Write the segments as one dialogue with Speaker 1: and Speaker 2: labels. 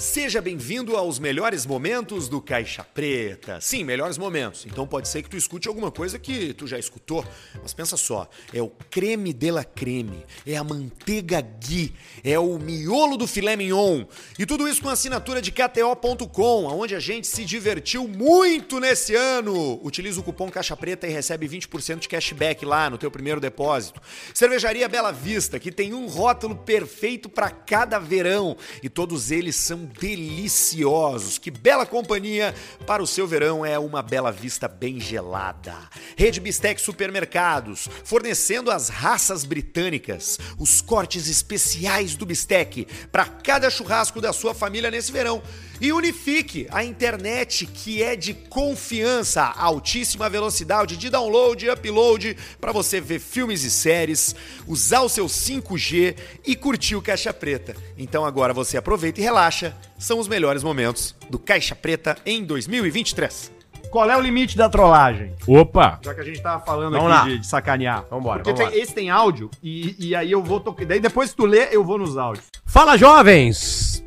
Speaker 1: Seja bem-vindo aos melhores momentos do Caixa Preta. Sim, melhores momentos. Então pode ser que tu escute alguma coisa que tu já escutou, mas pensa só, é o creme de la creme, é a manteiga ghee, é o miolo do filé mignon. E tudo isso com a assinatura de kto.com, aonde a gente se divertiu muito nesse ano. Utiliza o cupom Caixa Preta e recebe 20% de cashback lá no teu primeiro depósito. Cervejaria Bela Vista, que tem um rótulo perfeito para cada verão e todos eles são deliciosos. Que bela companhia para o seu verão é uma Bela Vista bem gelada. Rede Bistec Supermercados, fornecendo as raças britânicas, os cortes especiais do bistec para cada churrasco da sua família nesse verão. E Unifique, a internet que é de confiança, altíssima velocidade de download e upload para você ver filmes e séries, usar o seu 5G e curtir o Caixa Preta. Então agora você aproveita e relaxa, são os melhores momentos do Caixa Preta em 2023.
Speaker 2: Qual é o limite da trollagem?
Speaker 3: Opa!
Speaker 2: Já que a gente tava falando
Speaker 3: Vamos lá.
Speaker 2: aqui de, de sacanear.
Speaker 3: Vambora,
Speaker 2: Porque
Speaker 3: vambora.
Speaker 2: tem- esse tem áudio e, e aí eu vou tocar. Daí depois que tu lê, eu vou nos áudios.
Speaker 4: Fala, jovens!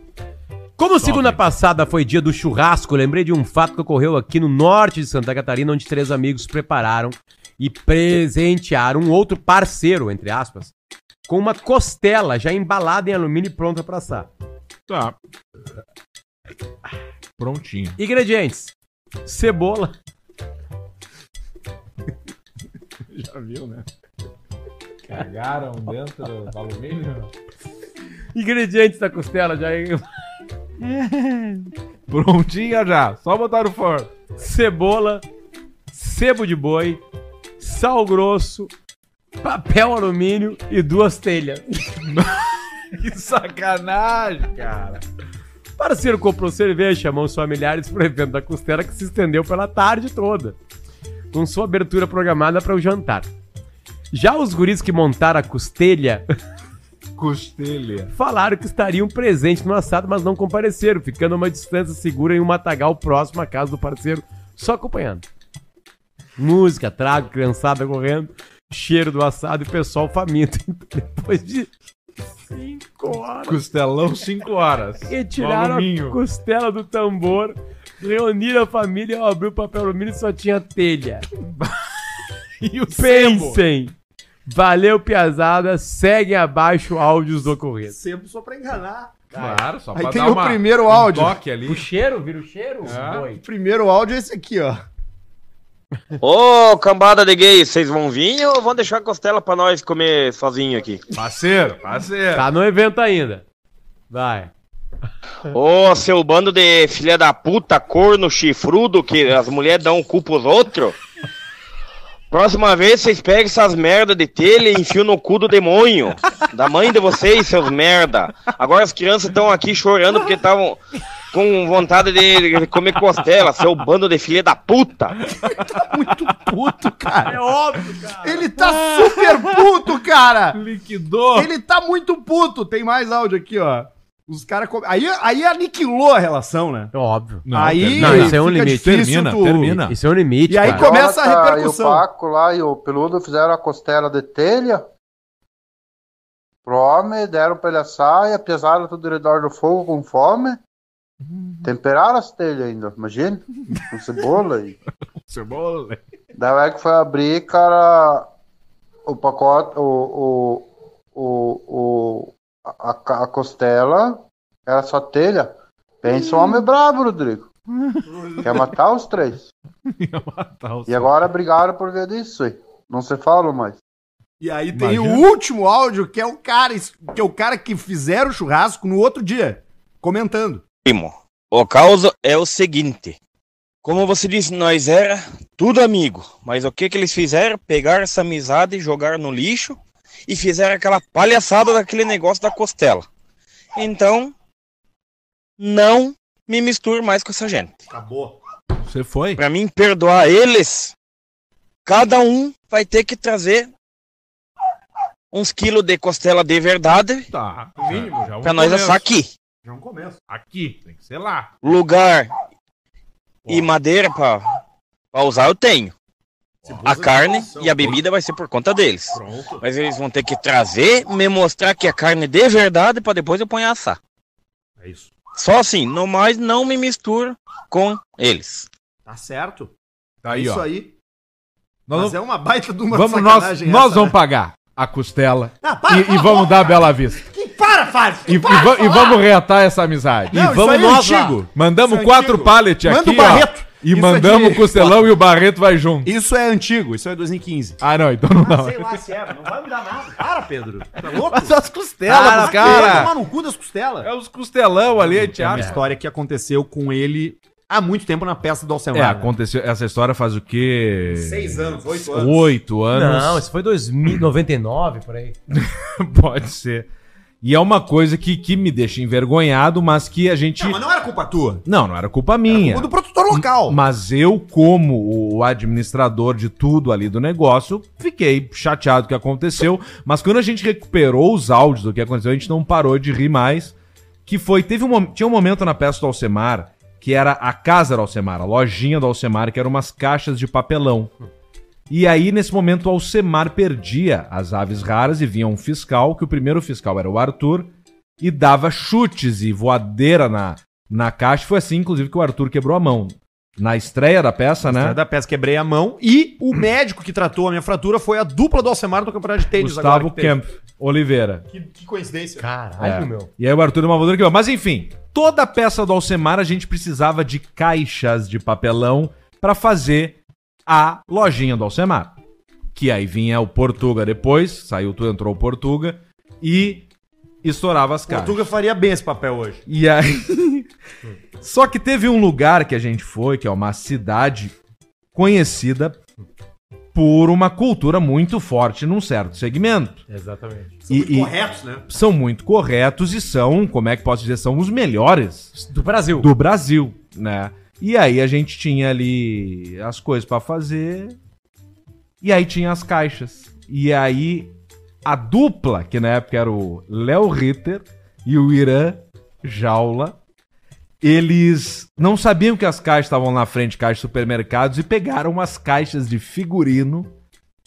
Speaker 4: Como segunda passada foi dia do churrasco, lembrei de um fato que ocorreu aqui no norte de Santa Catarina, onde três amigos prepararam e presentearam um outro parceiro, entre aspas, com uma costela já embalada em alumínio e pronta para assar.
Speaker 3: Tá. Prontinho.
Speaker 4: Ingredientes: cebola,
Speaker 3: Já viu, né?
Speaker 5: Cagaram dentro do alumínio?
Speaker 4: ingredientes da costela já em-
Speaker 3: Prontinha já. Só botar no forno.
Speaker 4: cebola, sebo de boi, sal grosso, papel alumínio e duas telhas.
Speaker 3: Que sacanagem, cara.
Speaker 4: Parceiro comprou cerveja, chamou os familiares pro evento da costela que se estendeu pela tarde toda, com sua abertura programada para o jantar. Já os guris que montaram a costelha
Speaker 3: Costelha.
Speaker 4: falaram que estariam presentes no assado, mas não compareceram, ficando a uma distância segura em um matagal próximo à casa do parceiro, só acompanhando. Música, trago, criançada correndo, cheiro do assado e o pessoal faminto. Depois de cinco horas.
Speaker 3: Costelão 5 horas.
Speaker 4: Retiraram a
Speaker 3: alumínio.
Speaker 4: costela do tambor, reuniram a família, eu abri o papel alumínio e só tinha telha.
Speaker 3: E o sebo.
Speaker 4: Pensem! Valeu, piazada. Seguem abaixo áudios do ocorrido.
Speaker 2: Sempre só pra enganar.
Speaker 3: Claro, só
Speaker 2: Aí tem o primeiro áudio.
Speaker 3: Um toque ali.
Speaker 4: cheiro? Vira o cheiro?
Speaker 3: Ah.
Speaker 4: Oi.
Speaker 2: O primeiro áudio é esse aqui, ó.
Speaker 6: Ô, cambada de gay, vocês vão vir ou vão deixar a costela pra nós comer sozinho aqui?
Speaker 3: Parceiro, parceiro.
Speaker 4: Tá no evento ainda. Vai.
Speaker 6: Ô, seu bando de filha da puta, corno, chifrudo, que as mulheres dão um cu pros outros. Próxima vez vocês pegam essas merda de telha e enfiam no cu do demônio. Da mãe de vocês, seus merda. Agora as crianças estão aqui chorando porque estavam com vontade de comer costela, seu bando de filha da puta.
Speaker 2: Puto, É cara.
Speaker 4: óbvio, cara.
Speaker 2: Ele tá super puto, cara.
Speaker 3: Liquidou.
Speaker 2: Ele tá muito puto. Tem mais áudio aqui, ó. Os caras. come- Aí, aí aniquilou a relação, né?
Speaker 4: É Óbvio.
Speaker 2: aí
Speaker 4: não, isso é um
Speaker 2: fica
Speaker 4: limite.
Speaker 2: difícil
Speaker 3: Termina,
Speaker 2: tu-
Speaker 3: termina.
Speaker 4: Isso é um limite,
Speaker 2: E aí
Speaker 4: cara.
Speaker 2: começa a
Speaker 7: Jonathan
Speaker 2: repercussão.
Speaker 7: E o Paco lá e o Peludo fizeram a costela de telha pro homem, deram pra ele assar e apesaram tudo ao redor do fogo com fome. Temperaram as telhas ainda, imagina. Com cebola e.
Speaker 3: Cebola.
Speaker 7: Daí que foi abrir, cara, o pacote, o. o, o, o a, a- a costela era só telha. Pensa um homem brabo, Rodrigo. Quer matar os três.
Speaker 3: Ia matar o
Speaker 7: E agora brigaram por ver disso, hein? Não se fala mais.
Speaker 2: E aí tem
Speaker 3: Imagina.
Speaker 2: o último áudio, que é o cara, que é o cara que fizeram o churrasco no outro dia, comentando.
Speaker 6: Primo, o caos é o seguinte. Como você disse, nós era tudo amigo. Mas o que que eles fizeram? Pegaram essa amizade e jogaram no lixo e fizeram aquela palhaçada daquele negócio da costela. Então, não me misturo mais com essa gente.
Speaker 2: Acabou.
Speaker 3: Você foi?
Speaker 6: Pra mim perdoar eles, cada um vai ter que trazer uns quilos de costela de verdade
Speaker 3: Tá. No mínimo,
Speaker 2: é
Speaker 3: já um
Speaker 6: pra nós
Speaker 8: é
Speaker 3: começo.
Speaker 6: assar aqui.
Speaker 2: Já um começo.
Speaker 3: Aqui, tem que ser lá.
Speaker 6: lugar e madeira pra, pra usar eu tenho. A carne e a bebida vai ser por conta deles.
Speaker 3: Pronto.
Speaker 6: Mas eles vão ter que trazer, me mostrar que é carne de verdade pra depois eu pôr em assar.
Speaker 3: É isso.
Speaker 6: Só assim, no mais não me misturo com eles.
Speaker 1: Tá certo.
Speaker 9: Tá
Speaker 1: É
Speaker 9: aí,
Speaker 1: isso
Speaker 9: ó.
Speaker 1: aí.
Speaker 3: Nós
Speaker 1: Mas
Speaker 3: vamos,
Speaker 1: é uma baita de uma
Speaker 3: vamos nós,
Speaker 1: sacanagem
Speaker 3: nós
Speaker 1: essa,
Speaker 3: vamos
Speaker 1: né?
Speaker 3: pagar a costela
Speaker 1: Ah, para,
Speaker 3: e, e
Speaker 1: para,
Speaker 3: vamos dar a Bela Vista.
Speaker 1: Que- Para, Fábio!
Speaker 3: E, e
Speaker 1: para de
Speaker 3: va- e
Speaker 1: falar!
Speaker 3: vamos reatar essa amizade.
Speaker 1: Não,
Speaker 3: E
Speaker 1: isso
Speaker 3: vamos
Speaker 1: aí é antigo.
Speaker 3: Mandamos
Speaker 1: Isso é
Speaker 3: quatro
Speaker 1: antigo.
Speaker 3: pallets
Speaker 1: Manda
Speaker 3: aqui,
Speaker 1: o Barreto.
Speaker 3: ó. E
Speaker 1: Isso
Speaker 3: mandamos
Speaker 1: é de-
Speaker 3: o Costelão e o Barreto vai junto.
Speaker 1: Isso é antigo, isso é 2015.
Speaker 3: Ah, não, então não dá.
Speaker 1: Sei lá se é, não vai mudar nada. Para, Pedro. Tá louco?
Speaker 3: as
Speaker 1: Para,
Speaker 3: costelas, cara.
Speaker 1: tomar no cu das costelas.
Speaker 3: É os costelão ali, a
Speaker 1: É uma
Speaker 3: Thiago.
Speaker 1: história que aconteceu com ele há muito tempo na peça do
Speaker 3: É,
Speaker 1: Alcemar. né?
Speaker 3: aconteceu. Essa história faz o quê?
Speaker 1: Seis anos, oito anos.
Speaker 3: Oito anos.
Speaker 4: Não, isso foi 2099, por aí.
Speaker 3: Pode ser. E é uma coisa que, que me deixa envergonhado, mas que a gente.
Speaker 1: Não, mas não era culpa tua.
Speaker 3: Não, não era culpa minha.
Speaker 1: O do produtor local.
Speaker 3: Mas eu, como o administrador de tudo ali do negócio, fiquei chateado com o que aconteceu. Mas quando a gente recuperou os áudios do que aconteceu, a gente não parou de rir mais. Que foi, teve um, mom- tinha um momento na peça do Alcemar, que era a casa do Alcemar, a lojinha do Alcemar, que eram umas caixas de papelão. E aí, nesse momento, o Alcemar perdia as aves raras e vinha um fiscal, que o primeiro fiscal era o Arthur, e dava chutes e voadeira na, na caixa. Foi assim, inclusive, que o Arthur quebrou a mão. Na estreia da peça,
Speaker 1: né?
Speaker 3: né?
Speaker 1: da peça, quebrei a mão. E o médico que tratou a minha fratura foi a dupla do Alcemar no campeonato de tênis
Speaker 3: Gustavo
Speaker 1: agora que teve.
Speaker 3: Kemp Oliveira.
Speaker 1: Que, que coincidência.
Speaker 4: Caralho,
Speaker 3: É.
Speaker 4: meu.
Speaker 3: E aí o Arthur deu uma voadora que Mas enfim, toda a peça do Alcemar a gente precisava de caixas de papelão pra fazer a lojinha do Alcemar. Que aí vinha o Portuga depois, saiu tu, entrou o Portuga e estourava as caixas.
Speaker 1: Portuga faria bem esse papel hoje.
Speaker 3: E aí. Só que teve um lugar que a gente foi, que é uma cidade conhecida por uma cultura muito forte num certo segmento.
Speaker 4: Exatamente.
Speaker 3: E- e-
Speaker 1: Corretos, né?
Speaker 3: são muito corretos e são, como é que posso dizer, são os melhores
Speaker 4: Do Brasil.
Speaker 3: do Brasil, né? E aí a gente tinha ali as coisas pra fazer. E aí tinha as caixas. E aí a dupla, que na época era o Léo Ritter e o Irã Jaula, eles não sabiam que as caixas estavam na frente, caixas de supermercados, e pegaram umas caixas de figurino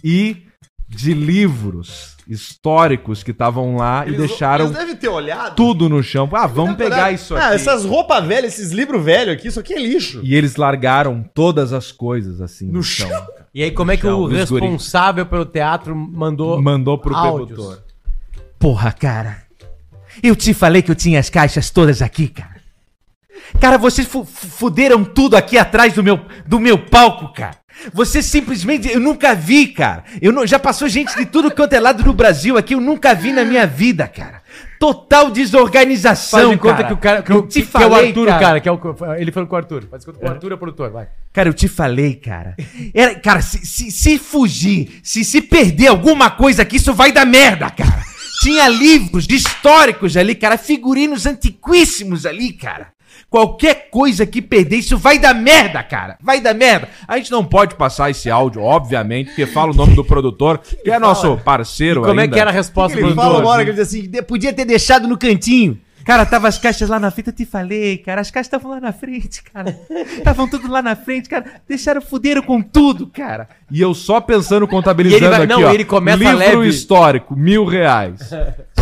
Speaker 3: e de livros históricos que estavam lá e deixaram
Speaker 1: devem ter olhado.
Speaker 3: tudo no chão. Ah, vamos
Speaker 1: Deve ter
Speaker 3: pegar
Speaker 1: olhado.
Speaker 3: isso aqui.
Speaker 1: Ah, essas roupas velhas, esses livros velhos aqui, isso aqui é lixo.
Speaker 3: E eles largaram todas as coisas assim
Speaker 1: No chão.
Speaker 4: E aí, como é que o
Speaker 3: Tchau, os guri.
Speaker 4: responsável pelo teatro mandou.
Speaker 3: Mandou pro
Speaker 4: Áudios.
Speaker 3: produtor.
Speaker 10: Porra, cara. Eu te falei que eu tinha as caixas todas aqui, cara. Cara, vocês fu- fu- fuderam tudo aqui atrás do meu, do meu palco, cara. Vocês simplesmente. Eu nunca vi, cara. Eu não- já passou gente de tudo quanto é lado do Brasil aqui. Eu nunca vi na minha vida, cara. Total desorganização.
Speaker 4: Faz de conta
Speaker 10: cara.
Speaker 4: que o cara. Que,
Speaker 10: eu
Speaker 4: o-
Speaker 10: te
Speaker 4: que
Speaker 10: falei,
Speaker 4: é o Arthur, cara.
Speaker 10: cara.
Speaker 4: que é o, ele falou com o Arthur. Faz de conta que o Arthur é produtor, vai.
Speaker 10: Cara, eu te falei, cara. Era- cara, se, se, se fugir, se se perder alguma coisa aqui, isso vai dar merda, cara. Tinha livros históricos ali, cara, figurinos antiquíssimos ali, cara. Qualquer coisa que perder, isso vai dar merda, cara.
Speaker 3: Vai dar merda. A gente não pode passar esse áudio, obviamente, porque fala o nome do produtor, que é nosso parceiro
Speaker 4: Como é
Speaker 3: ainda.
Speaker 4: que era a resposta
Speaker 1: Ele fala uma hora que ele diz assim, "De- podia ter deixado no cantinho.
Speaker 10: Cara, tava as caixas lá na frente, eu te falei, cara. As caixas estavam lá na frente, cara. Estavam tudo lá na frente, cara. Deixaram fuderam com tudo, cara.
Speaker 3: E eu só pensando, contabilizando
Speaker 4: E ele vai-
Speaker 3: aqui,
Speaker 4: não,
Speaker 3: ó.
Speaker 4: ele começa
Speaker 3: Livro
Speaker 4: leve.
Speaker 3: histórico, mil reais.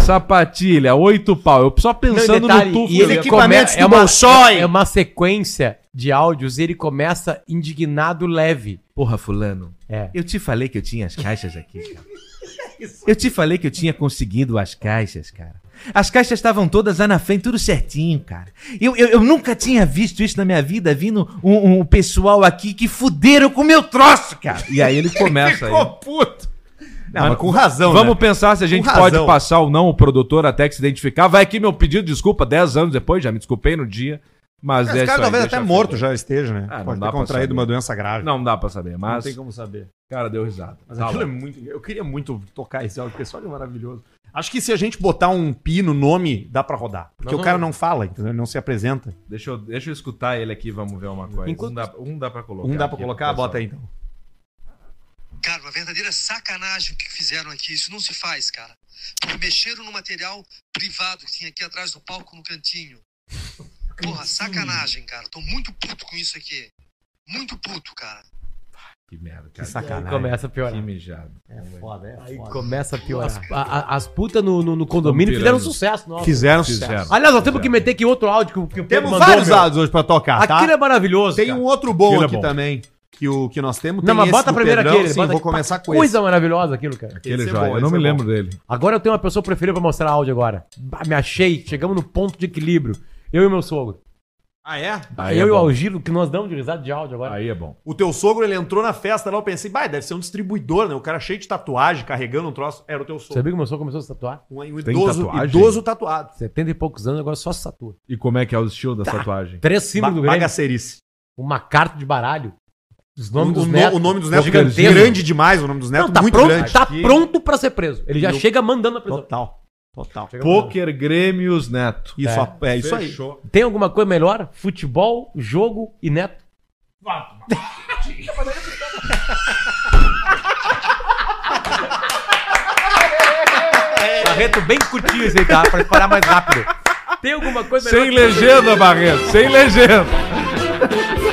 Speaker 3: Sapatilha, oito pau. Eu só pensando
Speaker 4: detalhe,
Speaker 3: no tufo.
Speaker 4: e ele
Speaker 3: dele.
Speaker 4: come-
Speaker 1: equipamentos
Speaker 4: é
Speaker 1: do
Speaker 4: uma,
Speaker 1: Bolshoi.
Speaker 4: é uma sequência de áudios e ele começa indignado leve.
Speaker 10: Porra, fulano.
Speaker 4: É.
Speaker 10: Eu te falei que eu tinha as caixas aqui, cara. Eu te falei que eu tinha conseguido as caixas, cara. As caixas estavam todas lá na frente, tudo certinho, cara. Eu, eu, eu nunca tinha visto isso na minha vida, vindo um, um pessoal aqui que fuderam com o meu troço, cara.
Speaker 3: E aí ele começa aí.
Speaker 1: puto. Não, mas com razão,
Speaker 3: Vamos
Speaker 1: né?
Speaker 3: pensar se a gente
Speaker 1: Com
Speaker 3: pode
Speaker 1: razão.
Speaker 3: passar ou não o produtor até que se identificar. Vai aqui meu pedido de desculpa, 10 anos depois, já me desculpei no dia. Mas é
Speaker 1: Esse
Speaker 3: isso aí,
Speaker 1: cara talvez
Speaker 3: deixa
Speaker 1: até
Speaker 3: quieto.
Speaker 1: morto já esteja, né?
Speaker 3: Ah, não
Speaker 1: Pode
Speaker 3: dá
Speaker 1: ter
Speaker 3: pra
Speaker 1: contraído
Speaker 3: saber.
Speaker 1: uma doença grave.
Speaker 3: Não dá pra saber, mas.
Speaker 1: como saber.
Speaker 3: Cara, deu risada.
Speaker 1: Mas
Speaker 3: Tá
Speaker 1: aquilo é
Speaker 3: bom.
Speaker 1: muito. Eu queria muito tocar esse áudio, porque esse áudio é maravilhoso. Acho que se a gente botar um pi no nome, dá pra rodar. Porque
Speaker 4: Não,
Speaker 1: o cara não fala, entendeu? Ele não se apresenta.
Speaker 3: Deixa, eu, deixa eu escutar ele aqui, vamos ver uma coisa.
Speaker 4: Enquanto-
Speaker 3: Um, dá, um dá pra colocar.
Speaker 1: Um dá pra
Speaker 3: aqui,
Speaker 1: colocar?
Speaker 3: pessoal.
Speaker 1: Bota aí então.
Speaker 8: Cara, uma verdadeira sacanagem o que fizeram aqui. Isso não se faz, cara. Mexeram no material privado que tinha aqui atrás do palco no cantinho. Porra, sacanagem, cara. Tô muito puto com isso aqui. Muito puto, cara.
Speaker 3: Que merda, cara.
Speaker 4: Sacanagem. Começa a piorar.
Speaker 3: Que mijado.
Speaker 2: É
Speaker 4: Aí começa a piorar. As, a- a- as putas no, no- no condomínio
Speaker 3: Tão pirando.
Speaker 4: fizeram sucesso, nossa.
Speaker 1: Fizeram
Speaker 3: Fizeram.
Speaker 1: sucesso.
Speaker 4: Aliás, nós temos que meter aqui outro áudio que, o- que o Pedro
Speaker 1: Temos vários
Speaker 4: meu.
Speaker 1: áudios hoje pra tocar, tá?
Speaker 4: Aquilo é maravilhoso.
Speaker 1: Tem
Speaker 4: cara.
Speaker 1: um outro bom
Speaker 3: Aquilo é
Speaker 1: aqui
Speaker 3: bom.
Speaker 1: também. Que o que nós temos
Speaker 4: Não, mas
Speaker 1: esse
Speaker 4: bota
Speaker 1: do
Speaker 4: primeiro
Speaker 1: Pedrão,
Speaker 4: aquele.
Speaker 1: Sim,
Speaker 4: bota
Speaker 1: vou
Speaker 4: aqui.
Speaker 1: começar com
Speaker 4: Coisa maravilhosa aquilo, cara.
Speaker 3: Aquele
Speaker 1: Esse é
Speaker 3: joia.
Speaker 1: bom,
Speaker 3: eu não
Speaker 1: esse
Speaker 3: me
Speaker 1: é
Speaker 3: lembro dele.
Speaker 4: Agora eu tenho uma pessoa preferida pra mostrar áudio agora. Bah, me achei, chegamos no ponto de equilíbrio. Eu e meu sogro.
Speaker 1: Ah, é?
Speaker 3: Aí
Speaker 4: eu
Speaker 3: é
Speaker 4: e o
Speaker 3: bom.
Speaker 4: Algiro, que nós damos de risada de áudio agora.
Speaker 3: Aí é bom.
Speaker 1: O teu sogro, ele entrou na festa lá, eu pensei, bah, deve ser um distribuidor, né? O cara cheio de tatuagem, carregando um troço. Era o teu sogro.
Speaker 4: Sabia que meu sogro começou a se tatuar?
Speaker 1: Um, um
Speaker 3: Tem
Speaker 1: idoso,
Speaker 3: tatuagem?
Speaker 1: idoso tatuado.
Speaker 4: 70 e poucos anos, agora só se tatua.
Speaker 3: E como é que é o estilo da tatuagem?
Speaker 4: Três símbolos do
Speaker 1: Ba-
Speaker 4: Grêmio.
Speaker 1: Bagacerice.
Speaker 4: Uma carta de baralho. Os nomes
Speaker 1: o,
Speaker 4: dos
Speaker 1: o
Speaker 4: netos.
Speaker 1: no- o nome dos netos é
Speaker 4: gigantesco.
Speaker 1: grande demais, o nome dos netos
Speaker 4: Não, tá,
Speaker 1: muito
Speaker 4: pronto,
Speaker 1: grande.
Speaker 4: tá pronto pra ser preso. Ele já
Speaker 1: Eu-
Speaker 4: chega mandando a prisão.
Speaker 1: Total, total.
Speaker 4: Chega mandando.
Speaker 3: Poker Grêmios Neto.
Speaker 1: Isso, a- é, isso aí.
Speaker 3: Fechou.
Speaker 4: Tem alguma coisa melhor? Futebol, jogo e neto? Barreto bem curtinho esse aí, tá? Pra parar mais rápido. Tem alguma coisa
Speaker 3: Sem
Speaker 4: melhor?
Speaker 3: legenda, Barreto. Sem legenda.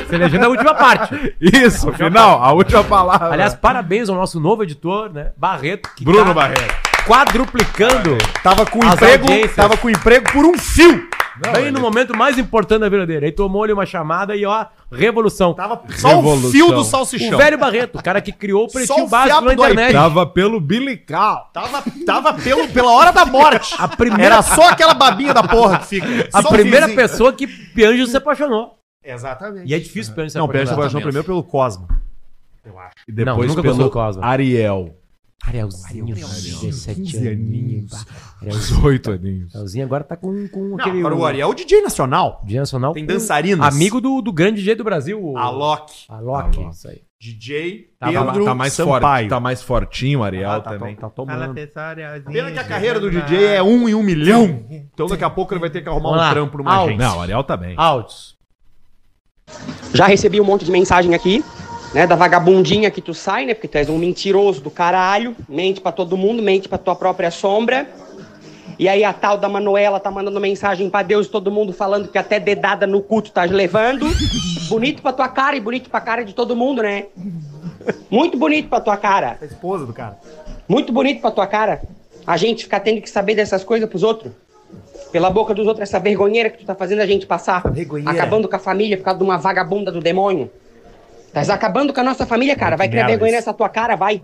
Speaker 4: Sem legenda é a última parte.
Speaker 3: Isso, final. A última palavra.
Speaker 4: Aliás, parabéns ao nosso novo editor, né? Barreto. que
Speaker 3: Bruno
Speaker 4: tá
Speaker 3: Barreto.
Speaker 4: Quadruplicando.
Speaker 1: Tava com
Speaker 4: As
Speaker 1: emprego,
Speaker 4: audiências.
Speaker 1: tava com emprego por um fio.
Speaker 4: bem no momento mais importante da vida dele. Aí tomou-lhe uma chamada e ó, revolução.
Speaker 1: Tava só o
Speaker 3: Revolução.
Speaker 1: fio do
Speaker 4: O
Speaker 1: salsichão.
Speaker 4: velho Barreto, o cara que criou o
Speaker 1: Só
Speaker 4: pretinho
Speaker 1: o
Speaker 4: básico
Speaker 1: fiapo
Speaker 4: na
Speaker 1: do
Speaker 4: internet.
Speaker 3: Tava pelo bilical.
Speaker 1: Tava, tava pelo, pela hora da morte.
Speaker 4: A primeira-
Speaker 1: Era só aquela babinha da porra que fica.
Speaker 4: A
Speaker 1: Só o
Speaker 4: primeira
Speaker 1: fiozinho.
Speaker 4: pessoa que Pianjo se apaixonou.
Speaker 1: Exatamente.
Speaker 4: E é difícil Pianjo se
Speaker 1: Não, o Pedro se
Speaker 4: apaixonar.
Speaker 1: apaixonou primeiro pelo Cosmo.
Speaker 3: E
Speaker 4: Não, nunca gostou do Cosma.
Speaker 3: Ariel.
Speaker 4: Arielzinho, 17 aninhos. Arielzinho,
Speaker 3: 18 aninhos.
Speaker 4: Arielzinho agora tá com, com aquele...
Speaker 1: Não, agora o Ariel é o DJ nacional.
Speaker 4: Dia Nacional.
Speaker 1: Tem
Speaker 4: com-
Speaker 1: dançarinas.
Speaker 4: Amigo do, do grande DJ do Brasil. o-
Speaker 1: Alok.
Speaker 4: Alok.
Speaker 3: Alok.
Speaker 4: Isso aí.
Speaker 1: DJ
Speaker 4: Tá- tá-
Speaker 1: Pedro
Speaker 3: tá mais forte,
Speaker 1: Sampaio.
Speaker 3: tá mais fortinho o Ariel
Speaker 1: Ah,
Speaker 3: também.
Speaker 1: tá, tá tomando. Pena
Speaker 2: Pena
Speaker 1: que a carreira do DJ é um em um milhão. Então daqui a pouco ele vai ter que arrumar
Speaker 4: Vamos
Speaker 1: um
Speaker 4: lá.
Speaker 1: trampo numa
Speaker 4: Alto.
Speaker 1: gente.
Speaker 3: Não, o Ariel tá bem.
Speaker 4: Áudios.
Speaker 11: Já recebi um monte de mensagem aqui, né? Da vagabundinha que tu sai, né? Porque tu és um mentiroso do caralho. Mente pra todo mundo, mente pra tua própria sombra. E aí a tal da Manuela tá mandando mensagem pra Deus, todo mundo falando que até dedada no cu tu tá levando. bonito pra tua cara e bonito pra cara de todo mundo, né? Muito bonito pra tua cara.
Speaker 1: A esposa do cara.
Speaker 11: Muito bonito pra tua cara. A gente ficar tendo que saber dessas coisas pros outros. Pela boca dos outros, essa vergonheira que tu tá fazendo a gente passar.
Speaker 1: Vergonheira.
Speaker 11: Acabando com a família por causa de uma vagabunda do demônio. Tás Tá. acabando com a nossa família, cara. Vai criar
Speaker 3: merda
Speaker 11: vergonha
Speaker 3: isso.
Speaker 11: nessa tua cara, vai.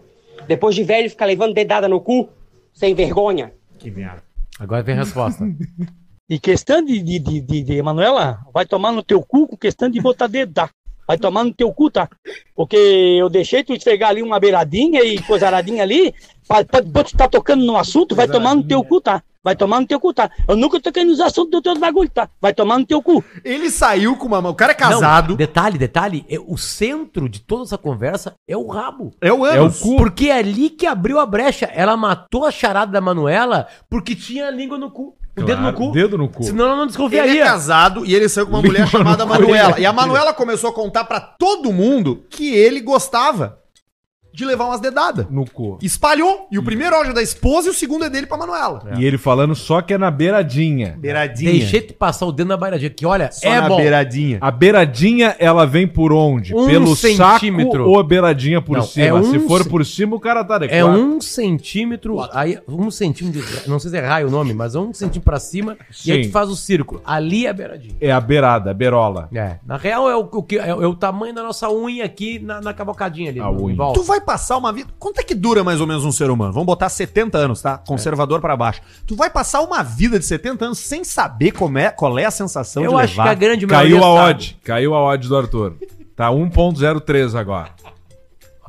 Speaker 11: Depois de velho, ficar levando dedada no cu. Sem vergonha.
Speaker 1: Que merda.
Speaker 4: Agora vem a resposta.
Speaker 6: E questão de, de, de, de, de Manuela, vai tomar no teu cu com questão de botar dedo, tá? Vai tomar no teu cu, tá? Porque eu deixei tu pegar ali uma beiradinha e coisaradinha ali, pra, pra, pra tu tá tocando no assunto, vai tomar no teu cu, tá? Vai tomar no teu cu, tá? Eu nunca toquei nos assuntos do teu bagulho, tá? Vai tomar no teu cu.
Speaker 1: Ele saiu com uma mão. O cara é
Speaker 4: Não,
Speaker 1: casado.
Speaker 4: detalhe, detalhe. é- o centro de toda essa conversa é o rabo.
Speaker 1: É o
Speaker 3: É o
Speaker 1: Anos.
Speaker 3: cu.
Speaker 4: Porque é ali que abriu a brecha. Ela matou a charada da Manuela porque tinha a língua no cu. O dedo no
Speaker 3: Claro,
Speaker 4: cu.
Speaker 3: Dedo no cu.
Speaker 4: Senão ela não
Speaker 1: Ele é
Speaker 4: desconfiaria.
Speaker 1: casado e ele saiu com uma mulher chamada Manuela. E a Manuela começou a contar pra todo mundo que ele gostava de levar umas dedadas.
Speaker 3: No cu.
Speaker 1: Espalhou. E o primeiro áudio é da esposa e o segundo é dele pra Manuela.
Speaker 3: E ele falando só que é na beiradinha.
Speaker 1: Beiradinha.
Speaker 4: Deixei tu passar o dedo na beiradinha, que olha,
Speaker 1: Só
Speaker 4: é
Speaker 1: na
Speaker 4: bom.
Speaker 1: beiradinha.
Speaker 3: A beiradinha, ela vem por onde?
Speaker 4: Um
Speaker 3: Pelo
Speaker 4: centímetro.
Speaker 3: saco ou a beiradinha por
Speaker 4: Não,
Speaker 3: cima?
Speaker 4: é um
Speaker 3: Se for
Speaker 4: ce-
Speaker 3: por cima, o cara tá
Speaker 4: É
Speaker 3: adequado.
Speaker 4: um centímetro, aí, um centímetro, de, não sei se é raio o nome, mas é um centímetro pra cima e aí
Speaker 3: Sim.
Speaker 4: tu faz o círculo. Ali é a beiradinha.
Speaker 3: É a beirada, a beirola.
Speaker 4: É, na real é o, o que, é, o- é o tamanho da nossa unha aqui na, na cavocadinha ali.
Speaker 3: A
Speaker 4: no- em
Speaker 3: unha.
Speaker 4: volta.
Speaker 1: Tá Tu vai passar uma vida. Quanto é que dura mais ou menos um ser humano? Vamos botar 70 anos, tá? Conservador pra baixo. Tu vai passar uma vida de 70 anos sem saber como é, qual é a sensação
Speaker 4: Eu
Speaker 1: de
Speaker 4: acho que a grande
Speaker 3: Caiu a
Speaker 4: sabe.
Speaker 3: odd. Caiu a odd do Arthur. Tá 1.03 agora.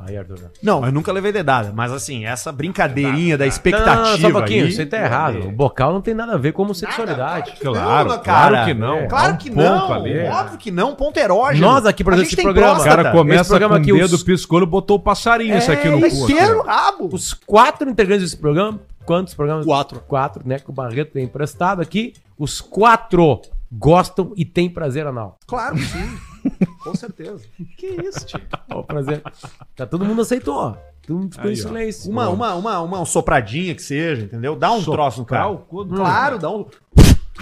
Speaker 4: Aí, Arthur. né?
Speaker 1: Não, eu nunca levei dedada, mas assim, essa brincadeirinha da expectativa.
Speaker 4: Não, só um pouquinho,
Speaker 1: aí-
Speaker 4: você tá errado. O bocal não tem nada a ver com homossexualidade.
Speaker 3: Claro,
Speaker 1: Não, cara.
Speaker 3: claro que não.
Speaker 1: É, Claro
Speaker 3: Há um
Speaker 1: que
Speaker 3: ponto
Speaker 1: não.
Speaker 3: ali.
Speaker 1: Óbvio que não. Ponto erógeno.
Speaker 4: Nós aqui, por
Speaker 1: A
Speaker 4: exemplo,
Speaker 1: gente
Speaker 4: esse
Speaker 1: tem
Speaker 4: programa-
Speaker 3: O
Speaker 1: próstata.
Speaker 3: cara
Speaker 4: Esse
Speaker 3: começa com
Speaker 4: programa
Speaker 3: o
Speaker 4: aqui,
Speaker 3: dedo,
Speaker 4: os-
Speaker 3: piscou, ele botou o passarinho isso aqui no
Speaker 1: Tá
Speaker 3: cu.
Speaker 1: inteiro
Speaker 3: assim, ó.
Speaker 1: rabo.
Speaker 4: Os quatro integrantes desse programa, quantos programas?
Speaker 1: Quatro.
Speaker 4: Quatro, né? Que o Barreto tem emprestado aqui. Os quatro gostam e têm prazer anal.
Speaker 1: Claro, sim. Com certeza.
Speaker 4: Que isso, tio? Ó, o prazer. Tá, todo mundo aceitou, ó. Todo mundo ficou em silêncio.
Speaker 1: Uma, uma, uma, uma sopradinha que seja, entendeu? Dá um troço no cara. Claro, dá um.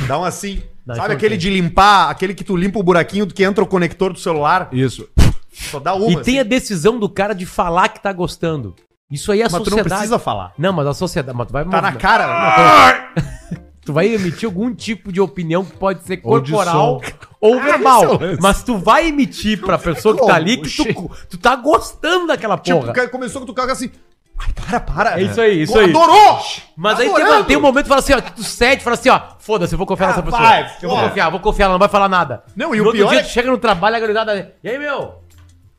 Speaker 1: Dá um assim.
Speaker 4: Dá
Speaker 1: Sabe
Speaker 4: então
Speaker 1: aquele
Speaker 4: tem.
Speaker 1: de limpar, aquele que tu limpa o buraquinho que entra o conector do celular?
Speaker 3: Isso.
Speaker 1: Só dá uma. assim.
Speaker 4: e tem a decisão do cara de falar que tá gostando. Isso aí é a
Speaker 1: Mas tu
Speaker 4: sociedade.
Speaker 1: não precisa falar.
Speaker 4: Não, mas a sociedade. Mas tu vai
Speaker 1: Tá na cara.
Speaker 4: né? Tu vai emitir algum tipo de opinião que pode ser
Speaker 3: Ou de
Speaker 4: corporal ou verbal. Mas tu vai emitir pra pessoa que tá ali que tu, tu tá gostando daquela
Speaker 1: Tipo,
Speaker 4: porra.
Speaker 1: o cara começou com tu cara assim. Ai, para, para.
Speaker 4: É isso aí, isso
Speaker 1: Tu
Speaker 4: aí.
Speaker 1: Adorou!
Speaker 4: Mas aí tem,
Speaker 1: Adorando.
Speaker 4: tem um momento que fala assim, ó, tu cede, fala assim, ó, foda-se, eu vou confiar nessa
Speaker 1: Ah,
Speaker 4: pessoa.
Speaker 1: vai,
Speaker 4: eu vou
Speaker 1: foda.
Speaker 4: confiar, vou confiar, ela não vai falar nada.
Speaker 1: Não, e
Speaker 4: No
Speaker 1: o
Speaker 4: outro
Speaker 1: pior
Speaker 4: dia
Speaker 1: é-
Speaker 4: tu chega no trabalho, a gurizada, e aí, meu?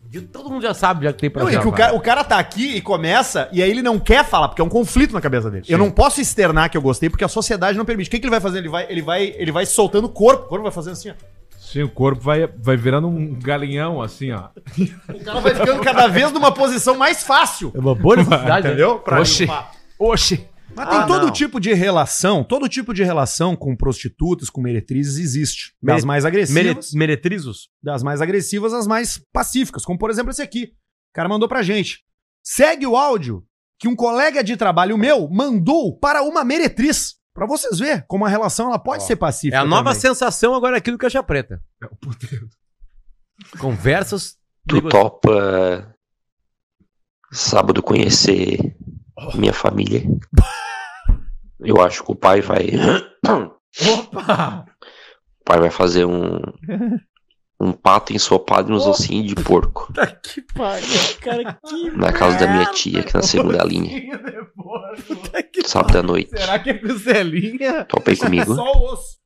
Speaker 4: De- Todo mundo já sabe já que tem pra
Speaker 1: Não, e
Speaker 4: já,
Speaker 1: que o,
Speaker 4: vai.
Speaker 1: cara, o cara tá aqui e começa, e aí ele não quer falar, porque é um conflito na cabeça dele. Eu não posso externar que eu gostei, porque a sociedade não permite. O que, que ele vai fazer? Ele vai, ele vai, ele vai soltando o corpo. O corpo vai fazendo assim, ó.
Speaker 3: Sim, o corpo vai, vai virando um galinhão, assim, ó.
Speaker 1: O cara Então vai ficando cada vez numa posição mais fácil.
Speaker 4: É uma boa necessidade, né?
Speaker 1: Entendeu? Pra
Speaker 3: Oxi.
Speaker 1: limpar.
Speaker 3: Oxi.
Speaker 1: Mas tem todo tipo de relação, todo tipo de relação com prostitutas, com meretrizes existe. Das
Speaker 4: Mere-
Speaker 1: mais agressivas,
Speaker 4: Mere- meretrizos?
Speaker 1: das mais agressivas às mais pacíficas, como por exemplo esse aqui. O cara mandou pra gente. Segue o áudio que um colega de trabalho meu mandou para uma meretriz. Pra vocês verem como a relação ela pode ser pacífica.
Speaker 4: É a nova
Speaker 1: também.
Speaker 4: sensação agora aqui do Caixa Preta.
Speaker 1: É
Speaker 4: Conversas.
Speaker 8: Tu topa sábado conhecer minha família? Eu acho que o pai vai.
Speaker 4: Opa!
Speaker 8: O pai vai fazer um. Um pato ensopado e uns ossinhos de porco.
Speaker 4: Que pariu, cara, que
Speaker 8: Na casa da minha tia, aqui na segunda linha. Sábado à noite.
Speaker 3: Será que é costelinha?
Speaker 8: Topa aí comigo.
Speaker 1: Só o osso.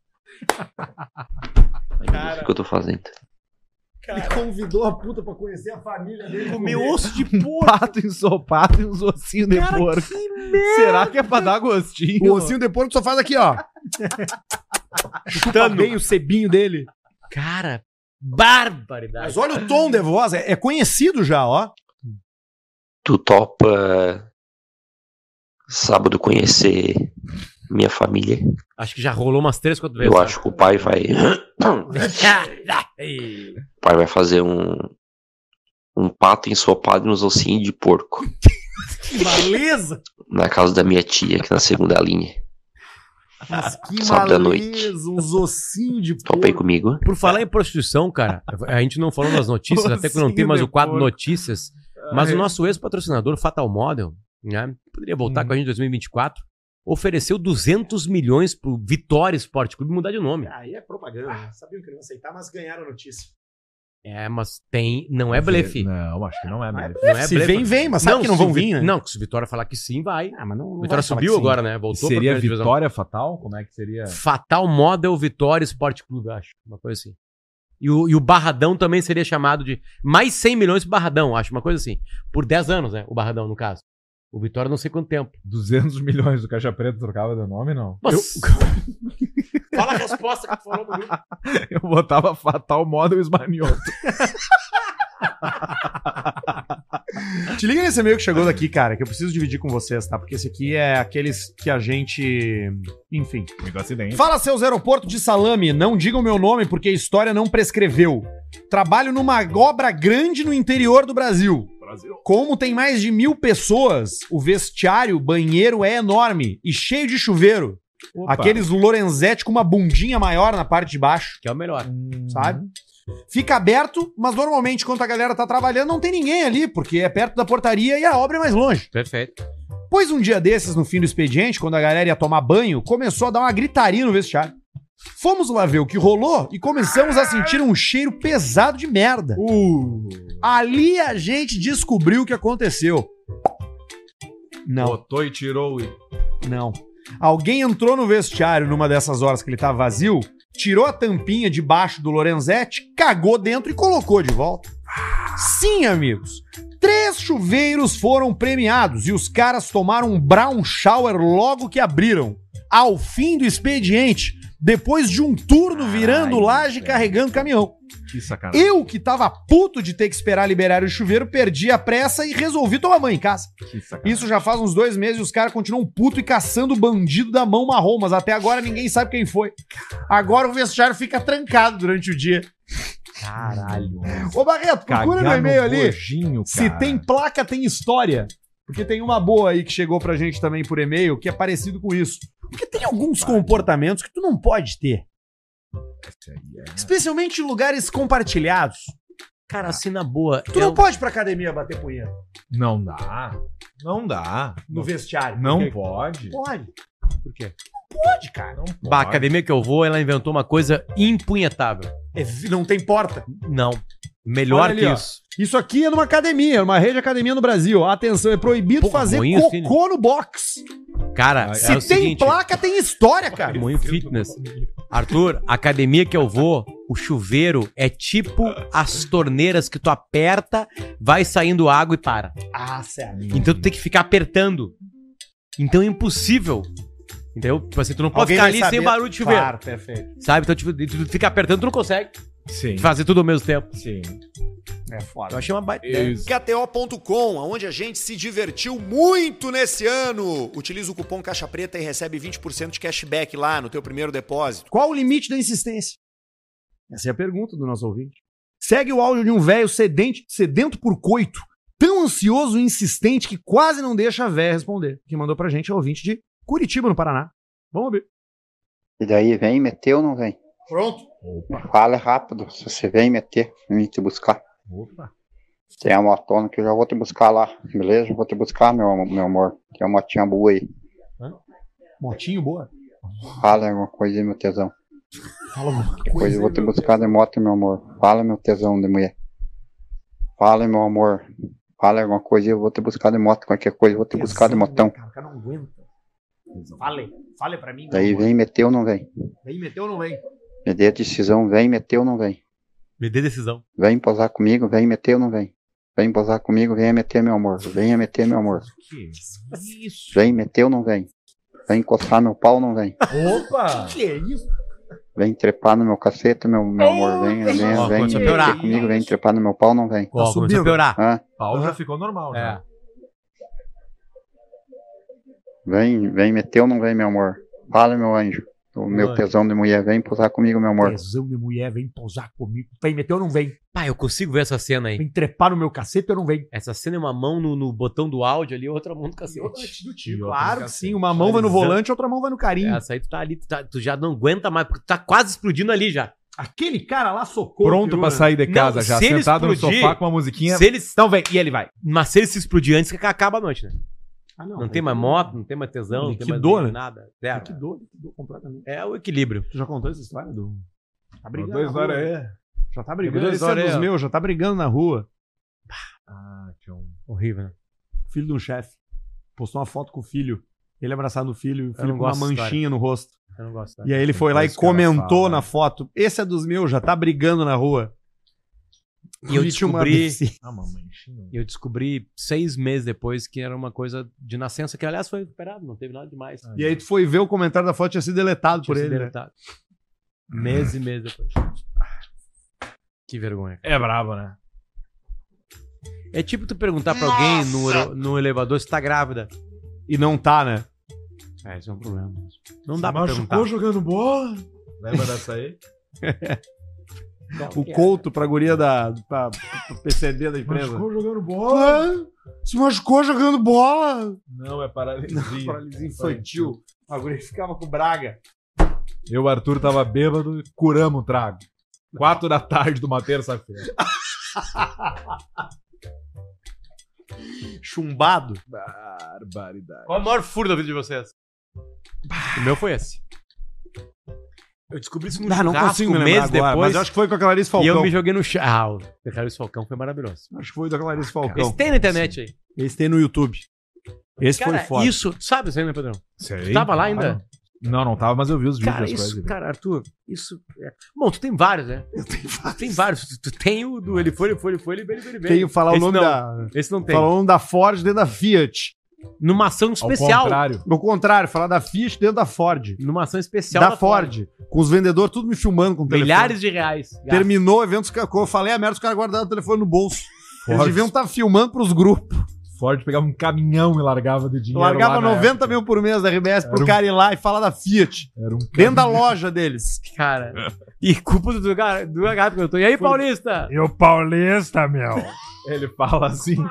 Speaker 8: O que eu tô fazendo?
Speaker 1: Ele convidou a puta pra conhecer a família dele. um
Speaker 3: Comeu osso de porco. Pato ensopado e uns ossinhos de porco. Será que é pra dar
Speaker 1: O
Speaker 3: gostinho?
Speaker 1: ossinho de porco só faz aqui, ó. Chutando. bem o sebinho dele.
Speaker 4: Cara, barbaridade.
Speaker 1: Mas olha o tom de voz, é, é conhecido já, ó.
Speaker 8: Tu topa sábado conhecer minha família?
Speaker 4: Acho que já rolou umas três, quatro vezes.
Speaker 8: Eu acho que o pai vai. O pai vai fazer um. Um pato ensopado e uns ossinhos de porco.
Speaker 1: Que maleza!
Speaker 8: Na casa da minha tia, aqui na segunda linha.
Speaker 1: Mas que
Speaker 8: Sábado à
Speaker 1: maleza, uns ossinhos de
Speaker 8: Topa aí
Speaker 1: porco.
Speaker 8: comigo.
Speaker 4: Por falar em prostituição, cara, a gente não falou nas notícias, até que não tem mais o quadro notícias, mas o nosso ex-patrocinador Fatal Model, né, poderia voltar com a gente em 2024, ofereceu 200 milhões pro Vitória Esporte Clube mudar de nome.
Speaker 1: Aí é propaganda. né? Sabiam que não ia aceitar, mas ganharam a notícia.
Speaker 4: É, mas tem, não é blefe. Não
Speaker 3: Não, acho que não é,
Speaker 1: Mas
Speaker 3: mesmo.
Speaker 4: é blefe.
Speaker 1: se vem, vem, mas sabe que não
Speaker 4: se
Speaker 1: vão
Speaker 4: Vi-
Speaker 1: vir, né?
Speaker 4: Não, se o Vitória falar que sim, vai.
Speaker 1: Ah, mas não, não
Speaker 4: O
Speaker 1: vai
Speaker 4: Vitória
Speaker 1: falar
Speaker 4: subiu
Speaker 1: que sim.
Speaker 4: agora, né? Voltou pra
Speaker 3: Seria
Speaker 4: primeira divisão.
Speaker 3: vitória fatal? Como é que seria?
Speaker 4: Fatal Model Vitória Esporte Clube, eu acho. Uma coisa assim. E o, e o Barradão também seria chamado de mais 100 milhões pro Barradão, acho. Uma coisa assim. Por 10 anos, né? O Barradão, no caso. O Vitória não sei quanto tempo.
Speaker 3: 200 milhões do Caixa Preta trocava de nome, não.
Speaker 4: Mas... Fala a resposta que tu falou no grupo.
Speaker 3: Eu botava Fatal Model Esmanioto.
Speaker 1: Te liga nesse e-mail que chegou daqui, cara, que eu preciso dividir com vocês, tá? Porque esse aqui é aqueles que a gente. Enfim.
Speaker 4: Um
Speaker 3: Amigo acidente.
Speaker 1: Fala seus aeroportos de salame, não digam meu nome porque a história não prescreveu. Trabalho numa obra grande no interior do Brasil. Como tem mais de mil pessoas, o vestiário, banheiro é enorme e cheio de chuveiro. Aqueles Lorenzetti com uma bundinha maior na parte de baixo, Hum.
Speaker 4: Que é o melhor.
Speaker 1: sabe? Fica aberto, mas normalmente quando a galera tá trabalhando não tem ninguém ali, porque é perto da portaria e a obra é mais longe.
Speaker 4: Perfeito.
Speaker 1: Pois um dia desses, no fim do expediente, quando a galera ia tomar banho, começou a dar uma gritaria no vestiário. Fomos lá ver o que rolou e começamos a sentir um cheiro pesado de merda.
Speaker 3: Uh.
Speaker 1: Ali a gente descobriu o que aconteceu. Não,
Speaker 3: Botou e tirou e.
Speaker 1: não. Alguém entrou no vestiário numa dessas horas que ele tava vazio, tirou a tampinha debaixo do Lorenzetti, cagou dentro e colocou de volta. Sim, amigos. Três chuveiros foram premiados e os caras tomaram um brown shower logo que abriram. Ao fim do expediente, depois de um turno virando
Speaker 3: Ai,
Speaker 1: laje e
Speaker 3: velho.
Speaker 1: carregando caminhão.
Speaker 3: Que sacanagem.
Speaker 1: Eu que tava puto de ter que esperar liberar o chuveiro, perdi a pressa e resolvi tomar banho em casa.
Speaker 3: Que sacanagem.
Speaker 1: Isso já faz uns dois meses e os caras continuam puto e caçando o bandido da mão marrom, mas até agora ninguém sabe quem foi. Agora o vestiário fica trancado durante o dia.
Speaker 3: Caralho.
Speaker 1: Ô Barreto, procura no
Speaker 3: Cagar
Speaker 1: e-mail ali.
Speaker 3: Gojinho,
Speaker 1: Se
Speaker 3: cara.
Speaker 1: tem placa, tem história. Porque tem uma boa aí que chegou pra gente também por e-mail que é parecido com isso. Porque tem alguns comportamentos que tu não pode ter.
Speaker 3: Isso aí é-
Speaker 1: Especialmente em lugares compartilhados.
Speaker 4: Cara, assim na boa.
Speaker 1: Tu
Speaker 4: é
Speaker 1: não
Speaker 4: o-
Speaker 1: pode ir pra academia bater punheta
Speaker 3: Não dá. Não dá.
Speaker 1: no vestiário.
Speaker 3: Não
Speaker 1: Por quê?
Speaker 3: pode.
Speaker 1: Pode.
Speaker 3: Por quê?
Speaker 1: Pode, cara.
Speaker 4: Bah, a academia que eu vou, ela inventou uma coisa impunhetável.
Speaker 1: É vi- não tem porta.
Speaker 4: Não. Melhor
Speaker 3: Olha ali,
Speaker 4: que
Speaker 3: ó.
Speaker 4: isso.
Speaker 1: Isso aqui é numa academia, numa rede de academia no Brasil. Atenção, é proibido
Speaker 4: Porra,
Speaker 1: fazer
Speaker 4: ruim assim,
Speaker 1: cocô no box.
Speaker 4: Cara,
Speaker 1: Se
Speaker 4: é o
Speaker 1: tem
Speaker 4: seguinte,
Speaker 1: placa, tem história, cara.
Speaker 4: Moinho Fitness. Arthur, a academia que eu vou, o chuveiro é tipo as torneiras que tu aperta, vai saindo água e para.
Speaker 1: Ah, sério.
Speaker 4: Então tu tem que ficar apertando. Então é impossível. Entendeu? Tipo assim, tu não pode
Speaker 1: Alguém
Speaker 4: ficar
Speaker 1: vai
Speaker 4: ali
Speaker 1: saber.
Speaker 4: sem barulho de chuveiro.
Speaker 1: Claro, perfeito.
Speaker 4: Sabe? Então, tipo, tu fica apertando, tu não consegue
Speaker 3: Sim.
Speaker 4: fazer tudo ao mesmo tempo.
Speaker 3: Sim.
Speaker 1: É foda.
Speaker 4: Eu achei uma baita. ideia.
Speaker 3: Isso.
Speaker 12: KTO.com, aonde a gente se divertiu muito nesse ano. Utiliza o cupom Caixa Preta e recebe 20% de cashback lá no teu primeiro depósito.
Speaker 1: Qual o limite da insistência? Essa é a pergunta do nosso ouvinte. Segue o áudio de um velho sedente, sedento por coito, tão ansioso e insistente que quase não deixa a véia responder. Quem mandou pra gente é o ouvinte de Curitiba, no Paraná. Vamos ouvir.
Speaker 8: E daí, vem meter ou não vem?
Speaker 1: Pronto.
Speaker 8: Fala rápido, se você vem meter, vim te buscar.
Speaker 9: Opa.
Speaker 8: Tem a motona que eu já vou te buscar lá, beleza? Vou te buscar, meu, meu amor. Tem uma motinha boa aí.
Speaker 1: Motinho boa.
Speaker 8: Fala alguma coisa aí, meu tesão.
Speaker 1: Fala alguma
Speaker 8: Depois eu vou te
Speaker 1: meu
Speaker 8: buscar de moto, meu amor. Fala, meu tesão de mulher. Fala, meu amor. Fala alguma coisa aí, eu vou te buscar de moto. Qualquer coisa, eu vou te
Speaker 1: Deus.
Speaker 8: buscar de motão.
Speaker 1: Cara, o cara não aguenta. Fale, fale pra mim.
Speaker 8: Daí
Speaker 1: meu amor.
Speaker 8: vem meter ou não vem?
Speaker 1: Daí meteu ou não vem?
Speaker 8: Me dê a decisão, vem meter ou não vem?
Speaker 4: Me dê decisão.
Speaker 8: Vem posar comigo, vem meter ou não vem? Vem posar comigo, venha meter, meu amor. Venha meter, meu amor.
Speaker 9: Isso.
Speaker 8: Vem meter ou não vem? Vem encostar meu pau ou não vem?
Speaker 3: Opa!
Speaker 1: Que é isso?
Speaker 8: Vem trepar no meu cacete, meu, meu amor. Venha,
Speaker 4: Ó,
Speaker 8: venha, vem
Speaker 4: começou a
Speaker 8: meter
Speaker 4: piorar.
Speaker 8: comigo, vem trepar no meu pau ou não vem?
Speaker 4: Ó, começou
Speaker 1: subindo.
Speaker 4: a piorar.
Speaker 8: Hã?
Speaker 3: Pau já ficou normal,
Speaker 4: né? É.
Speaker 3: né?
Speaker 8: Vem, vem meter ou não vem, meu amor? Fala, meu anjo. O meu
Speaker 4: Oi.
Speaker 8: tesão de mulher, vem posar comigo, meu amor.
Speaker 1: Tesão de mulher, vem pousar comigo. Vem meter ou não vem?
Speaker 4: Pai, eu consigo ver essa cena aí.
Speaker 1: Vem trepar no meu cacete ou não vem?
Speaker 4: Essa cena é uma mão no, no botão do áudio ali, outra mão no cacete.
Speaker 1: do tio.
Speaker 3: E outra
Speaker 1: Claro
Speaker 3: no
Speaker 1: que
Speaker 3: cacete.
Speaker 1: sim. Uma mão vai no
Speaker 4: Exato.
Speaker 1: volante, outra mão vai no carinho.
Speaker 4: Essa aí tu tá ali, tu, tá- tu já não aguenta mais, porque tu tá quase explodindo ali já.
Speaker 1: Aquele cara lá socou. né?
Speaker 3: Pronto pra sair de
Speaker 4: Não,
Speaker 3: casa já,
Speaker 4: se ele
Speaker 3: sentado
Speaker 4: explodir-
Speaker 3: no sofá com uma musiquinha.
Speaker 4: Se eles,
Speaker 3: Então vem, e ele vai.
Speaker 4: mas se eles se explodir antes, que acaba a noite, né?
Speaker 1: Ah,
Speaker 4: Não, tem mais moto, não tem mais tesão, não tem mais
Speaker 1: Liquidou, né?
Speaker 4: nada. É,
Speaker 1: Liquidou, liquidou completamente.
Speaker 4: é o equilíbrio.
Speaker 1: Tu já contou essa história do. Tá brigando.
Speaker 3: Dois
Speaker 1: na
Speaker 3: horas
Speaker 1: rua.
Speaker 3: aí.
Speaker 1: Já tá brigando.
Speaker 4: Dois
Speaker 1: Esse
Speaker 4: horas
Speaker 1: é dos
Speaker 4: aí, ó.
Speaker 1: meus, já tá brigando na rua.
Speaker 3: Ah, tinha um.
Speaker 4: Horrível, né?
Speaker 1: Filho de um chefe. Postou uma foto com o filho. Ele abraçado no filho e
Speaker 4: não
Speaker 1: o filho com uma
Speaker 4: gosto dessa
Speaker 1: manchinha no rosto.
Speaker 4: Eu não gosto.
Speaker 1: E aí ele foi lá e
Speaker 3: Depois que ela
Speaker 1: comentou
Speaker 3: fala.
Speaker 1: na foto. Esse é dos meus, já tá brigando na rua.
Speaker 4: E eu
Speaker 1: Curte uma
Speaker 4: descobri-
Speaker 1: bici.
Speaker 3: Ah, mamãe, tinha um.
Speaker 4: E eu descobri seis meses depois que era uma coisa de nascença, que aliás foi recuperado, não teve nada demais.
Speaker 1: Ah, E aí tu foi ver o comentário da foto, tinha sido deletado por ele. né?
Speaker 4: deletado. Meses e meses depois. Que vergonha.
Speaker 3: É brabo, né?
Speaker 4: É tipo tu perguntar pra alguém no, no elevador se tá grávida.
Speaker 1: E não tá, né? É, esse é um problema.
Speaker 4: Não dá pra perguntar.
Speaker 3: jogando bola? Lembra dessa aí?
Speaker 1: O
Speaker 4: é?
Speaker 1: Couto pra guria da. Pra, pro PCD da empresa.
Speaker 3: Machucou jogando bola?
Speaker 1: Ué, se machucou jogando bola.
Speaker 3: Não, é paralisia.
Speaker 1: Paralisia infantil. A guria ficava com braga.
Speaker 3: Eu e o Arthur tava bêbado e curamos o trago. Quatro da tarde de uma terça-feira.
Speaker 1: Chumbado.
Speaker 3: Barbaridade.
Speaker 4: Qual é o maior furo da vida de vocês? O meu foi esse. Eu descobri isso num
Speaker 1: Ah, não
Speaker 4: churrasco
Speaker 1: consigo me
Speaker 4: meses
Speaker 1: lembrar agora,
Speaker 4: depois.
Speaker 1: mas eu acho que foi com a Clarice
Speaker 4: E
Speaker 1: Falcão.
Speaker 4: eu me joguei no chão. Ah, o da Clarice Falcão foi maravilhoso.
Speaker 1: Acho que foi da Clarice
Speaker 4: Esse
Speaker 1: Falcão.
Speaker 4: tem na internet aí.
Speaker 1: Esse tem no YouTube. Esse
Speaker 4: Cara,
Speaker 1: foi foda.
Speaker 4: isso, sabe isso aí, né, Pedrão?
Speaker 3: Sei.
Speaker 4: Tu tava lá ainda?
Speaker 3: Não, não tava, mas eu vi os vídeos.
Speaker 4: Cara,
Speaker 3: das
Speaker 4: isso,
Speaker 3: coisas.
Speaker 4: cara, Arthur, isso. é- Bom, tu tem vários, né? Eu tenho vários. Tem vários. Tu, tu tem o do ele foi, ele foi, ele foi, ele veio, ele veio, ele veio.
Speaker 1: Tem que falar o
Speaker 4: Esse
Speaker 1: nome
Speaker 4: não.
Speaker 1: da.
Speaker 4: Esse não tem.
Speaker 1: Falar o nome da Ford dentro da Fiat.
Speaker 4: Numa ação
Speaker 3: Ao
Speaker 4: especial.
Speaker 3: contrário.
Speaker 1: Ao contrário, falar da Fiat dentro da Ford.
Speaker 4: Numa ação especial.
Speaker 1: Da Ford. Com os vendedores tudo me filmando com o telefone.
Speaker 4: Milhares de reais.
Speaker 1: Terminou o evento, os caras- quando eu falei a merda, os caras guardaram o telefone no bolso. Eles
Speaker 3: Ford.
Speaker 1: deviam estar filmando pros grupos.
Speaker 3: Ford pegava um caminhão e largava de dinheiro.
Speaker 1: Largava
Speaker 3: lá na
Speaker 1: 90 mil por mês da RBS pro
Speaker 3: Era um-
Speaker 1: cara ir lá e falar da Fiat.
Speaker 3: época. Era um
Speaker 1: Dentro da loja deles.
Speaker 4: Cara. E culpa do, do, gar- do gato que eu tô. E aí, Paulista?
Speaker 3: E o Paulista, meu. Ele fala assim.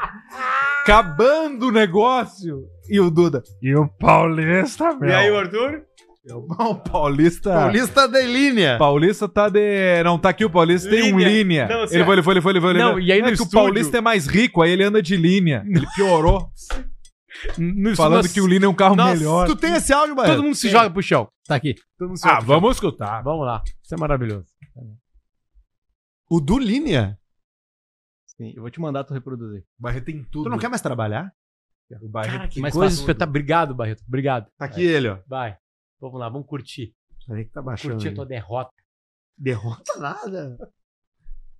Speaker 3: Acabando o negócio. E o Duda. E o Paulista, meu.
Speaker 4: Arthur?
Speaker 3: Não, Paulista.
Speaker 1: Paulista de linha.
Speaker 3: Paulista tá de. Não, tá aqui o Paulista, tem um
Speaker 1: Linha.
Speaker 3: linha.
Speaker 1: Não,
Speaker 3: ele
Speaker 1: assim,
Speaker 3: foi, ele foi, ele foi, ele foi. ele
Speaker 1: Não,
Speaker 3: foi.
Speaker 1: e aí no
Speaker 3: é que o
Speaker 1: estúdio-
Speaker 3: Paulista é mais rico, aí ele anda de linha. Ele piorou. Falando que o Lino é um carro melhor.
Speaker 1: Tu tem esse áudio, mano?
Speaker 4: Todo mundo se joga pro chão. Tá aqui.
Speaker 3: Ah, vamos escutar.
Speaker 4: Vamos lá. Isso é maravilhoso.
Speaker 1: O do Linha?
Speaker 13: Sim, eu vou te mandar tu reproduzir.
Speaker 3: Barreto tem tudo.
Speaker 1: Tu não quer mais trabalhar?
Speaker 3: O Barreto
Speaker 4: Cara, que coisa espetacular. Obrigado, Barreto. Obrigado. É.
Speaker 1: Tá aqui ele, ó.
Speaker 4: Vai. Vamos lá, vamos curtir.
Speaker 1: Peraí que tá baixando
Speaker 4: Curtir a
Speaker 1: aí.
Speaker 4: tua derrota.
Speaker 1: Derrota nada.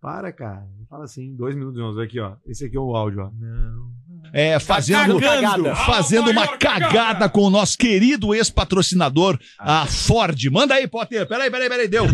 Speaker 1: Para, cara. Não Fala assim, dois minutos e onze. Aqui, ó. Esse aqui é o áudio, ó. Não. Tá
Speaker 14: É, fazendo,
Speaker 1: cagada.
Speaker 14: fazendo uma cagada com o nosso querido ex-patrocinador,
Speaker 1: Ah, é.
Speaker 14: a Ford. Manda aí, Potter. Peraí, peraí, peraí, deu.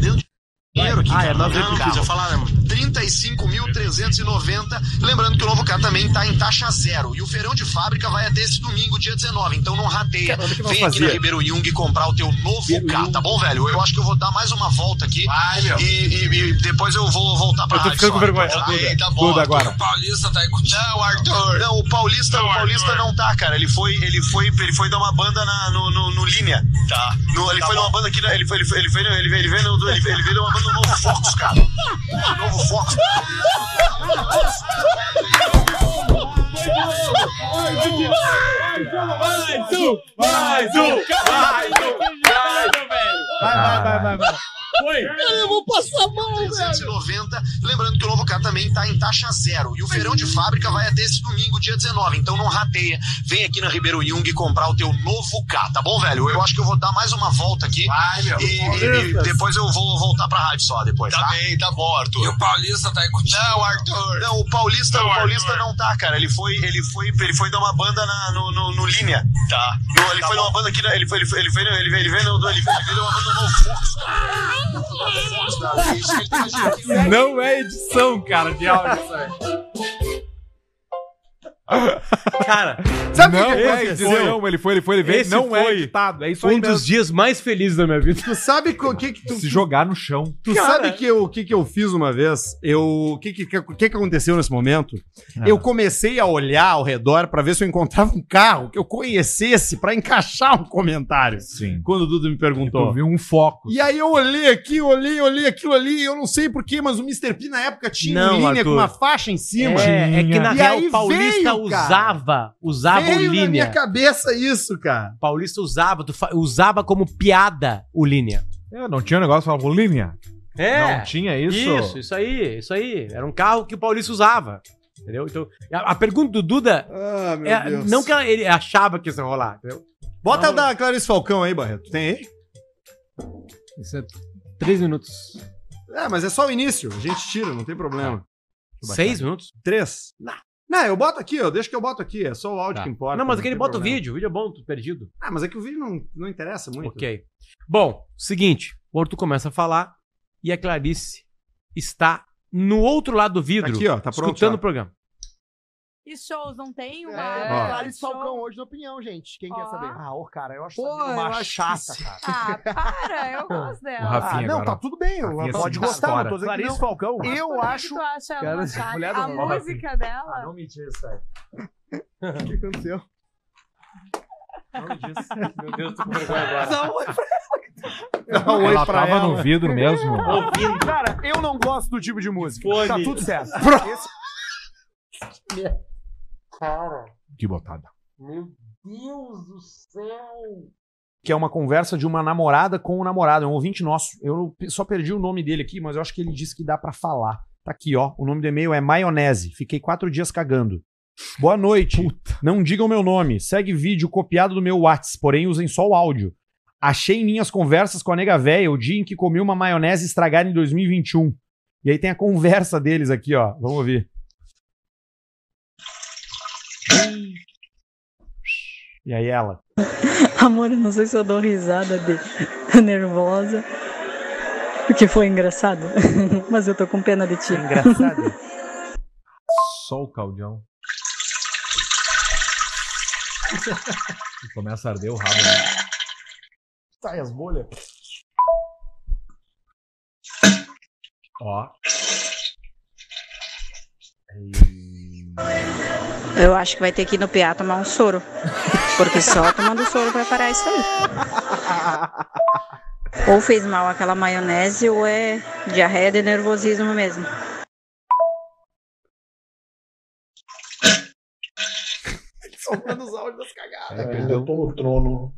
Speaker 8: Ah, é nós não, não precisa falar, né, mano? 35.390. Lembrando que o novo K também tá em taxa zero. E o feirão de fábrica vai até esse domingo, dia 19. Então não rateia.
Speaker 2: Caramba, que
Speaker 8: Vem
Speaker 2: vão
Speaker 8: aqui
Speaker 2: fazer?
Speaker 8: na Ribeiro Jung comprar o teu novo K, tá bom, velho? Eu acho que eu vou dar mais uma volta aqui.
Speaker 2: Vai, meu.
Speaker 8: E, e- e depois eu vou voltar pra
Speaker 2: Eu tô
Speaker 8: rádio
Speaker 2: ficando
Speaker 8: só.
Speaker 2: com vergonha.
Speaker 8: Tá,
Speaker 2: Duda,
Speaker 8: bem, tá
Speaker 2: Duda
Speaker 8: bom. Arthur.
Speaker 2: agora.
Speaker 8: O Paulista tá aí contigo. Não, Arthur. Não, o Paulista não, o Paulista não tá, cara. Ele foi, ele foi, ele foi dar uma banda na, no, no, no Linha. Tá. No, ele foi numa banda aqui, na- ele foi, ele foi, ele foi, ele veio, ele veio, no- ele veio, ele veio numa banda no Novo Focus, cara. Novo Focus.
Speaker 2: Mais um! Mais um! Mais um!
Speaker 1: Vai, vai, vai, vai. vai.
Speaker 8: Foi. Eu vou passar mal, velho. 390. Lembrando que o novo K também tá em taxa zero. E o feirão de fábrica vai até esse domingo, dia 19. Então não rateia. Vem aqui na Ribeiro Jung comprar o teu novo K, tá bom, velho? Eu acho que eu vou dar mais uma volta aqui. Vai,
Speaker 2: meu.
Speaker 8: E, e- e
Speaker 2: Paulista.
Speaker 8: depois eu vou voltar pra rádio só depois. Tá, bem, tá bom, Arthur. E o Paulista tá aí contigo. Não, Arthur. Não, o Paulista, o Paulista não tá, cara. Ele foi, ele foi, ele foi dar uma banda na, no, no, no Linha. Tá. ele foi numa banda aqui, na- ele foi, ele foi, ele foi, ele veio, ele veio, no- ele veio, ele veio numa banda no Novo Focus,
Speaker 2: Não é edição, cara, de áudio, sabe?
Speaker 4: Cara,
Speaker 3: Sabe o
Speaker 4: não
Speaker 3: que que
Speaker 4: é
Speaker 3: aconteceu?
Speaker 4: edição.
Speaker 3: Ele foi, ele foi, ele veio.
Speaker 4: Esse
Speaker 3: não é
Speaker 4: foi
Speaker 3: editado. É isso aí
Speaker 4: Um
Speaker 3: mesmo.
Speaker 4: dos dias mais felizes da minha vida.
Speaker 1: Tu sabe o que que tu...
Speaker 3: Se jogar no chão.
Speaker 1: Tu sabe que eu- o que, que eu fiz uma vez? Eu, o que, que, que, que aconteceu nesse momento?
Speaker 4: Ah.
Speaker 1: Eu comecei a olhar ao redor pra ver se eu encontrava um carro que eu conhecesse pra encaixar um comentário.
Speaker 3: Sim.
Speaker 1: Quando o Dudu me perguntou.
Speaker 3: Eu vi um foco.
Speaker 1: E aí eu olhei aqui, olhei, olhei aquilo ali, eu não sei porquê, mas o Mr. P na época tinha
Speaker 4: Não,
Speaker 1: um linha
Speaker 4: Arthur.
Speaker 1: com uma faixa em cima.
Speaker 4: É, é que na
Speaker 1: E
Speaker 4: real
Speaker 1: aí
Speaker 4: o Paulista
Speaker 1: veio, cara.
Speaker 4: usava, usava
Speaker 1: Veio
Speaker 4: o
Speaker 1: na
Speaker 4: linha.
Speaker 1: minha cabeça isso, cara.
Speaker 4: Paulista usava, tu fa- usava como piada o linha.
Speaker 3: É, não tinha negócio, falava linha.
Speaker 4: É.
Speaker 3: Não tinha isso?
Speaker 4: Isso, isso aí, isso aí. Era um carro que o Paulista usava. Entendeu? Então, a, a pergunta do Duda.
Speaker 1: Ah, meu
Speaker 4: é-
Speaker 1: Deus.
Speaker 4: Não que ela- ele achava que isso ia rolar, entendeu?
Speaker 1: Bota a da Clarice Falcão aí, Barreto. Tem aí?
Speaker 4: Isso é três minutos.
Speaker 1: É, mas é só o início. A gente tira, não tem problema.
Speaker 4: Seis minutos?
Speaker 1: Três. Não. Não, eu boto aqui, eu deixo que eu boto aqui. É só o áudio
Speaker 4: Tá.
Speaker 1: que importa.
Speaker 4: Não, mas
Speaker 1: aquele
Speaker 4: aquele bota o vídeo, o vídeo é bom, tu perdido.
Speaker 1: Ah, mas é que o vídeo não, não interessa muito.
Speaker 4: Ok. Bom, seguinte, o Arthur começa a falar e a Clarice está no outro lado do vidro,
Speaker 1: Tá aqui, ó, tá pronto
Speaker 4: escutando
Speaker 1: já.
Speaker 4: o programa.
Speaker 15: E shows, não
Speaker 16: É.
Speaker 15: tem uma.
Speaker 1: Ó.
Speaker 15: Clarice Falcão
Speaker 17: É, hoje na opinião, gente. Quem
Speaker 15: quer saber?
Speaker 17: Ah, ô, cara, eu acho
Speaker 15: Pô,
Speaker 17: essa mina
Speaker 15: eu
Speaker 17: uma
Speaker 15: acho
Speaker 17: chata, cara.
Speaker 15: Ah, para, eu gosto dela.
Speaker 17: ah, não, tá tudo bem. Eu,
Speaker 15: Rafinha
Speaker 17: pode
Speaker 15: se
Speaker 17: gostar,
Speaker 15: fora.
Speaker 17: não tô dizendo que
Speaker 15: Clarice
Speaker 17: não.
Speaker 15: Falcão. Mas por
Speaker 17: Eu
Speaker 15: que
Speaker 17: acho.
Speaker 15: tu acha ela
Speaker 17: Cara,
Speaker 15: chata?
Speaker 17: mulher
Speaker 15: a
Speaker 17: do Rafinha.
Speaker 15: música dela.
Speaker 17: não me diz, velho. O que aconteceu? Não me diz. Meu Deus, tô com vergonha agora. Não,
Speaker 3: Dá um oi Ela pra tava ela. no vidro mesmo.
Speaker 17: Cara, eu não gosto do tipo de música.
Speaker 3: Fone.
Speaker 17: Tá tudo certo.
Speaker 3: Pro-
Speaker 17: Esse- Cara,
Speaker 3: Que botada.
Speaker 17: meu Deus do céu.
Speaker 1: que é uma conversa de uma namorada com um namorado, é um ouvinte nosso. Eu pe- só perdi o nome dele aqui, mas eu acho que ele disse que dá pra falar. Tá aqui, ó. O nome do e-mail é Maionese. Fiquei quatro dias cagando. Boa noite. Não digam meu nome. Segue vídeo copiado do meu Whats, porém usem só o áudio. Achei minhas conversas com a nega véia o dia em que comi uma maionese estragada em 2021. E aí tem a conversa deles aqui, ó. Vamos ouvir. E aí ela.
Speaker 18: Amor, eu não sei se eu dou risada de nervosa, porque foi engraçado, mas eu tô com pena de ti.
Speaker 3: engraçado. Só o caldeão. E Começa a arder o rabo. Né?
Speaker 17: Sai as bolhas.
Speaker 3: Ó.
Speaker 19: Eu acho que vai ter que ir no PA tomar um soro. Porque só tomando soro vai parar isso aí.
Speaker 18: Ou fez mal aquela maionese ou é diarreia de nervosismo mesmo.
Speaker 1: Soltando os áudios das cagadas.
Speaker 19: É, ainda tô no trono.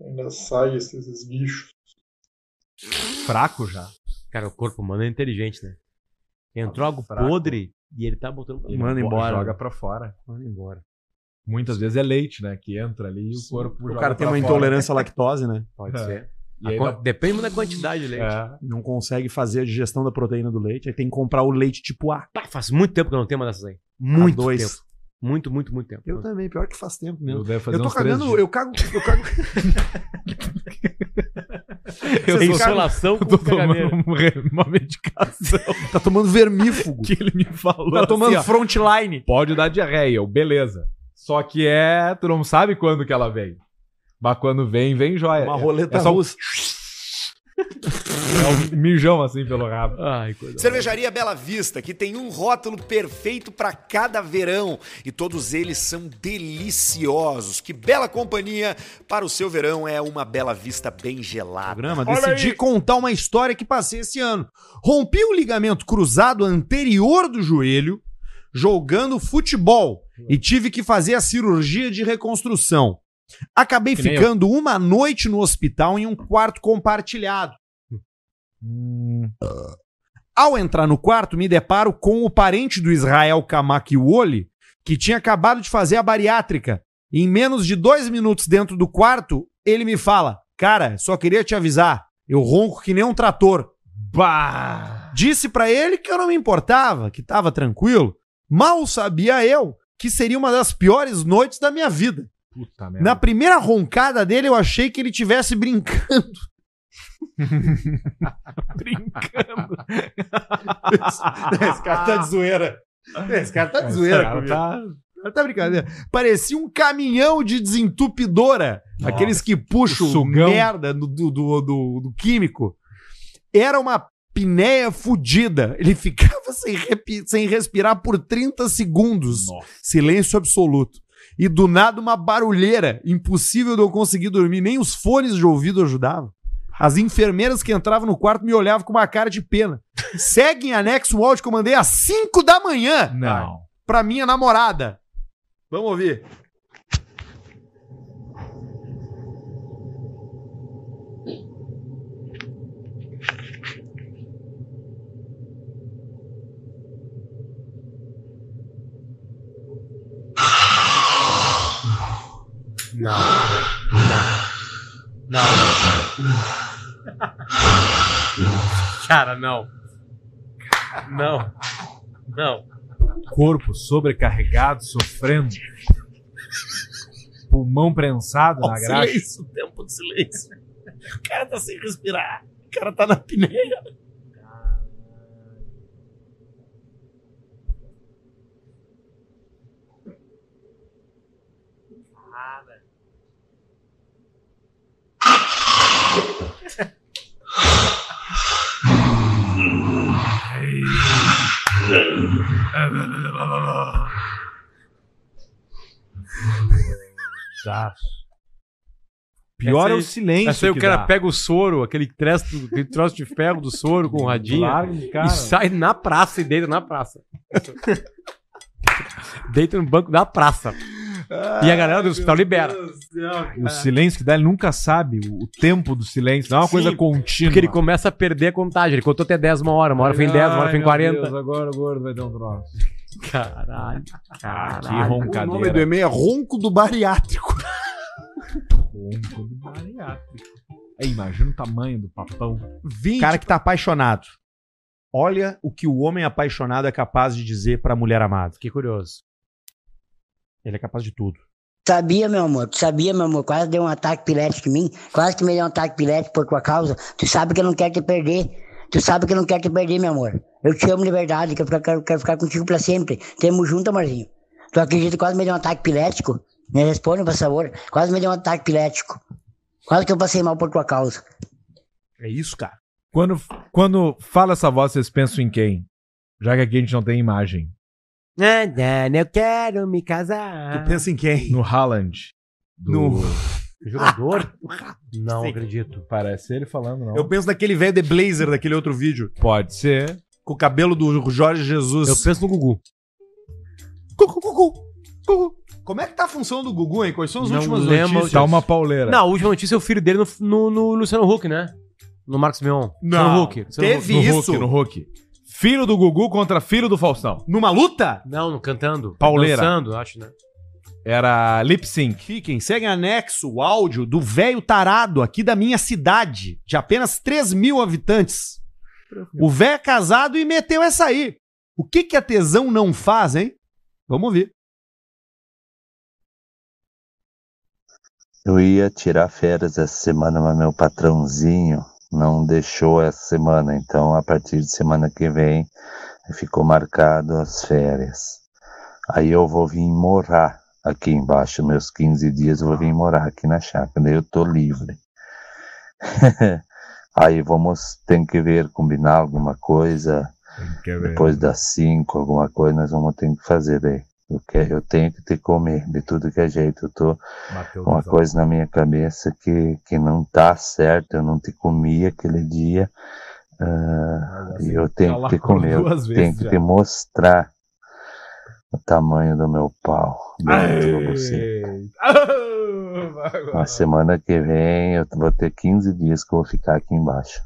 Speaker 19: Ainda sai esses, esses bichos.
Speaker 4: Fraco já. Cara, o corpo humano é inteligente, né? Entrou algo
Speaker 3: Fraco.
Speaker 4: podre e ele tá botando pra
Speaker 3: E manda embora. Joga
Speaker 4: pra fora. Manda embora.
Speaker 3: Muitas vezes é leite, né? Que entra ali e o corpo.
Speaker 1: O
Speaker 3: joga
Speaker 1: cara tem
Speaker 3: pra
Speaker 1: uma
Speaker 3: fora.
Speaker 1: intolerância à lactose, né?
Speaker 3: Pode ser.
Speaker 1: A
Speaker 3: E
Speaker 1: quan-
Speaker 3: aí, É.
Speaker 4: Depende da quantidade de leite.
Speaker 1: Não consegue fazer a digestão da proteína do leite, aí tem que comprar o leite tipo A.
Speaker 4: Faz muito tempo que eu não tenho uma dessas aí. Muito
Speaker 1: Tá dois.
Speaker 4: tempo. Muito, muito, muito tempo.
Speaker 1: Eu também, pior que faz tempo mesmo.
Speaker 4: Eu devo fazer
Speaker 1: eu tô
Speaker 4: uns três
Speaker 1: cagando,
Speaker 4: dias.
Speaker 1: eu cago, eu cago.
Speaker 4: Eu
Speaker 1: Vocês
Speaker 4: sou
Speaker 1: cagam-
Speaker 4: solação com
Speaker 1: Eu tô tomando
Speaker 4: caganeira.
Speaker 1: um
Speaker 3: re- uma medicação.
Speaker 1: tá tomando vermífugo.
Speaker 3: que ele me falou. assim,
Speaker 1: Tá tomando
Speaker 3: ó,
Speaker 1: frontline.
Speaker 3: Pode dar diarreia, eu, beleza. Só que é. Tu não sabe quando que ela vem. Mas quando vem, vem joia.
Speaker 1: Uma
Speaker 3: É-
Speaker 1: roleta
Speaker 3: é só um-
Speaker 1: russa.
Speaker 3: É um mijão assim pelo rabo.
Speaker 4: Ai, coisa.
Speaker 12: Cervejaria Bela Vista, que tem um rótulo perfeito para cada verão e todos eles são deliciosos. Que bela companhia para o seu verão é uma Bela Vista bem
Speaker 3: é
Speaker 12: gelada.
Speaker 1: programa, decidi contar uma história que passei esse ano. Rompi o ligamento cruzado anterior do joelho jogando futebol e tive que fazer a cirurgia de reconstrução. Acabei
Speaker 3: Que nem eu.
Speaker 1: ficando uma noite no hospital em um quarto compartilhado.
Speaker 3: Hum.
Speaker 1: Ao entrar no quarto, me deparo com o parente do Israel Kamakiwoli, que tinha acabado de fazer a bariátrica. Em menos de dois minutos dentro do quarto, ele me fala: Cara, só queria te avisar, eu ronco que nem um trator. Bah! Disse pra ele que eu não me importava, que tava tranquilo. Mal sabia eu que seria uma das piores noites da minha vida.
Speaker 3: Puta merda.
Speaker 1: Na primeira roncada dele, eu achei que ele tivesse brincando.
Speaker 3: brincando.
Speaker 1: Esse, esse cara tá de zoeira. Esse cara tá de zoeira.
Speaker 3: cara
Speaker 1: comigo.
Speaker 3: tá-
Speaker 1: Esse cara tá brincadeira. Parecia um caminhão de desentupidora.
Speaker 3: Nossa.
Speaker 1: Aqueles que puxam
Speaker 3: O sugão.
Speaker 1: merda do, do, do, do- do químico. Era uma pinéia fudida. Ele ficava sem, repi- sem respirar por 30 segundos. Silêncio absoluto. E do nada uma barulheira. Impossível de eu conseguir dormir. Nem os fones de ouvido ajudavam. As enfermeiras que entravam no quarto me olhavam com uma cara de pena. Segue em anexo o áudio que eu mandei às 5 da manhã.
Speaker 3: Não.
Speaker 1: Pra minha namorada. Vamos ouvir.
Speaker 4: Não. Não. Não. Cara, não. Não. Não.
Speaker 3: Corpo sobrecarregado, sofrendo. Pulmão prensado na graxa.
Speaker 2: silêncio, tempo de silêncio. O cara tá sem respirar. O cara tá na pneia.
Speaker 3: Pior é
Speaker 4: Essa
Speaker 3: o
Speaker 4: aí-
Speaker 3: silêncio
Speaker 4: Essa aí o
Speaker 3: que
Speaker 4: cara
Speaker 3: dá.
Speaker 4: pega o soro, aquele treço, aquele troço de ferro do soro com o radinho
Speaker 3: Larga de cara.
Speaker 4: e sai na praça e deita na praça. deita no banco da praça. e a galera do hospital libera.
Speaker 3: Ah, O silêncio que dá, ele nunca sabe o o tempo do silêncio. Não é uma coisa
Speaker 4: Sim,
Speaker 3: contínua.
Speaker 4: Porque ele começa a perder a contagem. Ele contou até 10 uma hora, uma hora foi em 10, uma hora foi em 40.
Speaker 3: agora o gordo vai ter um troço.
Speaker 4: Caralho, caralho.
Speaker 3: Que roncadeira.
Speaker 1: O nome do e-mail é Ronco do Bariátrico.
Speaker 3: Aí, imagina o tamanho do papão.
Speaker 1: Cara que tá apaixonado. Olha o que o homem apaixonado é capaz de dizer pra mulher amada.
Speaker 4: Que curioso.
Speaker 1: Ele é capaz de tudo.
Speaker 20: Sabia, meu amor, tu sabia, meu amor, quase deu um ataque pilético em mim, quase que me deu um ataque pilético por tua causa. Tu sabe que eu não quero te perder, tu sabe que eu não quero te perder, meu amor. Eu te amo de verdade, que eu quero, quero- quero ficar contigo pra sempre. Tamo junto, amorzinho. Tu acredita que quase me deu um ataque pilético? Me responde, por favor. Quase me deu um ataque pilético. Quase que eu passei mal por tua causa.
Speaker 1: É isso, cara.
Speaker 3: Quando, quando fala essa voz, vocês pensam em quem? Já que aqui a gente não tem imagem.
Speaker 4: Andando, eu quero me casar.
Speaker 1: em quem?
Speaker 3: No Haaland. Do...
Speaker 1: No-
Speaker 4: Jogador? Não acredito.
Speaker 3: Parece ele falando, não.
Speaker 1: Eu penso naquele velho de Blazer daquele outro vídeo.
Speaker 3: Então- Pode ser.
Speaker 1: Com o cabelo do Jorge Jesus.
Speaker 4: Eu penso no Gugu.
Speaker 1: Gugu, Gugu, Gugu. Como é que tá a função do Gugu, hein? Quais são as
Speaker 4: Não
Speaker 1: últimas
Speaker 4: lembro.
Speaker 1: notícias?
Speaker 4: Tá uma
Speaker 3: pauleira.
Speaker 4: Não, a última notícia é o filho dele no, no- no Luciano Huck, né? No Marcos Mion.
Speaker 3: Não.
Speaker 4: No Huck. Luciano
Speaker 3: Teve
Speaker 4: Huck.
Speaker 3: isso. No Hulk. Filho do Gugu contra filho do Faustão.
Speaker 1: Numa luta?
Speaker 4: Não, no cantando.
Speaker 3: Pauleira.
Speaker 4: Dançando, acho, né?
Speaker 3: Era lip sync.
Speaker 1: Fiquem, segue anexo o áudio do velho tarado aqui da minha cidade, de apenas 3 mil habitantes. O velho é casado e meteu essa aí. O que, que a tesão não faz, hein? Vamos ouvir.
Speaker 21: Eu ia tirar férias essa semana, mas meu patrãozinho não deixou essa semana. Então, a partir de semana que vem, ficou marcado as férias. Aí eu vou vir morar aqui embaixo, meus 15 dias eu vou vir morar aqui na chácara. Daí eu tô livre. Aí vamos, tem que ver, combinar alguma coisa. Depois das 5, alguma coisa, nós vamos ter que fazer daí. Eu, que- eu tenho que te comer de tudo que é jeito. Eu tô
Speaker 3: Mateus
Speaker 21: com uma
Speaker 3: Gonçalves.
Speaker 21: coisa na minha cabeça que, que não tá certo. Eu não te comi aquele dia. ah, e eu tenho
Speaker 3: ela
Speaker 21: que te
Speaker 3: acordou
Speaker 21: comer.
Speaker 3: duas
Speaker 21: Eu tenho
Speaker 3: vezes
Speaker 21: que
Speaker 3: já.
Speaker 21: te mostrar o tamanho do meu pau. do meu você. Na semana que vem eu vou ter 15 dias que eu vou ficar aqui embaixo.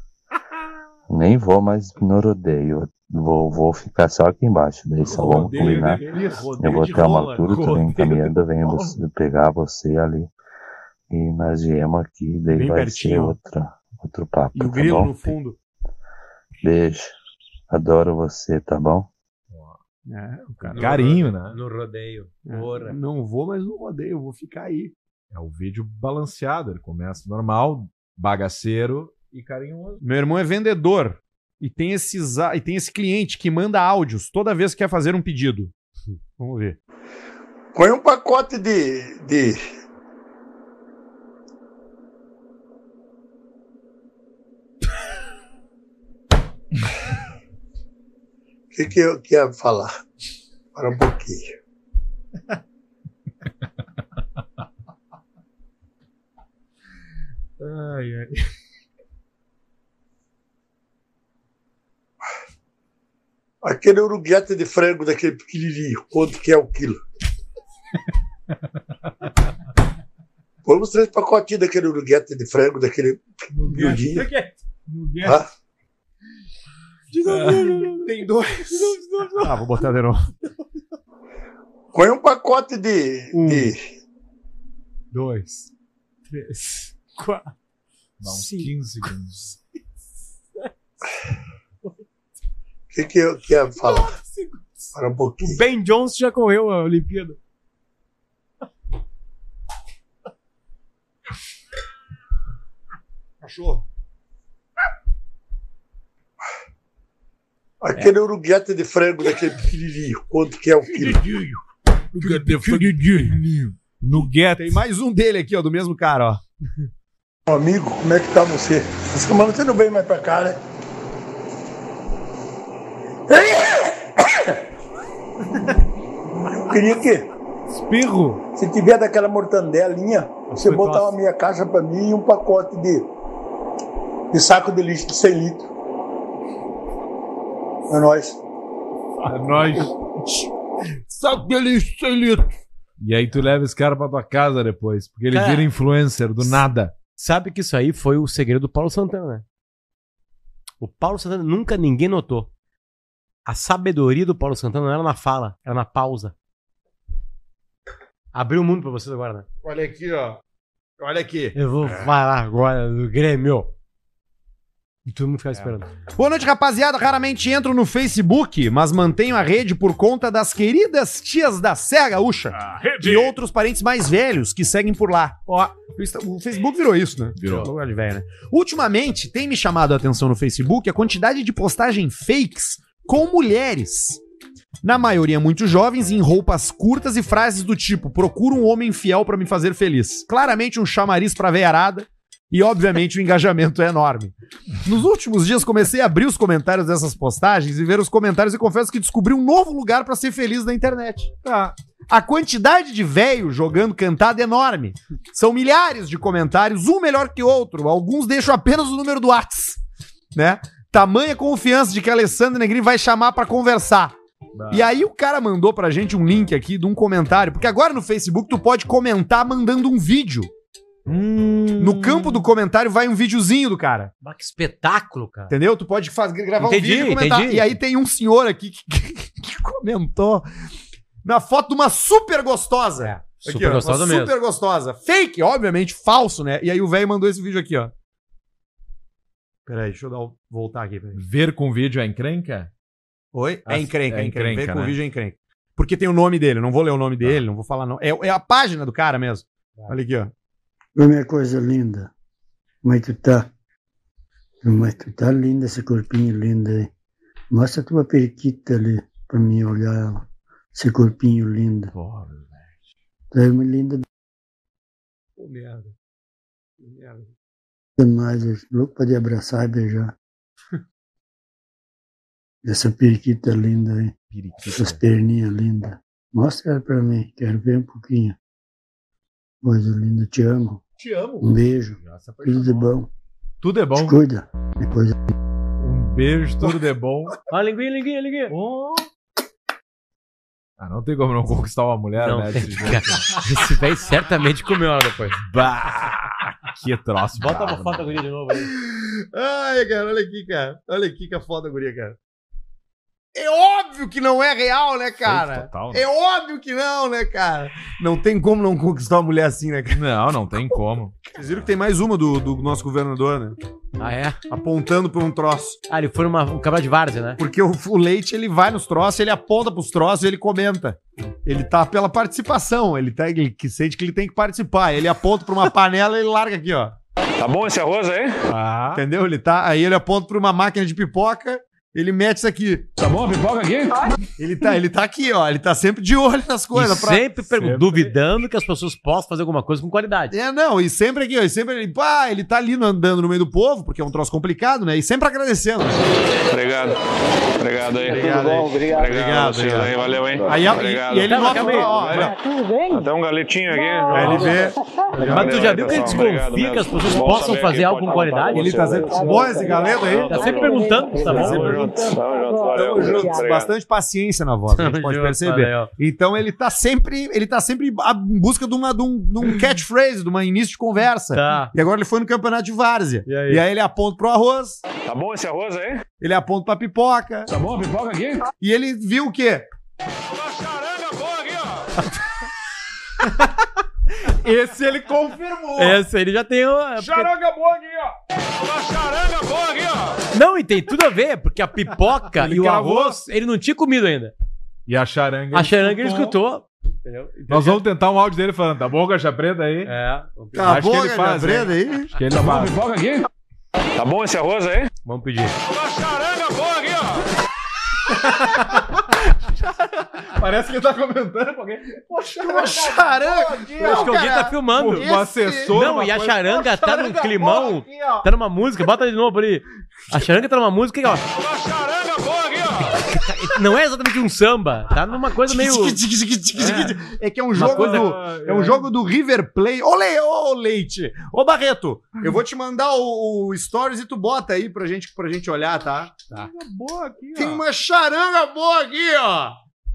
Speaker 21: Nem vou mais no rodeio. Vou, vou ficar só aqui embaixo. Daí só vamos
Speaker 15: Rodeio,
Speaker 21: combinar.
Speaker 15: né? Isso, rodeio
Speaker 21: Eu vou
Speaker 15: de
Speaker 21: ter uma
Speaker 15: rola,
Speaker 21: altura, tu vem
Speaker 15: rodeio
Speaker 21: caminhando, venho
Speaker 15: rola.
Speaker 21: você- pegar você ali. E nós viemos aqui, daí
Speaker 15: Bem
Speaker 21: vai ser
Speaker 15: pertinho.
Speaker 21: outra, outro papo.
Speaker 15: E o
Speaker 21: tá
Speaker 15: grilo
Speaker 21: bom?
Speaker 15: no fundo.
Speaker 21: Beijo. Adoro você, tá bom?
Speaker 1: É,
Speaker 3: Carinho, né?
Speaker 4: No rodeio.
Speaker 1: Não vou, mas não rodeio, eu vou ficar aí.
Speaker 3: É o vídeo balanceado. Ele começa normal, bagaceiro e carinhoso.
Speaker 1: Meu irmão é vendedor e tem, esses, a- e tem esse cliente que manda áudios toda vez que quer fazer um pedido. Vamos ver.
Speaker 2: Põe um pacote de, de. O que, que eu quero falar? Para um pouquinho.
Speaker 3: Ai, ai.
Speaker 2: Aquele uruguete de frango daquele pequenininho, quanto que é o quilo? Põe uns três pacotinhos daquele uruguete de frango daquele miudinho. Ah,
Speaker 1: Tem dois. É. Ah, vou botar de novo.
Speaker 2: Põe um pacote de.
Speaker 1: Um,
Speaker 2: de...
Speaker 3: Dois, três,
Speaker 1: quatro.
Speaker 3: Dá uns 15 segundos.
Speaker 2: O que, que eu quero falar? Para um pouquinho.
Speaker 22: O Ben Johnson já correu a Olimpíada.
Speaker 1: Cachorro.
Speaker 2: Aquele uruguete de frango daquele pequenininho, quanto que é o quilo?
Speaker 3: No gueto.
Speaker 1: Tem mais um dele aqui, ó, do mesmo cara, ó.
Speaker 2: Meu amigo, como é que tá você? Essa semana você não vem mais pra cá, né? Eu queria que. Espirro! Se tiver daquela mortandelinha, você
Speaker 3: Foi
Speaker 2: botar
Speaker 3: fácil.
Speaker 2: uma minha caixa pra mim e um pacote de. de saco de lixo de 100 litros. É nóis.
Speaker 3: É nóis.
Speaker 2: Saco de lixo de 100 litros.
Speaker 3: E aí tu leva esse cara pra tua casa depois, porque ele
Speaker 4: Cara,
Speaker 3: vira influencer do nada.
Speaker 4: Sabe que isso aí foi o segredo do Paulo Santana, né? O Paulo Santana nunca ninguém notou. A sabedoria do Paulo Santana não era na fala, era na pausa. Abriu o mundo pra vocês agora, né?
Speaker 1: Olha aqui, ó. Olha aqui.
Speaker 4: Eu vou falar agora do Grêmio. E todo mundo ficava esperando.
Speaker 1: Boa noite, rapaziada. Raramente entro no Facebook, mas mantenho a rede por conta das queridas tias da Serra Gaúcha e outros parentes mais velhos que seguem por lá. Ó, o Insta- o Facebook virou isso, né?
Speaker 3: Virou.
Speaker 1: Lugar de velho, né? Ultimamente, tem me chamado a atenção no Facebook a quantidade de postagem fakes com mulheres. Na maioria, muito jovens, em roupas curtas e frases do tipo: procuro um homem fiel pra me fazer feliz. Claramente, um chamariz pra veiarada. E, obviamente, o engajamento é enorme. Nos últimos dias, comecei a abrir os comentários dessas postagens e ver os comentários e confesso que descobri um novo lugar pra ser feliz na internet. Tá. A quantidade de velho jogando cantada é enorme. São milhares de comentários, um melhor que outro. Alguns deixam apenas o número do Whats, né? Tamanha confiança de que Alessandro Negri vai chamar pra conversar. E aí o cara mandou pra gente um link aqui de um comentário, porque agora no Facebook tu pode comentar mandando um vídeo.
Speaker 4: Hum.
Speaker 1: No campo do comentário vai um videozinho do cara.
Speaker 4: Bah, Ah, que espetáculo, cara.
Speaker 1: Entendeu? Tu pode faz, gravar
Speaker 4: Entendi,
Speaker 1: um vídeo e comentar.
Speaker 4: entendi.
Speaker 1: E aí tem um senhor aqui que, que- que comentou na foto de uma super gostosa.
Speaker 4: É, super
Speaker 1: Aqui, ó, uma
Speaker 4: gostosa mesmo.
Speaker 1: Super gostosa. Fake, obviamente, falso, né? E aí o velho mandou esse vídeo aqui, ó. Peraí, deixa eu dar o- voltar aqui. Peraí.
Speaker 3: Ver com vídeo é encrenca?
Speaker 1: Oi?
Speaker 3: Ah,
Speaker 1: É encrenca, é
Speaker 3: é
Speaker 1: encrenca. Vem
Speaker 3: encrenca,
Speaker 1: com o
Speaker 3: né? Tá.
Speaker 1: vídeo é encrenca. Porque tem o nome dele, não vou ler o nome dele, não vou falar não. É, é a página do cara mesmo. Olha aqui, ó.
Speaker 7: Ô, minha coisa linda, como é que tu tá? Como é que tu tá linda, esse corpinho lindo aí. Mostra a tua periquita ali, pra mim olhar ela. Esse corpinho lindo. Tu é uma linda
Speaker 1: Pô, merda. Que merda.
Speaker 7: demais, eu sou louco pra te abraçar e beijar. Essa periquita linda aí. Essas perninhas lindas. Mostra ela pra mim, quero ver um pouquinho. Coisa linda, te amo.
Speaker 3: Te amo.
Speaker 7: Um beijo.
Speaker 3: Já se apaixonou.
Speaker 7: Tudo de bom.
Speaker 3: Tudo é bom.
Speaker 7: Te cuida. É coisa
Speaker 3: Um beijo, tudo de bom.
Speaker 4: Ó, linguinha, linguinha, linguinha.
Speaker 3: Ah, não tem como não conquistar uma mulher,
Speaker 4: Não,
Speaker 3: né?
Speaker 4: tem,
Speaker 3: desse
Speaker 4: cara.
Speaker 3: jeito.
Speaker 4: Esse velho certamente comeu ela depois.
Speaker 3: Bah, que troço.
Speaker 4: Bota
Speaker 3: brabo.
Speaker 4: uma foto da guria de novo aí.
Speaker 1: Ai, cara, olha aqui, cara. Olha aqui que a foda guria, cara. É óbvio que não é real, né, cara?
Speaker 3: total, né?
Speaker 1: É óbvio que não, né, cara? Não tem como não conquistar uma mulher assim, né, cara?
Speaker 3: Não, não tem como.
Speaker 1: Vocês viram que tem mais uma do, do nosso governador, né?
Speaker 4: Ah, é?
Speaker 1: Apontando pra um troço.
Speaker 4: Ah, ele foi numa, um cabra de várzea, né?
Speaker 1: Porque o, o leite, ele vai nos troços, ele aponta pros troços e ele comenta. Ele tá pela participação, ele, tá, ele que sente que ele tem que participar. Ele aponta pra uma panela e ele larga aqui, ó.
Speaker 23: Tá bom esse arroz aí?
Speaker 1: Entendeu? Ele tá. Aí ele aponta pra uma máquina de pipoca, ele mete isso aqui. Tá bom a pipoca aqui? Ele tá, ele tá aqui, ó. Ele tá sempre de olho nas coisas.
Speaker 4: E sempre pergun- duvidando que as pessoas possam fazer alguma coisa com qualidade.
Speaker 1: É, não, e sempre aqui, ó. E sempre ele, pá, ele tá ali no- andando no meio do povo, porque é um troço complicado, né? E sempre agradecendo.
Speaker 23: Obrigado. Obrigado aí.
Speaker 1: Obrigado aí.
Speaker 23: Obrigado.
Speaker 1: Obrigado,
Speaker 23: Obrigado, vocês
Speaker 1: obrigado.
Speaker 23: aí. Valeu, hein?
Speaker 1: Aí, ó, e-
Speaker 23: obrigado.
Speaker 1: e ele Calma, mostra, calma aí. ó, olha.
Speaker 23: Tudo bem? Até um galetinho aqui. Valeu. Valeu,
Speaker 4: Mas tu já viu que ele
Speaker 23: pessoal. Obrigado
Speaker 4: desconfia que as
Speaker 23: mesmo.
Speaker 4: pessoas
Speaker 23: Bom
Speaker 4: possam
Speaker 23: saber
Speaker 4: fazer
Speaker 23: que
Speaker 4: algo
Speaker 23: pode
Speaker 4: com
Speaker 23: contar
Speaker 4: qualidade?
Speaker 23: com
Speaker 1: Ele tá sempre
Speaker 23: vocês.
Speaker 1: bom esse galeto aí?
Speaker 4: Tá sempre perguntando, tá bom?
Speaker 23: Tamo junto. Tamo junto. Valeu.
Speaker 1: Tamo junto.
Speaker 23: Obrigado.
Speaker 1: Bastante paciência na voz, a gente
Speaker 4: Tamo
Speaker 1: pode
Speaker 4: junto,
Speaker 1: perceber.
Speaker 4: valeu.
Speaker 1: Então ele tá sempre, ele tá sempre em busca de, uma, de, um, de um catchphrase, de um início de conversa.
Speaker 23: Tá.
Speaker 1: E agora ele foi no campeonato de várzea. E
Speaker 23: aí?
Speaker 1: aí? ele aponta pro arroz,
Speaker 23: Tá bom esse arroz aí?
Speaker 1: ele aponta pra pipoca.
Speaker 23: Tá bom a pipoca aqui?
Speaker 1: E ele viu o quê?
Speaker 4: Esse ele confirmou. É, Esse ele já tem. o-
Speaker 23: Charanга boa aqui, ó. Uma charanga boa aqui, ó.
Speaker 4: Não, e tem tudo a ver, porque a pipoca
Speaker 3: Ele
Speaker 4: e o
Speaker 3: cravou.
Speaker 4: arroz, ele não tinha comido ainda.
Speaker 3: E a charanga.
Speaker 4: A charanga ele escutou.
Speaker 3: Nós vamos tentar um áudio dele falando, tá bom, Gacha Preta aí?
Speaker 4: É.
Speaker 23: Tá bom, Gacha
Speaker 3: né?
Speaker 23: Preta aí?
Speaker 3: Acho que ele
Speaker 23: Tá bom a
Speaker 3: faz.
Speaker 23: pipoca aqui? Tá bom esse arroz aí?
Speaker 4: Vamos pedir.
Speaker 3: Parece que ele tá comentando com alguém. Poxa,
Speaker 2: tá
Speaker 1: uma charanga.
Speaker 4: Acho que alguém tá filmando.
Speaker 3: Um assessor.
Speaker 4: Não,
Speaker 3: uma
Speaker 4: e a
Speaker 3: coisa-
Speaker 4: charanga tá num
Speaker 3: boa
Speaker 4: climão.
Speaker 3: aqui, ó.
Speaker 4: Tá numa música, bota de novo ali. A charanga tá numa música, ó. Não é exatamente um samba, tá numa coisa meio.
Speaker 1: É que é um jogo
Speaker 4: coisa-
Speaker 1: do, é um jogo do River Plate. Ô, Le- ô, Leite! Ô, Barreto, eu vou te mandar o, o stories e tu bota aí pra gente, pra gente olhar, tá? Tá.
Speaker 3: Boa aqui,
Speaker 1: Tem uma charanga boa aqui, ó.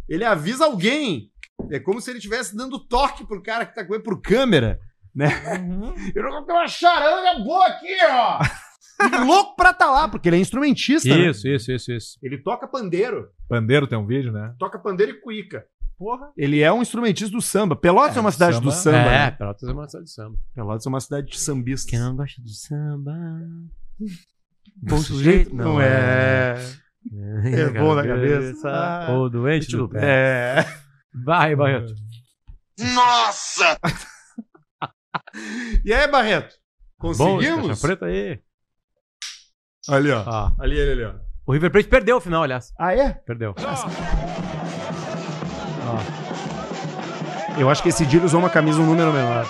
Speaker 1: Ele avisa alguém. É como se ele estivesse dando toque pro cara que tá com ele por câmera, né? Eu não tenho uma charanga boa aqui, ó. E louco pra tá lá, porque ele é instrumentista. né?
Speaker 3: Isso, isso, isso, isso.
Speaker 1: Ele toca pandeiro.
Speaker 3: Pandeiro tem um vídeo, né?
Speaker 1: Toca pandeiro e cuíca. Porra. Ele é um instrumentista do samba. Pelotas é, uma cidade do
Speaker 4: samba-
Speaker 1: samba.
Speaker 4: É,
Speaker 1: né?
Speaker 4: Pelotas é uma cidade do samba.
Speaker 1: Pelotas é uma cidade de sambistas. Quem
Speaker 4: não gosta do samba.
Speaker 1: Bom sujeito não, é. É, bom na cabeça.
Speaker 4: Ou doente do pé.
Speaker 1: É.
Speaker 4: Vai, Barreto.
Speaker 1: Nossa! e aí, Barreto? Conseguimos?
Speaker 4: Bom, esse caixa preta aí.
Speaker 1: Ali, ó. Ali, ele, ali, ó.
Speaker 4: O River Plate perdeu o final, aliás.
Speaker 1: Ah, é?
Speaker 4: Perdeu.
Speaker 1: Eu acho que esse dia ele usou uma camisa um número menor.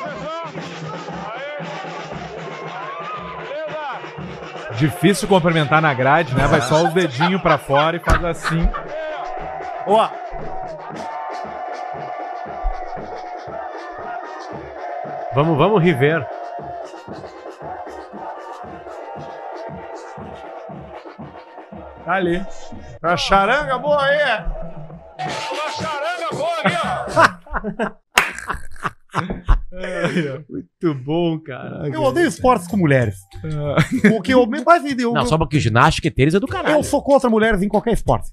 Speaker 3: Difícil complementar na grade, né? Vai só os dedinhos pra fora e faz assim.
Speaker 1: Ó.
Speaker 4: Vamos, vamos rever.
Speaker 6: Tá ali. A charanga boa aí.
Speaker 23: Uma charanga boa ali,
Speaker 6: Muito bom, cara.
Speaker 1: Eu odeio esportes com mulheres. O que eu mais odeio.
Speaker 4: Não, só porque ginástica e tênis é do caralho.
Speaker 1: Eu sou contra mulheres em qualquer esporte.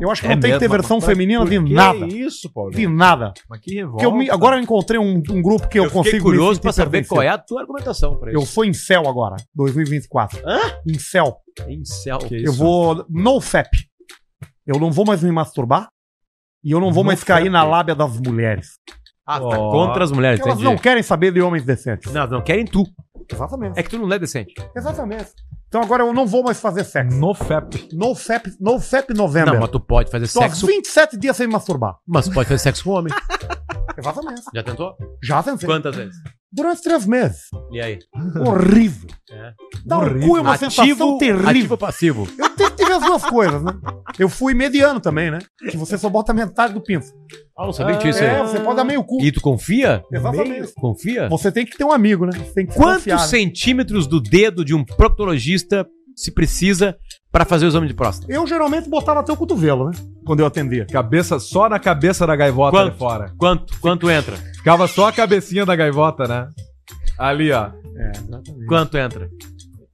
Speaker 1: Eu acho que
Speaker 4: É
Speaker 1: não tem que
Speaker 4: mesmo,
Speaker 1: ter versão
Speaker 4: mas
Speaker 1: feminina de
Speaker 4: por que
Speaker 1: nada.
Speaker 4: isso, Paulo?
Speaker 1: De nada.
Speaker 4: Mas que revolta.
Speaker 1: Porque eu me- agora eu encontrei um, um grupo que eu,
Speaker 4: Eu fiquei
Speaker 1: consigo. me
Speaker 4: curioso
Speaker 1: sentir
Speaker 4: pra saber
Speaker 1: pertencendo.
Speaker 4: qual é a tua argumentação pra isso.
Speaker 1: Eu sou em céu agora, 2024.
Speaker 4: Hã?
Speaker 1: Em céu.
Speaker 4: Em céu.
Speaker 1: eu vou. No FAP. Eu não vou mais me masturbar. E eu não vou
Speaker 4: No
Speaker 1: mais cair
Speaker 4: fap.
Speaker 1: na lábia das mulheres.
Speaker 4: Ah, tá contra as mulheres,
Speaker 1: Porque Elas
Speaker 4: entendi.
Speaker 1: não querem saber de homens decentes.
Speaker 4: Não, não querem tu.
Speaker 1: Exatamente.
Speaker 4: É que tu não é decente.
Speaker 1: Exatamente. Então agora eu não vou mais fazer sexo. No FAP. No FAP, no FAP novembro.
Speaker 4: Não, mas tu pode fazer
Speaker 1: Tô há
Speaker 4: sexo.
Speaker 1: 27 dias sem masturbar.
Speaker 4: Mas tu pode fazer sexo com homem.
Speaker 1: Exatamente.
Speaker 4: Já tentou?
Speaker 1: Já tentei.
Speaker 4: Quantas vezes?
Speaker 1: Durante três meses.
Speaker 4: E aí?
Speaker 1: Horrível.
Speaker 4: É.
Speaker 1: Dá um cu é uma
Speaker 4: Ativo-
Speaker 1: sensação terrível.
Speaker 4: Ativo ou passivo.
Speaker 1: Eu te- tive as duas coisas, né? Eu fui mediano também, né? Que você só bota metade do pinto.
Speaker 4: Ah, não sabia que tinha isso aí.
Speaker 1: É, você pode dar meio cu.
Speaker 4: E tu confia?
Speaker 1: Exatamente.
Speaker 4: Meio? Confia?
Speaker 1: Você tem que ter um amigo, né? Você tem que
Speaker 4: Quantos
Speaker 1: confiar, né?
Speaker 4: centímetros do dedo de um proctologista se precisa pra fazer o exame de próstata?
Speaker 1: Eu geralmente botava até o cotovelo, né? Quando eu atendia.
Speaker 3: Cabeça só na cabeça da gaivota
Speaker 4: Quanto?
Speaker 3: ali fora.
Speaker 4: Quanto? Quanto entra?
Speaker 3: Ficava só a cabecinha da gaivota, né? Ali, ó.
Speaker 1: É, exatamente.
Speaker 4: Quanto entra?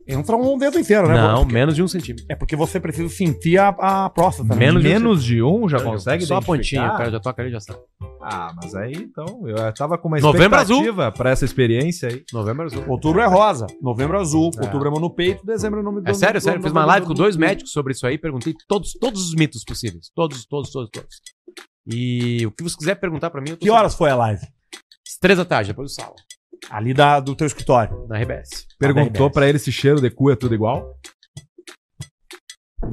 Speaker 1: Entra um dedo inteiro, né?
Speaker 4: Não,
Speaker 1: Porque-
Speaker 4: menos de um centímetro.
Speaker 1: É porque você precisa sentir a, a próstata. né?
Speaker 3: Menos, menos de um já consegue
Speaker 4: Só a
Speaker 3: identificar?
Speaker 4: pontinha, o cara já toca ali e já sabe.
Speaker 3: Ah, mas aí então, eu tava com uma
Speaker 4: Novembro azul.
Speaker 3: expectativa pra essa experiência aí.
Speaker 4: Novembro azul.
Speaker 1: Outubro é rosa, novembro é azul,
Speaker 3: É.
Speaker 1: outubro é mão no peito, dezembro é nome
Speaker 4: É sério, sério. Fiz uma
Speaker 1: nome-
Speaker 4: live com
Speaker 1: nome-
Speaker 4: dois médicos sobre isso aí, perguntei todos, todos os mitos possíveis. Todos, todos, todos, todos. E o que você quiser perguntar pra mim, eu tô
Speaker 1: Que horas foi a live?
Speaker 4: Às Três da tarde, depois do sala.
Speaker 1: Ali da, do teu escritório.
Speaker 4: Na RBS.
Speaker 3: Perguntou pra ele se cheiro de cu é tudo igual?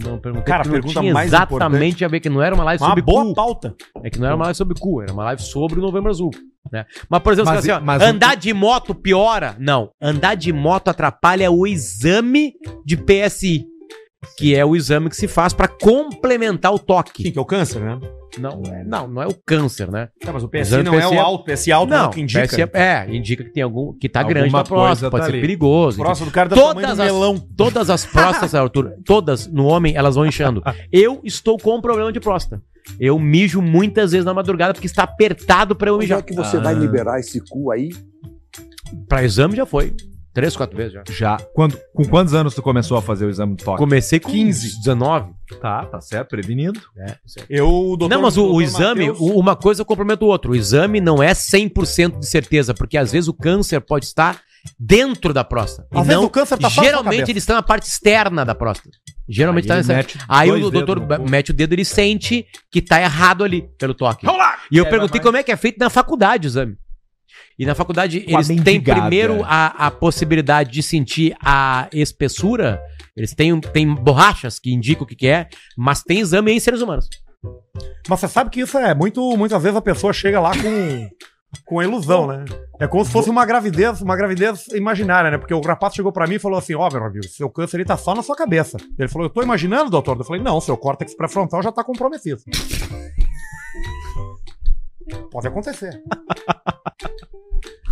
Speaker 4: Não, perguntei
Speaker 1: Cara,
Speaker 4: porque não
Speaker 1: pergunta
Speaker 4: tinha
Speaker 1: mais
Speaker 4: exatamente
Speaker 1: importante.
Speaker 4: a ver, que não era uma live
Speaker 1: Uma
Speaker 4: sobre
Speaker 1: boa
Speaker 4: cu.
Speaker 1: pauta.
Speaker 4: É que não era uma live sobre cu, era uma live sobre o Novembro Azul. Né? Mas, por exemplo,
Speaker 3: Mas
Speaker 4: você fala assim, ó,
Speaker 3: e- mas um
Speaker 4: andar de moto piora? Não. Andar de moto atrapalha o exame de PSI, que é o exame que se faz pra complementar o toque.
Speaker 1: que é o câncer, né?
Speaker 4: Não, é, não, não é o câncer, né?
Speaker 1: Não, mas o
Speaker 4: PSI não é o alto,
Speaker 1: PSI
Speaker 4: não,
Speaker 1: é o que indica.
Speaker 4: PSI é, é, indica que tem algum que tá
Speaker 1: Alguma
Speaker 4: grande na
Speaker 1: coisa
Speaker 4: próstata,
Speaker 1: tá
Speaker 4: pode ser
Speaker 1: ali.
Speaker 4: perigoso.
Speaker 1: Próstata
Speaker 4: enfim.
Speaker 1: do cara do
Speaker 4: todas
Speaker 1: tamanho
Speaker 4: as,
Speaker 1: do melão.
Speaker 4: Todas as próstatas, Arthur, todas no homem, elas vão inchando. Eu estou com um problema de próstata. Eu mijo muitas vezes na madrugada porque está apertado para eu
Speaker 10: Onde
Speaker 4: mijar.
Speaker 10: é que você
Speaker 4: Ah.
Speaker 10: vai liberar esse cu aí?
Speaker 4: Para exame já foi. Três, quatro vezes já.
Speaker 3: Já. Quando, com quantos anos tu começou a fazer o exame do toque?
Speaker 4: Comecei com 15, 19.
Speaker 3: Tá, tá certo, prevenido.
Speaker 4: É,
Speaker 1: Eu, o doutor,
Speaker 4: não, mas o, o
Speaker 1: doutor
Speaker 4: exame,
Speaker 1: Matheus-
Speaker 4: o- uma coisa complementa o outro. O exame não é 100% de certeza, porque às vezes o câncer pode estar dentro da próstata.
Speaker 1: Às
Speaker 4: E
Speaker 1: vezes
Speaker 4: não-
Speaker 1: o câncer tá só na sua
Speaker 4: Geralmente
Speaker 1: cabeça.
Speaker 4: ele está na parte externa da próstata. Geralmente
Speaker 3: Aí
Speaker 4: tá
Speaker 3: ele
Speaker 4: nessa.
Speaker 3: mete
Speaker 4: Aí
Speaker 3: dois
Speaker 4: o doutor
Speaker 3: dedos no
Speaker 4: ba- mete o dedo, ele sente que tá errado ali pelo toque. E eu
Speaker 3: É,
Speaker 4: perguntei
Speaker 3: vai, vai.
Speaker 4: como é que é feito na faculdade o exame. E na faculdade
Speaker 3: Com a
Speaker 4: eles têm
Speaker 3: mendigada.
Speaker 4: primeiro a, a possibilidade de sentir a espessura. Eles têm, um, têm borrachas que indicam o que, que é, mas tem exame em seres humanos.
Speaker 1: Mas você sabe que isso é muito. Muitas vezes a pessoa chega lá com. com a ilusão, né? É como se fosse uma gravidez, uma gravidez imaginária, né? Porque o rapaz chegou pra mim e falou assim: Ó, meu amigo, seu câncer ele tá só na sua cabeça. Ele falou: Eu tô imaginando, doutor. Eu falei: Não, seu córtex pré-frontal já tá comprometido. Pode acontecer.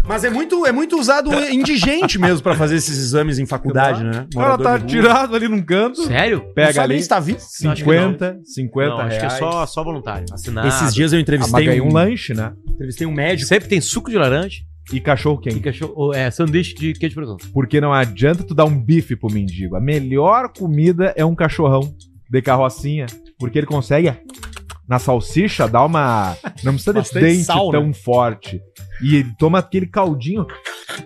Speaker 1: Mas é muito, é muito usado indigente mesmo pra fazer esses exames em faculdade, né?
Speaker 3: O cara tá tirado ali num canto.
Speaker 4: Sério?
Speaker 3: Pega
Speaker 1: Pega ali.
Speaker 3: ali.
Speaker 1: está tá vivo.
Speaker 4: Não, acho que
Speaker 3: 50,
Speaker 4: não.
Speaker 3: 50
Speaker 4: Não, Acho que é
Speaker 3: reais.
Speaker 4: só, só voluntário. Assinado.
Speaker 1: Esses dias eu entrevistei
Speaker 3: Ah, mas ganhei um lanche, né?
Speaker 1: Entrevistei um médico.
Speaker 4: Sempre tem suco de laranja.
Speaker 3: E cachorro quente.
Speaker 4: E cachorro, é, sanduíche de queijo de presunto.
Speaker 3: Porque não adianta tu dar um bife pro mendigo. A melhor comida é um cachorrão de carrocinha. Porque ele consegue, na salsicha, dar uma. Não precisa de
Speaker 1: Bastante
Speaker 3: dente
Speaker 1: sal, né?
Speaker 3: tão forte. E ele toma aquele caldinho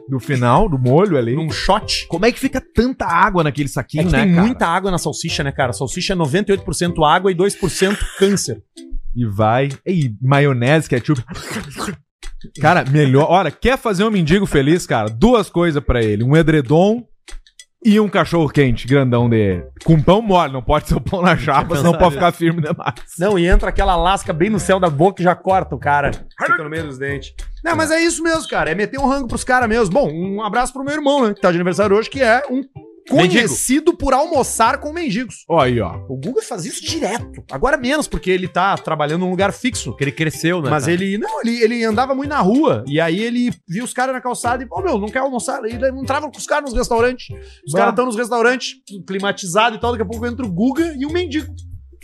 Speaker 3: do final, do molho ali. Num
Speaker 1: shot.
Speaker 3: Como é que fica tanta água naquele saquinho,
Speaker 1: É que
Speaker 3: né,
Speaker 1: tem
Speaker 3: cara?
Speaker 1: muita água na salsicha, né, cara? Salsicha é 98% água e 2% câncer.
Speaker 3: E vai. E maionese, ketchup. Cara, melhor. Olha, quer fazer um mendigo feliz, cara? Duas coisas pra ele: um edredom e um cachorro quente grandão dele. Com pão mole, não pode ser o pão na chapa, senão pode ficar firme demais.
Speaker 1: Não, e entra aquela lasca bem no céu da boca e já corta o cara. Fica no meio dos dentes. Não, mas é isso mesmo, cara. É meter um rango pros caras mesmo. Bom, um abraço pro meu irmão, né? Que tá de aniversário hoje, que é um conhecido por almoçar com mendigos.
Speaker 3: Olha aí, ó.
Speaker 1: O Guga faz isso direto. Agora menos, porque ele tá trabalhando num lugar fixo. Porque
Speaker 4: ele cresceu, né?
Speaker 1: Mas
Speaker 4: cara?
Speaker 1: ele, não, ele, ele andava muito na rua. E aí ele via os caras na calçada e, pô, meu, não quer almoçar. E daí entrava com os caras nos restaurantes. Os
Speaker 3: Bah.
Speaker 1: caras estão nos restaurantes, climatizados e tal. Daqui a pouco entra o Guga e o mendigo.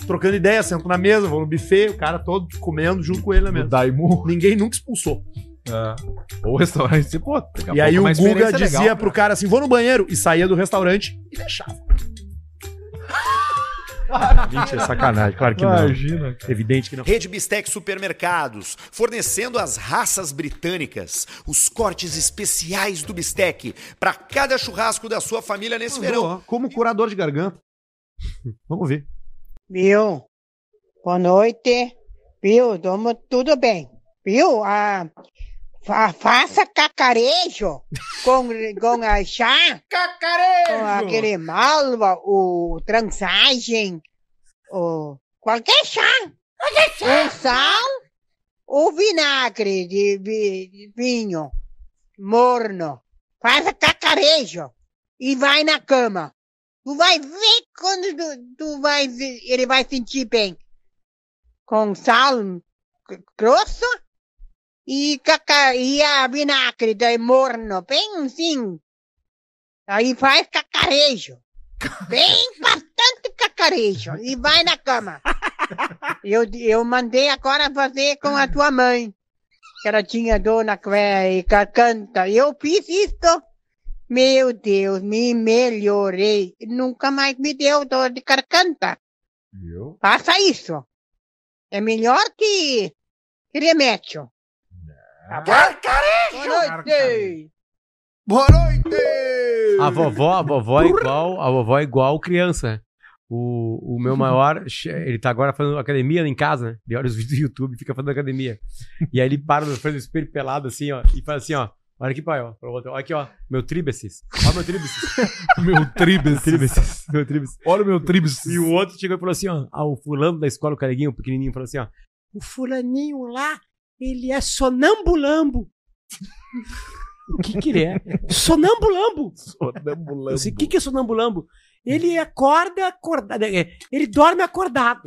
Speaker 1: Trocando ideia, sento na mesa, vou no buffet, o cara todo comendo junto com ele na mesa. Daimu. Ninguém nunca expulsou.
Speaker 3: É. Ou restaurante, você, pô, daqui a
Speaker 1: E aí
Speaker 3: pouco
Speaker 1: o
Speaker 3: é uma
Speaker 1: Guga
Speaker 3: experiência
Speaker 1: dizia
Speaker 3: legal.
Speaker 1: pro cara assim: vou no banheiro. E saía do restaurante e deixava. Gente, é sacanagem, claro que não.
Speaker 12: Imagina,
Speaker 1: Evidente que não.
Speaker 12: Rede Bistec Supermercados, fornecendo as raças britânicas, os cortes especiais do bistec para cada churrasco da sua família nesse verão.
Speaker 1: Como curador de garganta. Vamos ver.
Speaker 24: Viu? Boa noite. Viu? Tamo- Tudo bem. Viu? Ah, fa- faça cacarejo com, com a chá. Cacarejo! Com aquele malva, o transagem, o qualquer chá. O É sal, o vinagre de, vi- de vinho morno. Faça cacarejo e vai na cama. Tu vai ver quando tu, tu vai ver, ele vai sentir bem. Com sal gr- grosso e, caca, e a vinagre daí morno, bem assim. Aí faz cacarejo. Bem bastante cacarejo. E vai na cama. Eu, eu mandei agora fazer com a tua mãe. Que ela tinha dor na cueca e ca- canta. Eu fiz isto. Meu Deus, me melhorei. Nunca mais me deu dor de garganta. Faça isso. É melhor que, que remédio. Tá Carcarejo!
Speaker 1: Boa noite!
Speaker 4: A vovó, a vovó é igual, a vovó é igual criança. O,
Speaker 3: Uhum.
Speaker 4: o meu maior, che- ele tá agora fazendo academia em casa, né? Ele olha os vídeos do YouTube e fica fazendo academia. E aí ele para na frente do espelho pelado assim, ó, e faz assim, ó. Olha aqui, pai, ó. pro outro, Olha aqui, ó. Meu tríbeces. Olha meu tríbeces.
Speaker 3: Meu tríbeces.
Speaker 4: tríbeces. Meu tríbeces.
Speaker 3: Olha o meu tríbeces.
Speaker 4: E o outro chegou e falou assim, ó. Ah, o fulano da escola, o careguinho, o pequenininho, falou assim, ó.
Speaker 11: O fulaninho lá, ele é sonambulambo.
Speaker 4: O que que ele é?
Speaker 11: Sonambulambo.
Speaker 3: Sonambulambo.
Speaker 11: Eu sei, o que que é sonambulambo? Ele acorda acordado. é, Ele dorme acordado.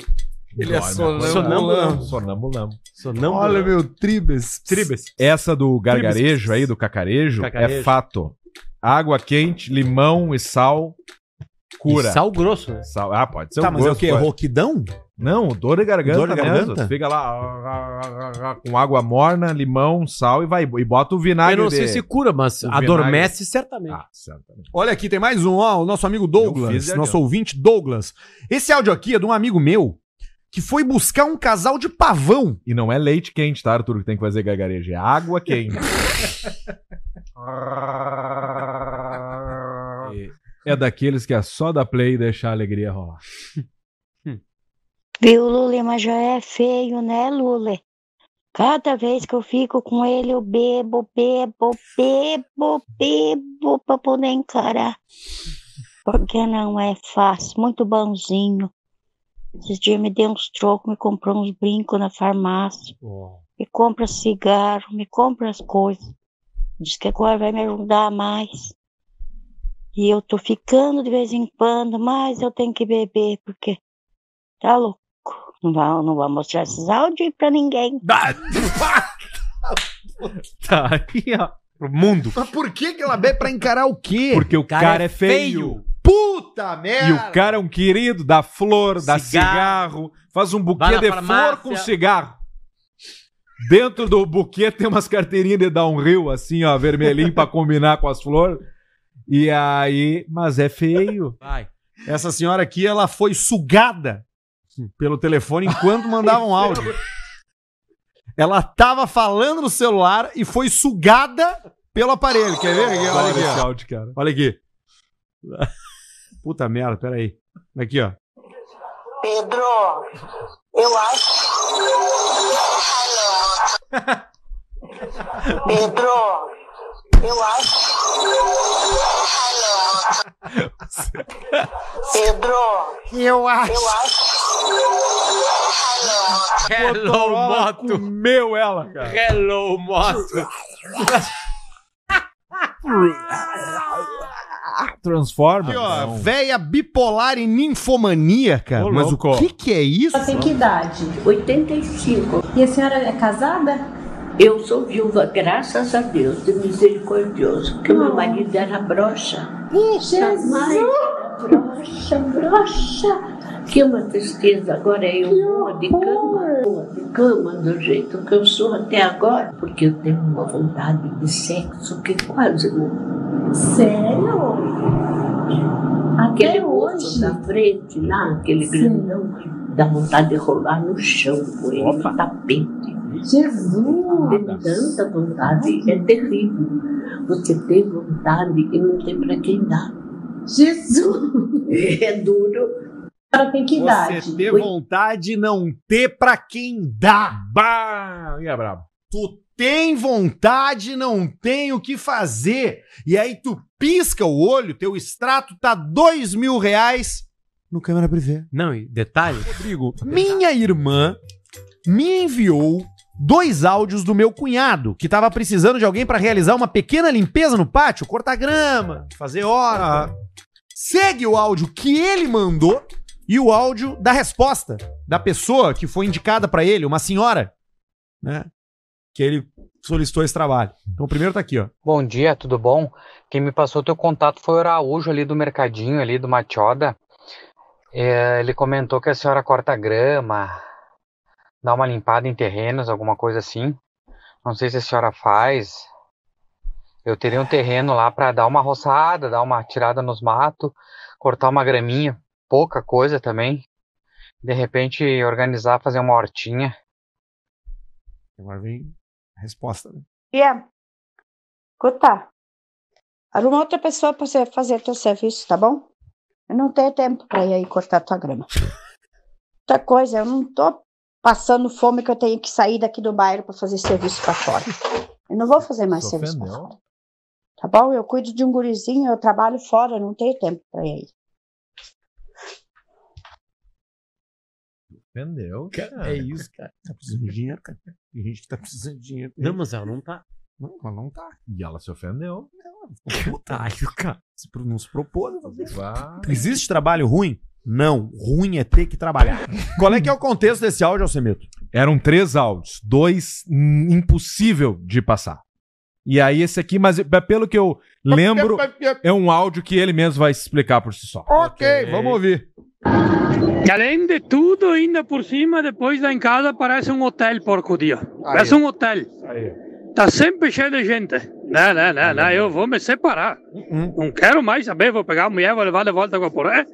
Speaker 3: Ele é sonambulambo. Sonambulambo.
Speaker 4: Sonambulambo.
Speaker 3: Olha,
Speaker 1: meu, tribes.
Speaker 4: Tribes.
Speaker 3: Essa do gargarejo aí, do cacarejo,
Speaker 4: Cacarejo.
Speaker 3: é fato. Água quente, limão e sal cura.
Speaker 4: E sal grosso, né?
Speaker 3: Sal, ah, pode ser
Speaker 1: Tá, mas é o quê?
Speaker 3: pode.
Speaker 1: Roquidão?
Speaker 3: Não, dor de garganta
Speaker 1: Dor de
Speaker 3: mesmo.
Speaker 1: garganta?
Speaker 3: Tu Fica lá ah, com água morna, limão, sal e vai e bota o vinagre.
Speaker 1: Eu não sei se
Speaker 4: cura, mas adormece certamente.
Speaker 3: Ah, certamente.
Speaker 1: Olha aqui, tem mais um, ó, o nosso amigo
Speaker 3: Eu fiz e
Speaker 1: Douglas, nosso
Speaker 3: adianta.
Speaker 1: ouvinte Douglas. Esse áudio aqui é de um amigo meu que foi buscar um casal de pavão.
Speaker 3: E não é leite quente, tá, Arthur, que tem que fazer gargarejo. É água quente. é daqueles que é só dar play e deixar a alegria rolar.
Speaker 25: Viu, Lule, mas já é feio, né, Lule? Cada vez que eu fico com ele, eu bebo, bebo, bebo, bebo pra poder encarar. Porque não é fácil, muito bonzinho. Esses dias me deu uns trocos, me comprou uns brincos na farmácia. Me compra cigarro, me compra as coisas. Diz que agora vai me ajudar mais. E eu tô ficando de vez em quando, mas eu tenho que beber, porque tá louco. Não vou, não vou mostrar esses áudios aí pra ninguém.
Speaker 4: Tá aqui, ó. Pro mundo.
Speaker 1: Mas por que, que ela bebe pra encarar o quê?
Speaker 3: Porque o cara, é feio.
Speaker 1: Puta merda!
Speaker 3: E o cara é um querido, dá flor, dá
Speaker 1: Cigarro.
Speaker 3: cigarro, faz um
Speaker 1: Vai
Speaker 3: buquê
Speaker 1: na
Speaker 3: de
Speaker 1: farmácia.
Speaker 3: flor com cigarro. Dentro do buquê tem umas carteirinhas de downhill, assim, ó, vermelhinho pra combinar com as flores. E aí, mas é feio.
Speaker 4: Vai.
Speaker 1: Essa senhora aqui, ela foi sugada pelo telefone enquanto mandava um áudio. Ela tava falando no celular e foi sugada pelo aparelho. Quer ver? Aqui, Olha
Speaker 3: Adoro
Speaker 1: aqui,
Speaker 3: esse
Speaker 1: ó.
Speaker 3: áudio, cara.
Speaker 1: Olha aqui. Puta merda, peraí. Aqui, ó.
Speaker 16: Pedro, eu acho. Pedro, eu acho. Pedro,
Speaker 1: eu acho.
Speaker 16: Eu acho.
Speaker 4: Hello, moto.
Speaker 3: Meu, ela, cara.
Speaker 4: Hello, moto.
Speaker 3: Transforma.
Speaker 1: Aqui, ó, véia bipolar e ninfomaníaca.
Speaker 3: Ô,
Speaker 1: Mas
Speaker 3: louco.
Speaker 1: o que que é isso?
Speaker 9: Ela tem que idade? 85. E a senhora é casada? Eu sou viúva, graças a Deus, de misericordioso, porque o meu marido era broxa. Jesus! Broxa, broxa. Que uma tristeza, agora eu morro de cama, morro de cama do jeito que eu sou até agora, porque eu tenho uma vontade de sexo que quase não... Sério? Aquele moço da frente lá, aquele grandão, dá vontade de rolar no chão com ele, no tapete. Jesus! Tem tanta vontade, é terrível. Você tem vontade e não tem para quem dar. Jesus! É duro. Ela tem que
Speaker 1: Você ter vontade e não ter pra quem dá.
Speaker 3: Bah! E é brabo.
Speaker 1: Tu tem vontade, não tem o que fazer. E aí tu pisca o olho, teu extrato tá dois mil reais no câmera privê.
Speaker 4: Não, e detalhe, Rodrigo.
Speaker 1: Minha irmã me enviou dois áudios do meu cunhado, que tava precisando de alguém pra realizar uma pequena limpeza no pátio, cortar grama, fazer hora. Segue o áudio que ele mandou e o áudio da resposta da pessoa que foi indicada pra ele, uma senhora, né? Que ele solicitou esse trabalho. Então o primeiro tá aqui, ó.
Speaker 13: Bom dia, tudo bom? Quem me passou teu contato foi o Araújo ali do mercadinho, ali do Matioda. É, ele comentou que a senhora corta grama, dá uma limpada em terrenos, alguma coisa assim. Não sei se a senhora faz. Eu teria um terreno lá para dar uma roçada, dar uma tirada nos matos, cortar uma graminha, pouca coisa também. De repente organizar, fazer uma hortinha.
Speaker 1: Agora vem a resposta. Né?
Speaker 9: Ian, escuta. é. Arruma outra pessoa pra você fazer teu serviço, tá bom? Eu não tenho tempo pra ir aí cortar tua grama. Outra coisa, eu não tô passando fome que eu tenho que sair daqui do bairro pra fazer serviço pra fora. Eu não vou fazer mais serviço pra fora. Tá bom? Eu cuido de um gurizinho, eu trabalho fora, eu não tenho tempo pra ir aí.
Speaker 3: Entendeu?
Speaker 2: É isso, cara.
Speaker 1: Tá precisando de dinheiro, cara. Tem gente que tá precisando de dinheiro.
Speaker 4: Não, mas ela não tá.
Speaker 1: Não, mas não tá.
Speaker 3: E ela se ofendeu.
Speaker 1: Puta, cara. Se pro- não se propôs. eu vou fazer.
Speaker 3: Vai.
Speaker 1: Existe trabalho ruim? Não. Ruim é ter que trabalhar. Qual é que é o contexto desse áudio, Alcemeto?
Speaker 3: Eram três áudios, dois hum, impossível de passar. E aí esse aqui, mas é- pelo que eu lembro, é um áudio que ele mesmo vai se explicar por si só.
Speaker 1: Ok, vamos ouvir.
Speaker 14: Que além de tudo, ainda por cima, depois lá em casa, parece um hotel, porco dia. Parece um hotel. Tá sempre cheio de gente. Né, Não, não, não, não, eu vou me separar.
Speaker 1: Um,
Speaker 14: Não quero mais saber, vou pegar a mulher, vou levar de volta com a poré.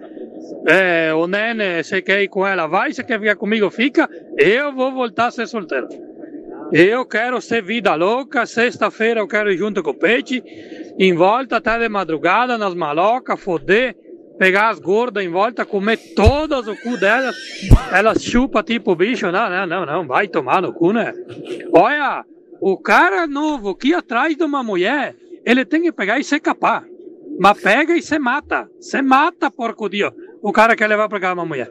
Speaker 14: É, o nene, você quer ir com ela, vai, você quer ficar comigo, fica. Eu vou voltar a ser solteiro. Eu quero ser vida louca, sexta-feira eu quero ir junto com o Peixe, em volta até de madrugada, nas malocas, foder, pegar as gordas em volta, comer todas o cu delas, elas chupam tipo bicho, não, não, não, não, vai tomar no cu, né? Olha, o cara novo que ia atrás de uma mulher, ele tem que pegar e se capar, mas pega e se mata, se mata, porco Dio, o cara quer levar pra cá uma mulher.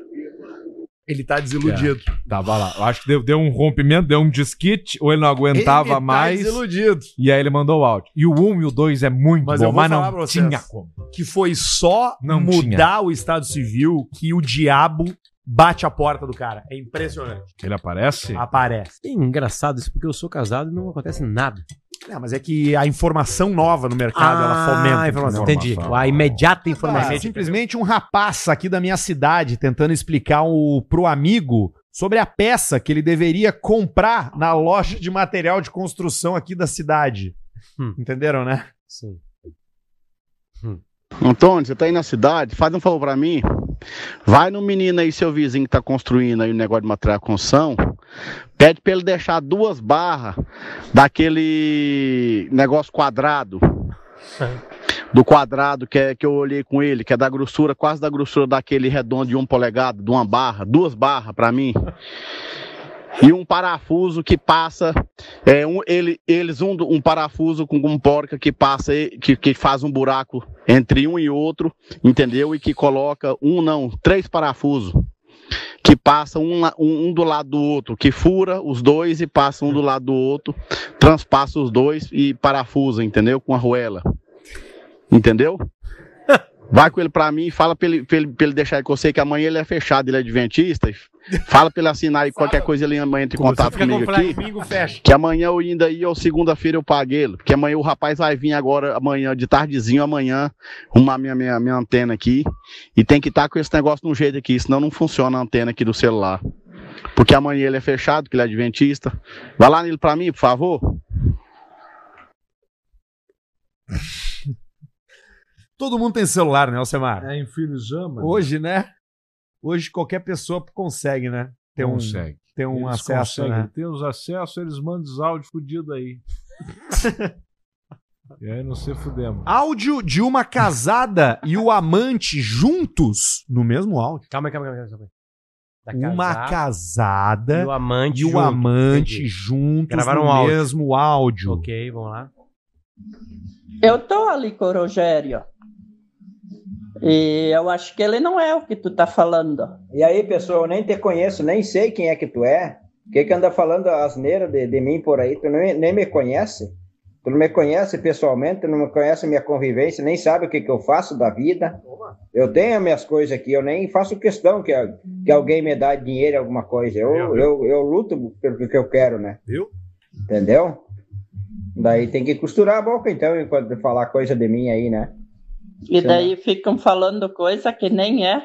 Speaker 1: Ele tá desiludido.
Speaker 3: Iludido. É, Tava lá. Eu acho que deu, deu um rompimento, deu um desquite, ou ele não aguentava
Speaker 1: Ele tá
Speaker 3: mais.
Speaker 1: desiludido.
Speaker 3: E aí ele mandou o áudio. E o 1 um e o 2 é muito
Speaker 1: Mas
Speaker 3: bom,
Speaker 1: eu vou
Speaker 3: mas
Speaker 1: falar
Speaker 3: não
Speaker 1: pra vocês
Speaker 3: tinha como.
Speaker 1: que foi só
Speaker 3: Não
Speaker 1: mudar
Speaker 3: tinha.
Speaker 1: o Estado Civil que o diabo bate a porta do cara. É impressionante.
Speaker 3: Ele aparece?
Speaker 1: Aparece.
Speaker 4: Que É engraçado isso, porque eu sou casado e não acontece nada.
Speaker 1: Não, mas é que a informação nova no mercado, ela fomenta.
Speaker 4: Ah, a informação.
Speaker 1: entendeu?
Speaker 4: Entendi. A imediata
Speaker 1: Ah,
Speaker 4: informação.
Speaker 1: simplesmente um rapaz aqui da minha cidade tentando explicar o, pro amigo sobre a peça que ele deveria comprar na loja de material de construção aqui da cidade.
Speaker 3: Hum.
Speaker 1: Entenderam, né?
Speaker 4: Sim.
Speaker 15: Antônio, você tá aí na cidade? Faz um favor pra mim. Vai no menino aí, seu vizinho que tá construindo aí o negócio de material de construção. Pede pra ele deixar duas barras daquele negócio quadrado. Do quadrado que, é, que eu olhei com ele, que é da grossura, quase da grossura daquele redondo de um polegado, de uma barra, duas barras pra mim. E um parafuso que passa, é, um, ele, eles um, do- um parafuso com um porca que passa, e- que, que faz um buraco entre um e outro, entendeu? E que coloca um não, três parafusos que passa um, la- um- um do lado do outro, que fura os dois e passa um do lado do outro, transpassa os dois e parafusa, entendeu? Com a arruela. Entendeu? Vai com ele pra mim e fala pra ele, pra ele, pra ele deixar que eu sei que amanhã ele é fechado, ele é adventista. Fala pra ele assinar aí qualquer coisa, ele amanhã entra em contato comigo aqui. Que amanhã eu ainda ia, ou segunda-feira eu paguei ele. Porque amanhã o rapaz vai vir agora, amanhã, de tardezinho, amanhã, arrumar minha, minha, minha antena aqui. E tem que estar com esse negócio no jeito aqui, senão não funciona a antena aqui do celular. Porque amanhã ele é fechado, que ele é adventista. Vai lá nele pra mim, por favor.
Speaker 1: Todo mundo tem celular, né, Alcemar?
Speaker 3: É, infelizamas.
Speaker 1: Hoje, né? Hoje qualquer pessoa consegue, né? Ter um,
Speaker 3: Consegue.
Speaker 1: ter um
Speaker 3: Eles
Speaker 1: acesso,
Speaker 3: conseguem
Speaker 1: né?
Speaker 3: ter os acessos, eles mandam os áudios fudidos aí. e aí não se fudemos.
Speaker 1: Áudio de uma casada e o amante juntos no mesmo áudio.
Speaker 4: Calma aí, calma aí, calma aí. Calma aí. Tá Da
Speaker 1: Uma
Speaker 4: casada
Speaker 1: casada
Speaker 4: E o amante
Speaker 1: e o
Speaker 4: junto,
Speaker 1: amante
Speaker 4: entendi.
Speaker 1: juntos
Speaker 4: Gravaram
Speaker 1: no
Speaker 4: um áudio.
Speaker 1: mesmo áudio.
Speaker 4: Ok, vamos lá.
Speaker 8: Eu tô ali com o Rogério. E eu acho que ele não é o que tu tá falando.
Speaker 18: E aí, pessoal, eu nem te conheço, nem sei quem é que tu é. O que que anda falando asneira de, de mim por aí? Tu nem, nem me conhece? Tu não me conhece pessoalmente, tu não me conhece a minha convivência, nem sabe o que que eu faço da vida. Eu tenho as minhas coisas aqui, eu nem faço questão que, a- que alguém me dá dinheiro, alguma coisa. Eu, eu, eu luto pelo que eu quero, né?
Speaker 1: Viu?
Speaker 18: Entendeu? Daí tem que costurar a boca, então, enquanto falar coisa de mim aí, né?
Speaker 8: E daí ficam falando coisa que nem é.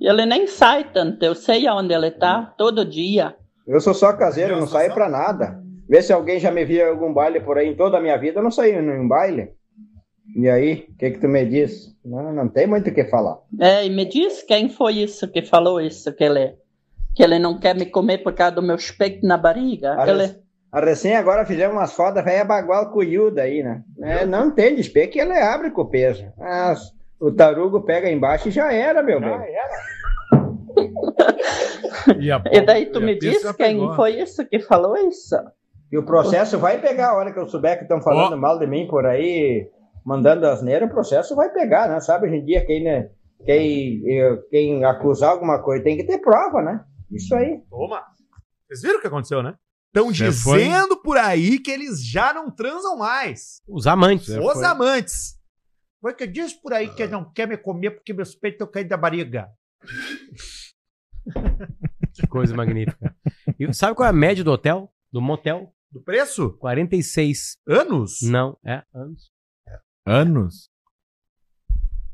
Speaker 8: E ele nem sai tanto. Eu sei aonde ele tá todo dia.
Speaker 18: Eu sou só caseiro, não saio pra nada. Vê se alguém já me viu em algum baile por aí. Em toda a minha vida eu não saí em nenhum baile. E aí, o que que tu me diz? Não, não tem muito o que falar.
Speaker 8: É, e me diz quem foi isso que falou isso, que ele, que ele não quer me comer por causa do meu peito na barriga.
Speaker 18: A,
Speaker 8: Ele-
Speaker 18: rec- a recém agora fizemos umas fodas velha bagual cunhuda aí, né? É, não tem despeito que ele abre com o peso. Mas o tarugo pega embaixo e já Ah, era, meu bem.
Speaker 3: E,
Speaker 8: E daí tu me diz quem foi isso que falou isso?
Speaker 18: E o processo vai pegar, a hora que eu souber que estão falando mal de mim por aí, mandando asneira, o processo vai pegar, né? Sabe, hoje em dia, quem, né, quem, eu- quem acusar alguma coisa tem que ter prova, né? Isso aí.
Speaker 1: Toma. Vocês viram o que aconteceu, né? Estão
Speaker 3: Você
Speaker 1: dizendo por aí que eles já não transam mais.
Speaker 4: Os amantes. Ah.
Speaker 1: Os amantes. É, Foi que diz por aí que não quer me comer porque meus peitos estão caindo da barriga.
Speaker 4: Que coisa magnífica. E sabe qual é a média do hotel? Do motel?
Speaker 1: Do preço?
Speaker 4: 46.
Speaker 1: Anos?
Speaker 4: Não, é anos.
Speaker 3: Anos?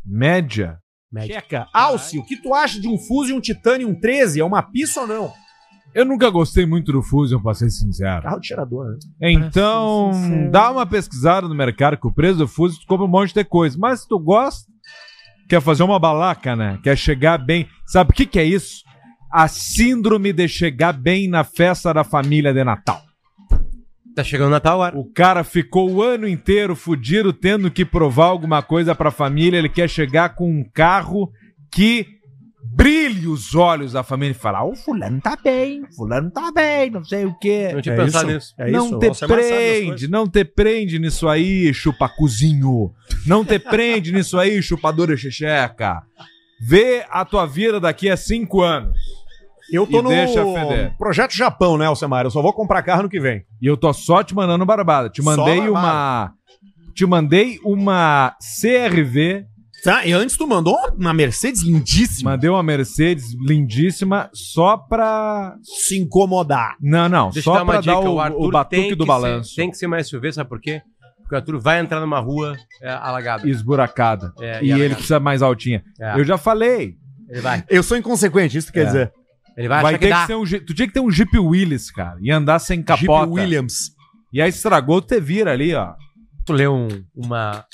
Speaker 3: Média?
Speaker 1: Checa, Alce, o que tu acha de um Fuso e um Titanium 13? É uma pista ou não?
Speaker 3: Eu nunca gostei muito do Fusion, pra ser sincero. É,
Speaker 1: Carro de cheirador, né?
Speaker 3: Então, dá uma pesquisada no mercado que o preço do Fuso tu compra um monte de coisa. Mas se tu gosta, quer fazer uma balaca, né? Quer chegar bem. Sabe o que, que é isso? A síndrome de chegar bem na festa da família de Natal.
Speaker 4: Tá chegando o Natal agora.
Speaker 3: O cara ficou o ano inteiro fudido, tendo que provar alguma coisa pra família. Ele quer chegar com um carro que brilhe os olhos da família e falar: Ô, fulano tá bem, fulano tá bem, não sei o quê.
Speaker 4: Não tinha pensado nisso. É
Speaker 3: não
Speaker 4: isso,
Speaker 3: te
Speaker 4: você amassar minhas
Speaker 3: prende, não te prende nisso aí, chupacuzinho. Não te prende nisso aí, chupadora xexeca. Vê a tua vida daqui a cinco anos.
Speaker 1: Eu tô
Speaker 3: E
Speaker 1: no
Speaker 3: deixa feder.
Speaker 1: Projeto Japão, né, Alcemar? Eu só vou comprar carro no que vem.
Speaker 3: E eu tô só te mandando barbada. Te
Speaker 1: Só
Speaker 3: mandei
Speaker 1: barbada.
Speaker 3: uma. Te mandei uma CRV.
Speaker 1: Tá, e antes tu mandou uma Mercedes lindíssima.
Speaker 3: Mandei uma Mercedes lindíssima só pra.
Speaker 1: Se incomodar.
Speaker 3: Não, não.
Speaker 4: Deixa eu
Speaker 3: só
Speaker 4: dar uma
Speaker 3: pra
Speaker 4: dica.
Speaker 3: dar o,
Speaker 4: o
Speaker 3: o,
Speaker 4: Arthur
Speaker 3: batuque
Speaker 4: tem
Speaker 3: do
Speaker 4: que
Speaker 3: balanço.
Speaker 4: ser- tem que ser mais SUV, sabe por quê? Porque o Arthur vai entrar numa rua é, alagada.
Speaker 3: Esburacada.
Speaker 4: É, e
Speaker 3: e ele
Speaker 4: alagada.
Speaker 3: precisa mais altinha.
Speaker 4: É.
Speaker 3: Eu já falei.
Speaker 4: Ele vai.
Speaker 1: Eu sou inconsequente, isso que quer
Speaker 3: É.
Speaker 1: dizer.
Speaker 4: Ele
Speaker 3: Vai, ter que, ser um. Jeep- Tu tinha que ter um Jeep Willis, cara. E andar sem capota.
Speaker 1: Williams.
Speaker 3: E aí estragou, tu te vira ali, ó.
Speaker 4: Tu leu um, uma.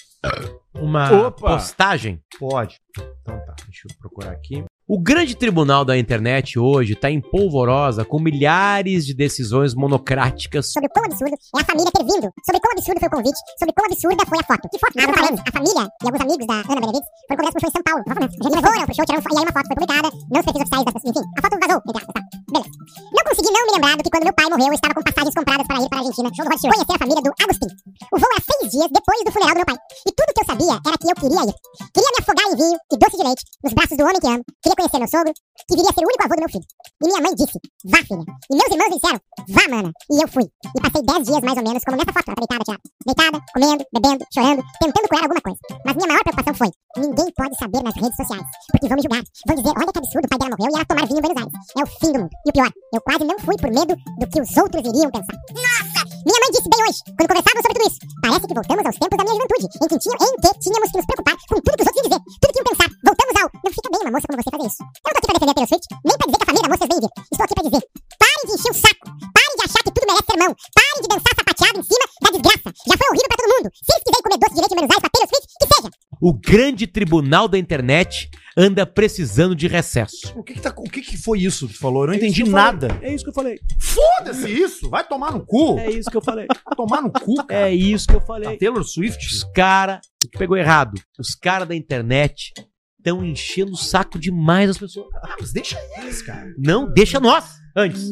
Speaker 4: Uma
Speaker 3: Opa!
Speaker 4: postagem? Pode. Então tá, deixa eu procurar aqui. O grande tribunal da internet hoje está em polvorosa com milhares de decisões monocráticas.
Speaker 19: Sobre o quão absurdo é a família ter vindo. Sobre quão absurdo foi o convite. Sobre quão absurda foi a foto. Que foto? Ah, não parece. A família e alguns amigos da Ana Benevides foram convidados pro show em São Paulo. Vamos falar. Foram pro show, tiraram fo- e aí uma foto foi publicada. Não os perfis oficiais das pessoas. Enfim, a foto vazou, entre aspas, tá? Beleza. Não consegui não me lembrar do que quando meu pai morreu eu estava com passagens compradas para ir para a Argentina. Show do Rod Stewart. Conhecer a família do Agostinho. O voo era seis dias depois do funeral do meu pai. E tudo que eu sabia era que eu queria ir. Queria me afogar em vinho e doce de leite nos braços do homem que amo. Queria conhecer meu sogro, que viria a ser o único avô do meu filho. E minha mãe disse, vá, filha. E meus irmãos me disseram, vá, mana. E eu fui. E passei 10 dias mais ou menos, como nessa foto, ela tá deitada, tirada. Deitada, comendo, bebendo, chorando, tentando curar alguma coisa. Mas minha maior preocupação foi, ninguém pode saber nas redes sociais. Porque vão me julgar. Vão dizer, olha que absurdo, o pai dela morreu e ela tomar vinho em Buenos Aires. É o fim do mundo. E o pior, eu quase não fui por medo do que os outros iriam pensar. Nossa! Minha mãe disse bem hoje, quando conversávamos sobre tudo isso. Parece que voltamos aos tempos da minha juventude, em que, tinha, em que tínhamos que nos preocupar com tudo que os outros iam dizer, tudo que iam pensar. Voltamos ao. Não fica bem uma moça como você fazer isso. Eu não tô aqui pra defender a Taylor Swift, nem pra dizer que a família da moça é bem Estou aqui pra dizer: parem de encher o saco, parem de achar que tudo merece sermão, parem de dançar sapateado em cima da desgraça. Já foi horrível pra todo mundo. Se eles quiserem comer doce direito em Buenos Aires com a Taylor Swift, que seja.
Speaker 4: O grande tribunal da internet anda precisando de recesso.
Speaker 1: O que, que tá- o que que foi isso que tu falou? Eu não
Speaker 4: É isso
Speaker 1: entendi
Speaker 4: que eu
Speaker 1: nada.
Speaker 4: falei. É isso que eu falei.
Speaker 1: Foda-se isso! Vai tomar no cu!
Speaker 4: É isso que eu falei.
Speaker 1: Vai tomar Tá no cu, cara. Tá
Speaker 4: É isso que eu falei. Taylor Swift? Os caras. Pegou errado. Os caras da internet estão enchendo o saco demais das pessoas.
Speaker 1: Ah, mas deixa eles, cara.
Speaker 4: Não, deixa nós antes.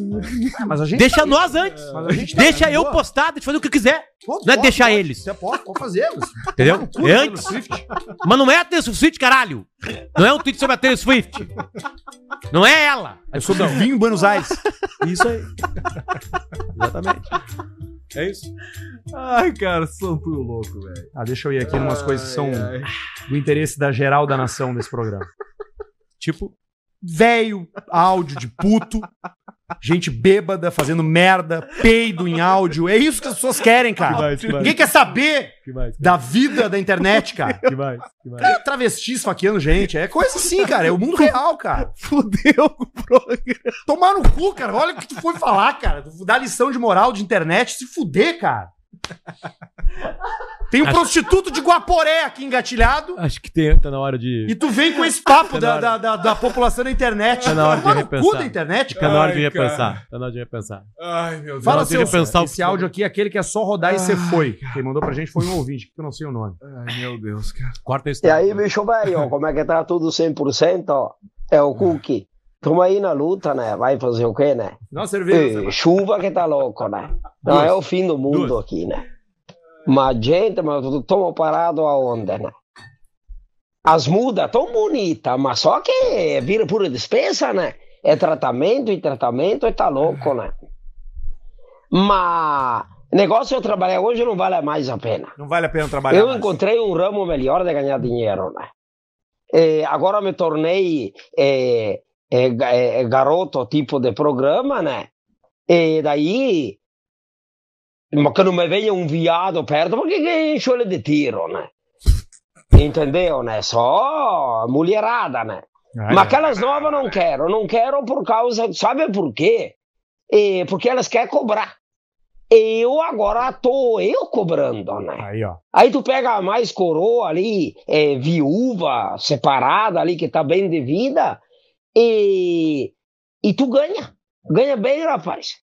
Speaker 3: É.
Speaker 1: mas a gente
Speaker 4: deixa
Speaker 1: tá-
Speaker 4: nós antes.
Speaker 1: Mas a gente tá-
Speaker 4: deixa eu
Speaker 1: Boa.
Speaker 4: postar, deixa eu fazer o que eu quiser.
Speaker 1: Pode,
Speaker 4: não é
Speaker 1: pode,
Speaker 4: deixar
Speaker 1: pode.
Speaker 4: eles.
Speaker 1: Você pode, pode fazer, mas.
Speaker 4: Entendeu?
Speaker 1: cu
Speaker 4: É
Speaker 1: da
Speaker 4: antes. Mas não é a Taylor Swift, caralho. Não é um tweet sobre a Taylor Swift. Não é ela. É sobre
Speaker 1: vinho em Buenos Aires.
Speaker 4: Isso aí. Exatamente.
Speaker 3: É isso? Ai, cara, são tudo louco, velho.
Speaker 1: Ah, deixa eu ir aqui em umas coisas que são
Speaker 3: Ai, ai.
Speaker 1: do interesse da geral da nação desse programa. tipo, velho, áudio de puto, gente bêbada fazendo merda, peido em áudio. É isso que as pessoas querem, cara.
Speaker 3: Que mais, que mais?
Speaker 1: Ninguém quer saber
Speaker 3: Que mais,
Speaker 1: da vida da internet, cara.
Speaker 3: Que mais? Que mais?
Speaker 1: É travesti esfaqueando gente. É coisa assim, cara. É o mundo real, cara.
Speaker 3: Fudeu
Speaker 1: o programa. Tomar no cu, cara. Olha o que tu foi falar, cara. Tu dá lição de moral de internet, se fuder, cara. Tem um
Speaker 4: Acho-
Speaker 1: prostituto de Guaporé aqui engatilhado
Speaker 4: Acho que tem, tá na hora de.
Speaker 1: e tu vem com esse papo
Speaker 4: Tá
Speaker 1: da,
Speaker 4: na
Speaker 1: da, da, da população da internet.
Speaker 4: Tá na hora de
Speaker 1: Tomar no cu da
Speaker 4: repensar.
Speaker 1: internet,
Speaker 4: Tá na hora de
Speaker 1: Ai, cara.
Speaker 4: repensar. Tá na hora de repensar.
Speaker 3: Ai, meu Deus.
Speaker 1: Fala,
Speaker 4: Não, tem que Ah,
Speaker 1: seu
Speaker 4: pensar o-
Speaker 1: Esse áudio aqui é aquele que é só rodar e você foi. Quem mandou pra gente foi um ouvinte, que eu não sei o nome.
Speaker 3: Ai, meu Deus, cara.
Speaker 4: Corta isso.
Speaker 17: E aí, bicho velho, como é que tá tudo 100%? ó? É o cookie. Tamo aí na luta, né? Vai fazer o quê, né?
Speaker 1: Não, cerveja.
Speaker 17: Eh, chuva que tá louco, né? Não
Speaker 1: Duas.
Speaker 17: é o fim do mundo
Speaker 1: Duas.
Speaker 17: aqui, né? Mas, gente, mas estamos parados aonde, né? As mudas tão bonitas, mas só que vira pura despesa, né? É tratamento e tratamento e tá louco, né? Mas negócio eu trabalhar hoje não vale mais a pena.
Speaker 1: Não vale a pena trabalhar.
Speaker 17: Eu
Speaker 1: mais.
Speaker 17: encontrei um ramo melhor de ganhar dinheiro, né? Eh, agora me tornei eh, eh, ga- eh, garoto tipo de programa, né? E daí, ma que não me venha um viado perto, porque que encho ele de tiro, né? Entendeu, né? Só mulherada, né?
Speaker 16: Ai,
Speaker 17: Mas
Speaker 16: ai.
Speaker 17: aquelas novas não quero, não quero por causa, sabe por quê? Eh, porque elas querem cobrar. Eu agora tô eu cobrando, né?
Speaker 1: Aí, ó.
Speaker 17: Aí tu pega a mais coroa ali, é, viúva, separada ali, que tá bem de vida, e, e tu ganha. Ganha bem, rapaz.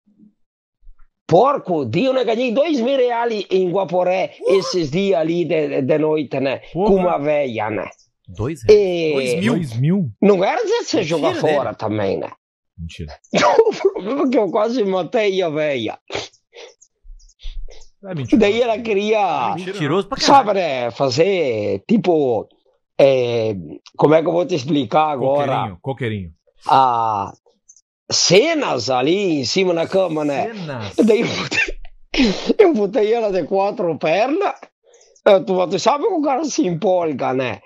Speaker 17: Porco, Dio, né? Ganhei dois mil reais em Guaporé esses dias ali de, de noite, né? Com uma velha, né?
Speaker 4: Dois
Speaker 17: E...
Speaker 11: É.
Speaker 3: Dois mil?
Speaker 17: Não era dizer que você joga
Speaker 3: Mentira
Speaker 17: fora
Speaker 3: dele.
Speaker 17: também, né?
Speaker 3: Mentira.
Speaker 17: O problema é que eu quase matei a velha.
Speaker 3: É mentira.
Speaker 17: Daí ela queria.
Speaker 4: né? é Mentiroso pra
Speaker 17: Sabe, né? Fazer tipo. é, como é que eu vou te explicar agora?
Speaker 3: Coqueirinho, coqueirinho.
Speaker 17: Ah, cenas ali em cima da cama, né?
Speaker 3: Cenas.
Speaker 17: Daí eu botei, eu botei ela de quatro pernas. Eu, tu, tu sabe que o cara se empolga, né?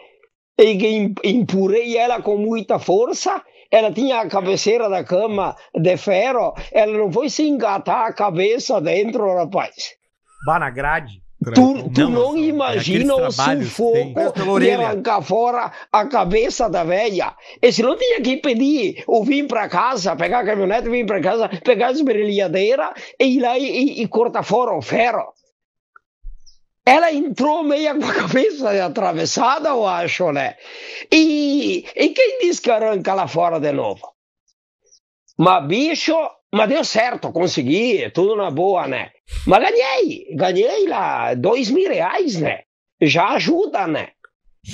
Speaker 17: E que em- empurrei ela com muita força. Ela tinha a cabeceira da cama de ferro. Ela não foi se engatar a cabeça dentro, rapaz.
Speaker 1: Bah na grade.
Speaker 17: Tu, tu não, imagina o
Speaker 1: tem. Pega pela
Speaker 17: sufoco de
Speaker 1: orelha.
Speaker 17: arrancar fora a cabeça da velha. E se não tinha que pedir ou vir para casa, pegar a caminhonete, vir para casa, pegar a esmerilhadeira e ir lá e, e- e cortar fora o ferro. Ela entrou meia com a cabeça atravessada, eu acho, né? E, e quem diz que arranca lá fora de novo? Mas, bicho, mas deu certo, consegui, tudo na boa, né? Mas ganhei, ganhei lá dois mil reais, né? Já ajuda, né?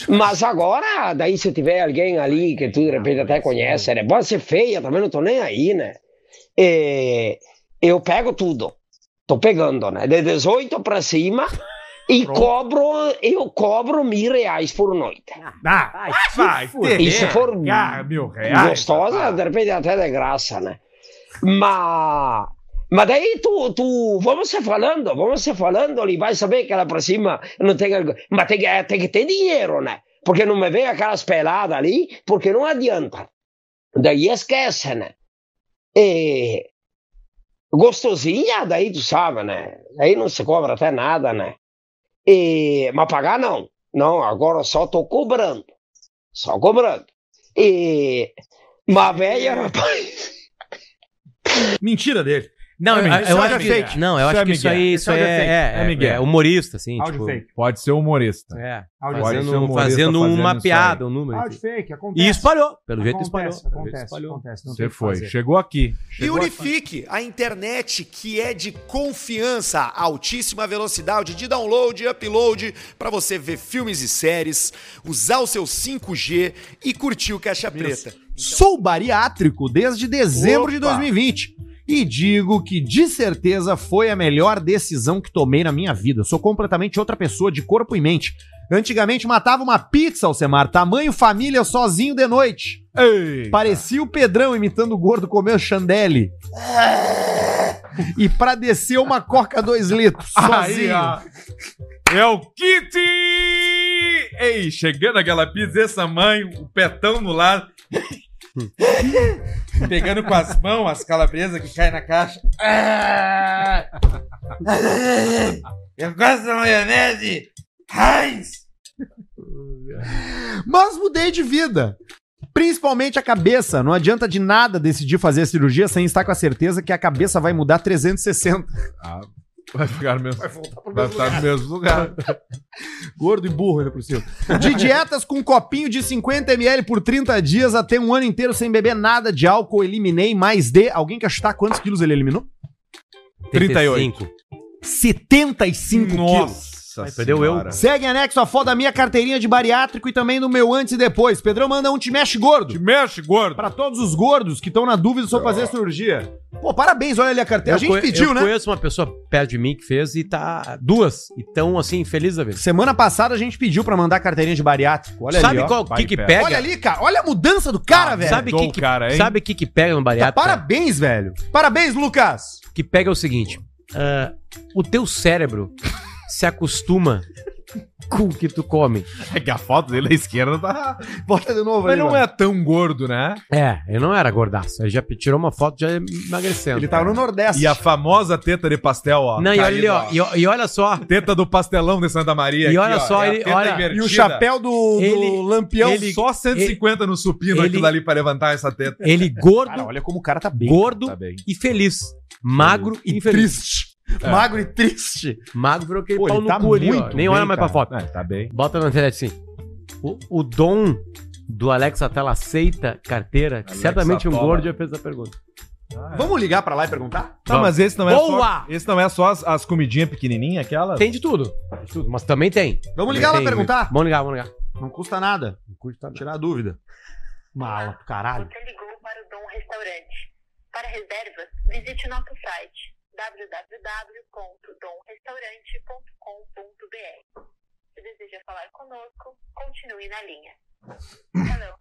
Speaker 17: Mas agora, daí se tiver alguém ali que tu de repente até conhece, né? Pode ser feia, também não tô nem aí, né? É, eu pego tudo. Tô pegando, né? De 18 pra cima, E cobro, eu cobro mil reais por noite.
Speaker 6: Ah, vai,
Speaker 17: fuder. E
Speaker 3: é.
Speaker 17: se for um
Speaker 6: Ah, mil reais.
Speaker 17: gostosa, de repente até de graça, né? Mas, mas daí tu, tu vamos se falando, vamos se falando e vai saber que lá pra cima não tem. Mas tem, que- tem que ter dinheiro, né? Porque não me vem aquelas peladas ali, porque não adianta. Daí esquece, né? E, gostosinha, daí tu sabe, né? Daí não se cobra até nada, né? E, mas pagar não. Não, agora só tô cobrando. Só cobrando. E, mas velha, rapaz.
Speaker 6: Mentira dele.
Speaker 4: Não,
Speaker 6: É
Speaker 4: eu,
Speaker 6: mentira.
Speaker 4: eu
Speaker 6: Isso é
Speaker 4: acho
Speaker 6: áudio
Speaker 4: que
Speaker 6: fake.
Speaker 4: não, eu
Speaker 6: Isso
Speaker 4: acho
Speaker 6: é
Speaker 4: que isso
Speaker 6: Miguel.
Speaker 4: aí,
Speaker 6: Isso
Speaker 4: isso
Speaker 6: é
Speaker 4: aí
Speaker 6: áudio
Speaker 4: é,
Speaker 6: fake. É
Speaker 4: é,
Speaker 6: Miguel.
Speaker 4: é humorista, assim,
Speaker 6: Áudio
Speaker 4: tipo,
Speaker 6: fake.
Speaker 3: Pode ser humorista.
Speaker 4: É,
Speaker 3: Áudio
Speaker 4: fazendo,
Speaker 3: fake. Pode ser humorista
Speaker 4: fazendo
Speaker 3: fazendo
Speaker 4: uma
Speaker 3: isso
Speaker 4: piada,
Speaker 3: aí.
Speaker 4: um número.
Speaker 1: Áudio
Speaker 4: enfim.
Speaker 1: fake, acontece.
Speaker 4: E espalhou, pelo jeito
Speaker 1: Acontece,
Speaker 4: espalhou. pelo jeito
Speaker 1: acontece,
Speaker 4: espalhou.
Speaker 1: acontece, não tem
Speaker 3: Você
Speaker 1: o que
Speaker 3: foi.
Speaker 1: fazer.
Speaker 3: Chegou aqui.
Speaker 12: E
Speaker 3: Chegou aqui.
Speaker 12: unifique a internet que é de confiança, altíssima velocidade de download e upload para você ver filmes e séries, usar o seu 5G e curtir o Caixa Preta.
Speaker 1: Então- Sou bariátrico desde dezembro de 2020 e digo que de certeza foi a melhor decisão que tomei na minha vida. Sou completamente outra pessoa de corpo e mente. Antigamente matava uma pizza ao semar, tamanho família sozinho de noite. Parecia o Pedrão imitando o gordo comendo chandelle. E pra descer uma coca 2 litros, sozinho.
Speaker 3: É o Kitty! Ei, chegando aquela pizza desse tamanho, o petão no lado. Pegando com as mãos as calabresas que caem na caixa. Ah! Eu gosto da maionese! Heinz!
Speaker 1: Mas mudei de vida. Principalmente a cabeça. Não adianta de nada decidir fazer a cirurgia sem estar com a certeza que a cabeça vai mudar 360.
Speaker 3: Ah, vai ficar no mesmo. Vai
Speaker 6: voltar
Speaker 3: vai ficar Tá no mesmo lugar.
Speaker 1: Gordo e burro ainda por cima. De dietas com um copinho de 50ml por 30 dias até um ano inteiro sem beber nada de álcool, eliminei mais de. Alguém quer chutar quantos quilos ele eliminou?
Speaker 3: 38.
Speaker 1: 75 quilos.
Speaker 3: Nossa,
Speaker 4: perdeu eu.
Speaker 3: senhora.
Speaker 1: Segue em anexo a foto da minha carteirinha de bariátrico e também do meu antes e depois. Pedrão manda um te mexe gordo. Te
Speaker 3: mexe gordo.
Speaker 1: Pra todos os gordos que estão na dúvida sobre fazer cirurgia. Pô, parabéns, olha ali a carteira. a gente
Speaker 4: conhe-
Speaker 1: pediu,
Speaker 4: eu
Speaker 1: né?
Speaker 4: conheço uma pessoa perto de mim que fez e tá. Duas. E tão assim, feliz da vida.
Speaker 1: Semana passada a gente pediu pra mandar carteirinha de bariátrico. Olha
Speaker 4: Sabe
Speaker 1: ali, ó.
Speaker 4: qual que
Speaker 1: Vai
Speaker 4: que
Speaker 1: e
Speaker 4: pega?
Speaker 1: Olha ali, cara. Olha a mudança do cara, velho.
Speaker 4: Sabe o que, que, sabe que, que pega no
Speaker 1: Tá,
Speaker 4: bariátrico?
Speaker 1: parabéns, velho. Parabéns, Lucas.
Speaker 4: que pega é o seguinte: ah, o teu cérebro se acostuma com o que tu come.
Speaker 3: É que a foto dele à esquerda tá.
Speaker 1: Bota de novo
Speaker 3: Mas
Speaker 1: ali.
Speaker 3: não
Speaker 1: mano.
Speaker 3: é tão gordo, né?
Speaker 4: É, eu não era gordaço. Ele já tirou uma foto já emagrecendo.
Speaker 1: Ele tava no Nordeste.
Speaker 3: E a famosa teta de pastel, ó.
Speaker 4: Não, e olha ali,
Speaker 3: caída,
Speaker 4: ó. E, e olha só.
Speaker 3: Teta do pastelão de Santa Maria.
Speaker 4: E olha
Speaker 3: aqui, ó,
Speaker 4: só,
Speaker 3: é a
Speaker 4: ele-
Speaker 3: teta
Speaker 4: olha,
Speaker 3: invertida.
Speaker 1: E o chapéu do, do
Speaker 4: Ele-
Speaker 1: Lampião.
Speaker 4: ele-
Speaker 3: Só 150 no supino
Speaker 4: ele-
Speaker 3: aquilo ali pra levantar essa teta.
Speaker 4: Ele gordo,
Speaker 1: Cara, olha como o cara tá bem.
Speaker 4: gordo
Speaker 3: Tá bem.
Speaker 4: e feliz. Magro e feliz.
Speaker 1: Triste.
Speaker 4: É.
Speaker 1: Magro e triste.
Speaker 4: Magro virou aquele
Speaker 1: Pô,
Speaker 4: pau
Speaker 1: ele
Speaker 4: no
Speaker 1: tá
Speaker 4: cu ali, ó.
Speaker 1: muito
Speaker 4: Nem
Speaker 1: bem,
Speaker 4: olha mais pra
Speaker 1: cara.
Speaker 4: foto.
Speaker 3: É, tá bem.
Speaker 4: Bota na internet assim. O, o dom do Alex Atala aceita carteira? Que
Speaker 3: Alex
Speaker 4: certamente um
Speaker 3: Atala.
Speaker 4: gordo já fez essa pergunta.
Speaker 1: Ah, é. Vamos ligar pra lá e perguntar?
Speaker 3: Tá, mas esse não é
Speaker 4: Boa!
Speaker 3: só. Esse não é só as, as comidinhas pequenininhas, aquelas?
Speaker 4: Tem de tudo. Tem de tudo, Mas também tem.
Speaker 1: Vamos ligar lá
Speaker 4: Tem,
Speaker 1: perguntar?
Speaker 4: Vamos ligar, vamos ligar.
Speaker 1: Não custa nada.
Speaker 4: Não custa nada.
Speaker 1: Tirar a dúvida. Mala pro caralho.
Speaker 7: Você ligou para o Dom um Restaurante. Para reservas, visite nosso site www.domrestaurante.com.br. Se deseja falar conosco, continue na linha. Hello.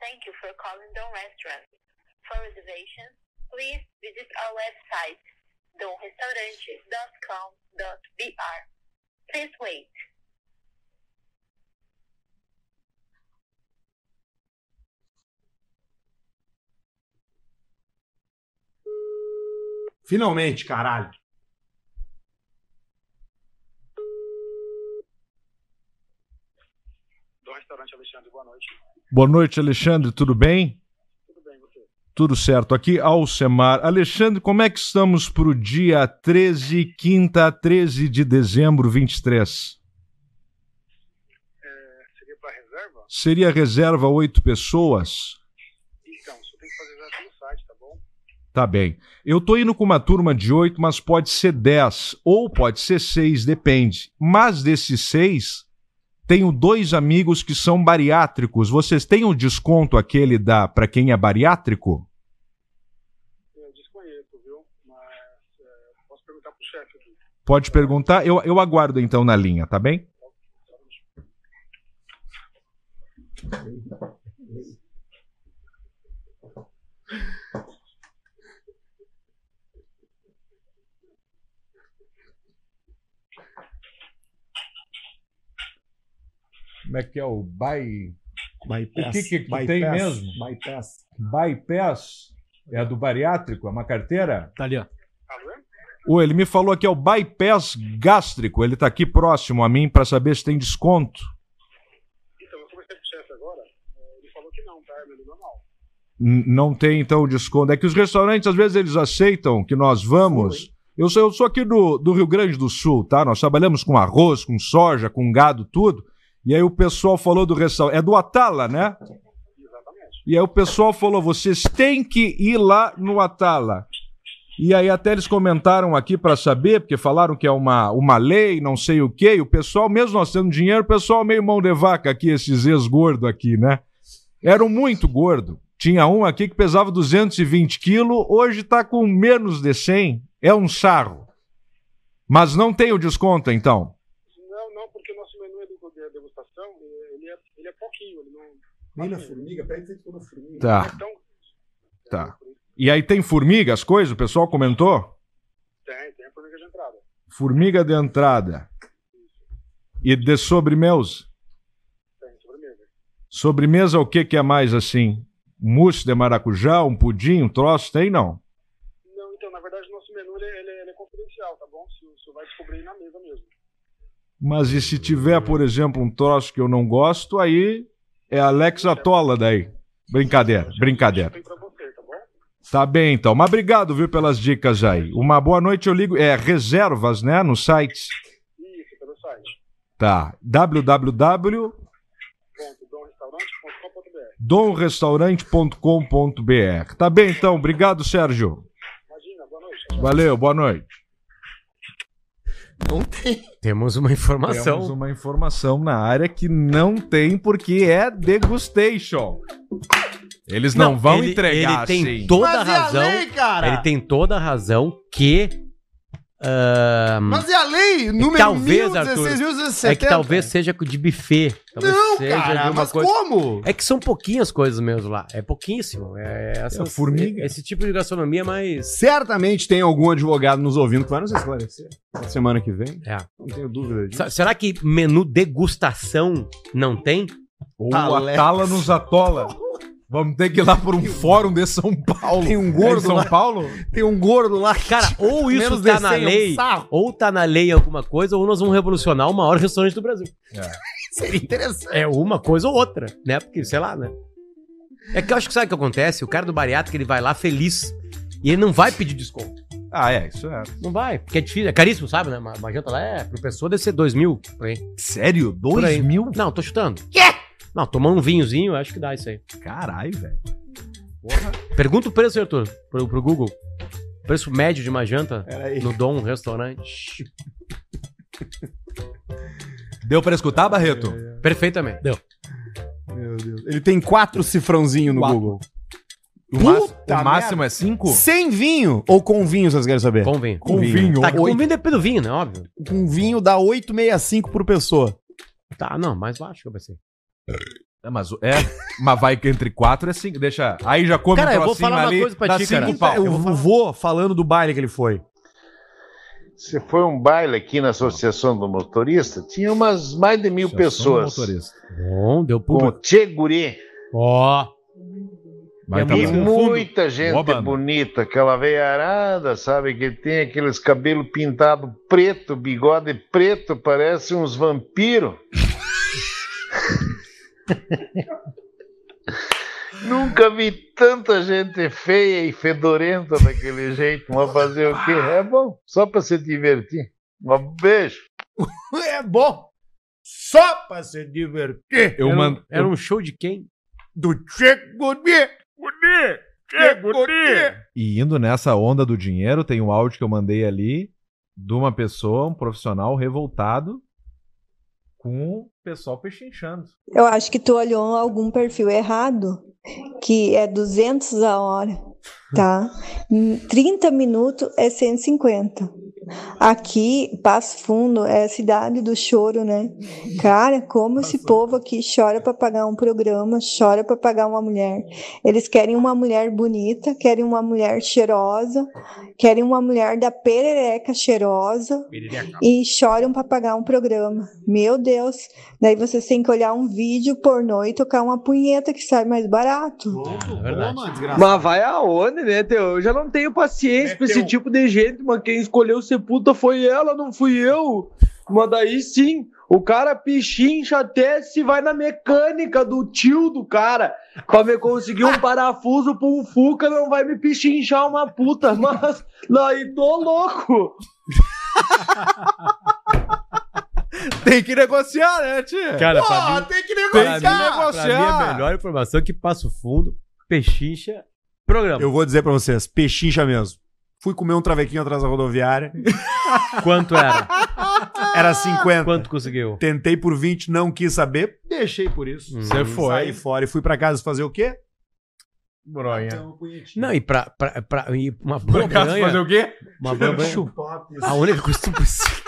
Speaker 7: Thank you for calling Dom Restaurant. For reservations, please visit our website domrestaurante.com.br. Please wait.
Speaker 1: Finalmente, caralho.
Speaker 3: Boa noite, Alexandre. Tudo bem? Tudo certo. Aqui, Alcemar. Alexandre, como é que estamos pro dia 13, quinta, 13 de dezembro, 23?
Speaker 20: É, Seria para reserva?
Speaker 3: Seria reserva oito pessoas?
Speaker 20: Então, você tem que fazer já pelo site, tá bom?
Speaker 3: Tá bem. Eu tô indo com uma turma de oito, mas pode ser 10 ou pode ser seis, depende. Mas desses seis, tenho dois amigos que são bariátricos. Vocês têm um desconto aquele da para quem é bariátrico?
Speaker 20: Eu desconheço, viu? Mas é, posso perguntar pro chefe aqui.
Speaker 3: Pode perguntar. Eu, eu aguardo então na linha, tá bem? Como é que é o by...
Speaker 26: Bypass.
Speaker 3: O que que tu
Speaker 26: Bypass.
Speaker 3: tem mesmo?
Speaker 26: Bypass.
Speaker 3: bypass? É a do bariátrico? É uma carteira?
Speaker 4: Tá ali, ó.
Speaker 3: Ô, ele me falou aqui, é o bypass gástrico. Ele tá aqui próximo a mim pra saber se tem desconto.
Speaker 2: Então, eu conversei com o chefe agora, eh, ele falou que não, tá? É menu normal.
Speaker 3: N- Não tem, então, desconto. É que os restaurantes, às vezes, eles aceitam que nós vamos. eu, sou, eu sou aqui do, do Rio Grande do Sul, tá? Nós trabalhamos com arroz, com soja, com gado, tudo. E aí o pessoal falou do restaurante. É do Atala, né? E aí o pessoal falou: vocês têm que ir lá no Atala. E aí até eles comentaram aqui pra saber, porque falaram que é uma, uma lei, não sei o quê. E o pessoal, mesmo nós tendo dinheiro, o pessoal é meio mão de vaca aqui, esses ex-gordo aqui, né? Eram muito gordo. Tinha um aqui que pesava 220 quilos, hoje tá com menos de 100. É um sarro. Mas não tem o desconto, então.
Speaker 2: Não, não, porque o nosso menu é de de degustação, eh, ele é, ele é pouquinho, ele não... Assim.
Speaker 26: Nem
Speaker 2: Então,
Speaker 26: na formiga, peraí que você ficou na formiga.
Speaker 3: Tá. Tá. E aí tem formiga, as coisas? O pessoal comentou?
Speaker 2: Tem, tem a formiga de entrada.
Speaker 3: Formiga de entrada. E de sobremesa?
Speaker 2: Tem sobremesa.
Speaker 3: Sobremesa o que que é mais assim? Mousse de maracujá, um pudim, um troço? Tem não?
Speaker 2: Não, então, na verdade, o nosso menu, ele, ele- ele é confidencial, tá bom? O senhor vai descobrir na mesa mesmo.
Speaker 3: Mas e se tiver, por exemplo, um troço que eu não gosto, aí é Alex Atola daí. Brincadeira, brincadeira. Tá bem, então. Mas obrigado, viu, pelas dicas aí. Uma boa noite, eu ligo. É, reservas, né, no site.
Speaker 2: Isso, pelo site.
Speaker 3: Tá.
Speaker 2: www.domrestaurante.com.br
Speaker 3: www.domrestaurante.com.br. Tá bem, então. Obrigado, Sérgio.
Speaker 2: Imagina, boa noite.
Speaker 3: Valeu, boa noite.
Speaker 12: Não tem.
Speaker 4: Temos uma informação.
Speaker 3: Temos uma informação na área que não tem porque é degustation. Eles não, vão
Speaker 4: ele,
Speaker 3: entregar
Speaker 4: Ele tem
Speaker 3: assim.
Speaker 4: toda
Speaker 27: Mas e
Speaker 4: a
Speaker 27: a
Speaker 4: razão.
Speaker 27: lei, cara?
Speaker 4: Ele tem toda a razão que. ah,
Speaker 3: Hum.
Speaker 27: Mas é a lei,
Speaker 4: é
Speaker 27: número
Speaker 4: talvez,
Speaker 27: 16.070.
Speaker 4: Arthur, é que talvez seja de buffet. talvez
Speaker 27: Não,
Speaker 4: seja
Speaker 27: cara,
Speaker 4: de uma
Speaker 27: mas como?
Speaker 4: É que são pouquinhas coisas mesmo lá. É pouquíssimo. É, essas-
Speaker 1: É formiga.
Speaker 4: Esse tipo de gastronomia é mais.
Speaker 1: Certamente tem algum advogado nos ouvindo que vai nos esclarecer na semana que vem.
Speaker 4: É.
Speaker 1: Não tenho dúvida disso.
Speaker 4: Sa- Será que menu degustação não tem?
Speaker 3: Ou atala nos atola. Vamos ter que ir lá por um fórum de São Paulo. Tem um
Speaker 4: gordo
Speaker 3: em São
Speaker 4: lá.
Speaker 3: Paulo? Tipo,
Speaker 1: Tem um gordo lá.
Speaker 4: Cara, ou isso
Speaker 1: Menos
Speaker 4: tá
Speaker 1: de
Speaker 4: na
Speaker 1: 100 é um
Speaker 4: lei,
Speaker 1: sarro.
Speaker 4: ou tá na lei alguma coisa, ou nós vamos revolucionar o maior restaurante do Brasil.
Speaker 1: Seria interessante.
Speaker 4: É uma coisa ou outra, né? Porque, sei lá, né? É que eu acho que sabe o que acontece? O cara do bariátrico, ele vai lá feliz e ele não vai pedir desconto.
Speaker 3: Ah, é, isso é.
Speaker 4: Não vai, porque é difícil, é caríssimo, sabe, né? Uma, uma janta lá é, pro pessoa deve ser dois mil. por aí.
Speaker 3: Sério? Dois
Speaker 4: Por aí.
Speaker 3: mil?
Speaker 4: Não, tô chutando. Quê? Não, tomar um vinhozinho, eu acho que dá isso aí.
Speaker 3: Caralho, velho.
Speaker 4: Pergunta o preço, Arthur, pro, pro Google. Preço médio de uma janta
Speaker 1: Peraí.
Speaker 4: no Dom um Restaurante.
Speaker 3: Deu pra escutar, Barreto?
Speaker 4: Perfeitamente. Deu.
Speaker 1: É. Meu Deus. Ele tem quatro cifrãozinho no Google.
Speaker 3: O, ma- o máximo é cinco?
Speaker 1: Sem vinho ou com vinho, vocês querem saber?
Speaker 4: Com vinho.
Speaker 1: Com vinho.
Speaker 4: Tá, com
Speaker 1: Oito-
Speaker 4: vinho depende do vinho, né? Óbvio.
Speaker 1: Com vinho dá 8,65 por pessoa.
Speaker 4: Tá, não, mais baixo que eu pensei.
Speaker 3: É, mas, é, mas vai que entre quatro é cinco. Deixa. Aí já come um
Speaker 1: Cara, eu vou
Speaker 3: trocinho
Speaker 1: falar uma coisa pra
Speaker 3: dá
Speaker 1: ti,
Speaker 3: cinco
Speaker 1: cara.
Speaker 3: pau.
Speaker 1: Eu vou vô falando do baile que ele foi.
Speaker 28: Você foi um baile aqui na Associação do Motorista, tinha umas mais de mil pessoas.
Speaker 4: Bom, deu
Speaker 28: Com
Speaker 4: público.
Speaker 28: Tchê Guri.
Speaker 4: Ó.
Speaker 28: E muita gente bonita, aquela veia arada, sabe? Que tem aqueles cabelos pintados preto, bigode preto, parece uns vampiros. Nunca vi tanta gente feia e fedorenta daquele jeito, mas fazer o quê? É bom, só para se divertir. Um beijo.
Speaker 27: É bom. Só pra se divertir. Era
Speaker 3: Eu
Speaker 27: um-
Speaker 3: man-
Speaker 27: era um
Speaker 4: show de quem?
Speaker 27: Do Che Guri. Guri. Che Guri.
Speaker 3: E indo nessa onda do dinheiro, tem um áudio que eu mandei ali de uma pessoa, um profissional revoltado com o pessoal pechinchando.
Speaker 29: Eu acho que tu olhou algum perfil errado, que é 200 a hora, tá? Em 30 minutos é 150. Aqui, Passo Fundo, é a cidade do choro, né? Cara, como esse povo aqui chora para pagar um programa, chora para pagar uma mulher. Eles querem uma mulher bonita, querem uma mulher cheirosa, querem uma mulher da perereca cheirosa e choram para pagar um programa. Meu Deus! Daí vocês têm que olhar um vídeo pornô e tocar uma punheta que sai mais barato.
Speaker 4: É
Speaker 2: Mas vai aonde, né, Teu? Eu já não tenho
Speaker 3: É
Speaker 2: paciência pra esse tipo de gente, mas quem escolheu ser puta foi ela, não fui eu. Mas daí sim, o cara pichincha até se vai na mecânica do tio do cara pra me conseguir um parafuso pra um fuca, não vai me pichinchar uma puta, mas daí tô louco.
Speaker 3: Tem que negociar, né, tia?
Speaker 4: Cara,
Speaker 3: Pô,
Speaker 4: pra mim-
Speaker 3: tem que
Speaker 4: Pra
Speaker 3: negociar.
Speaker 4: mim, é pra mim, a melhor informação é que Passo Fundo, Pechincha, programa.
Speaker 1: Eu vou dizer pra vocês, pechincha mesmo. Fui comer um travequinho atrás da rodoviária.
Speaker 4: Quanto era?
Speaker 1: Era 50.
Speaker 4: Quanto conseguiu? Uhum.
Speaker 1: Tentei por 20, não quis saber. Deixei por isso.
Speaker 4: Você foi.
Speaker 1: Saí fora e fui pra casa fazer o quê?
Speaker 3: Bronha.
Speaker 4: Não, e pra, pra, pra e uma boa
Speaker 3: acaso,
Speaker 4: banha-
Speaker 3: fazer o quê?
Speaker 4: Uma boa banha.
Speaker 3: Chupar a piscina.
Speaker 4: A única coisa que tu precisa.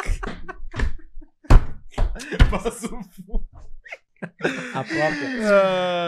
Speaker 4: A própria.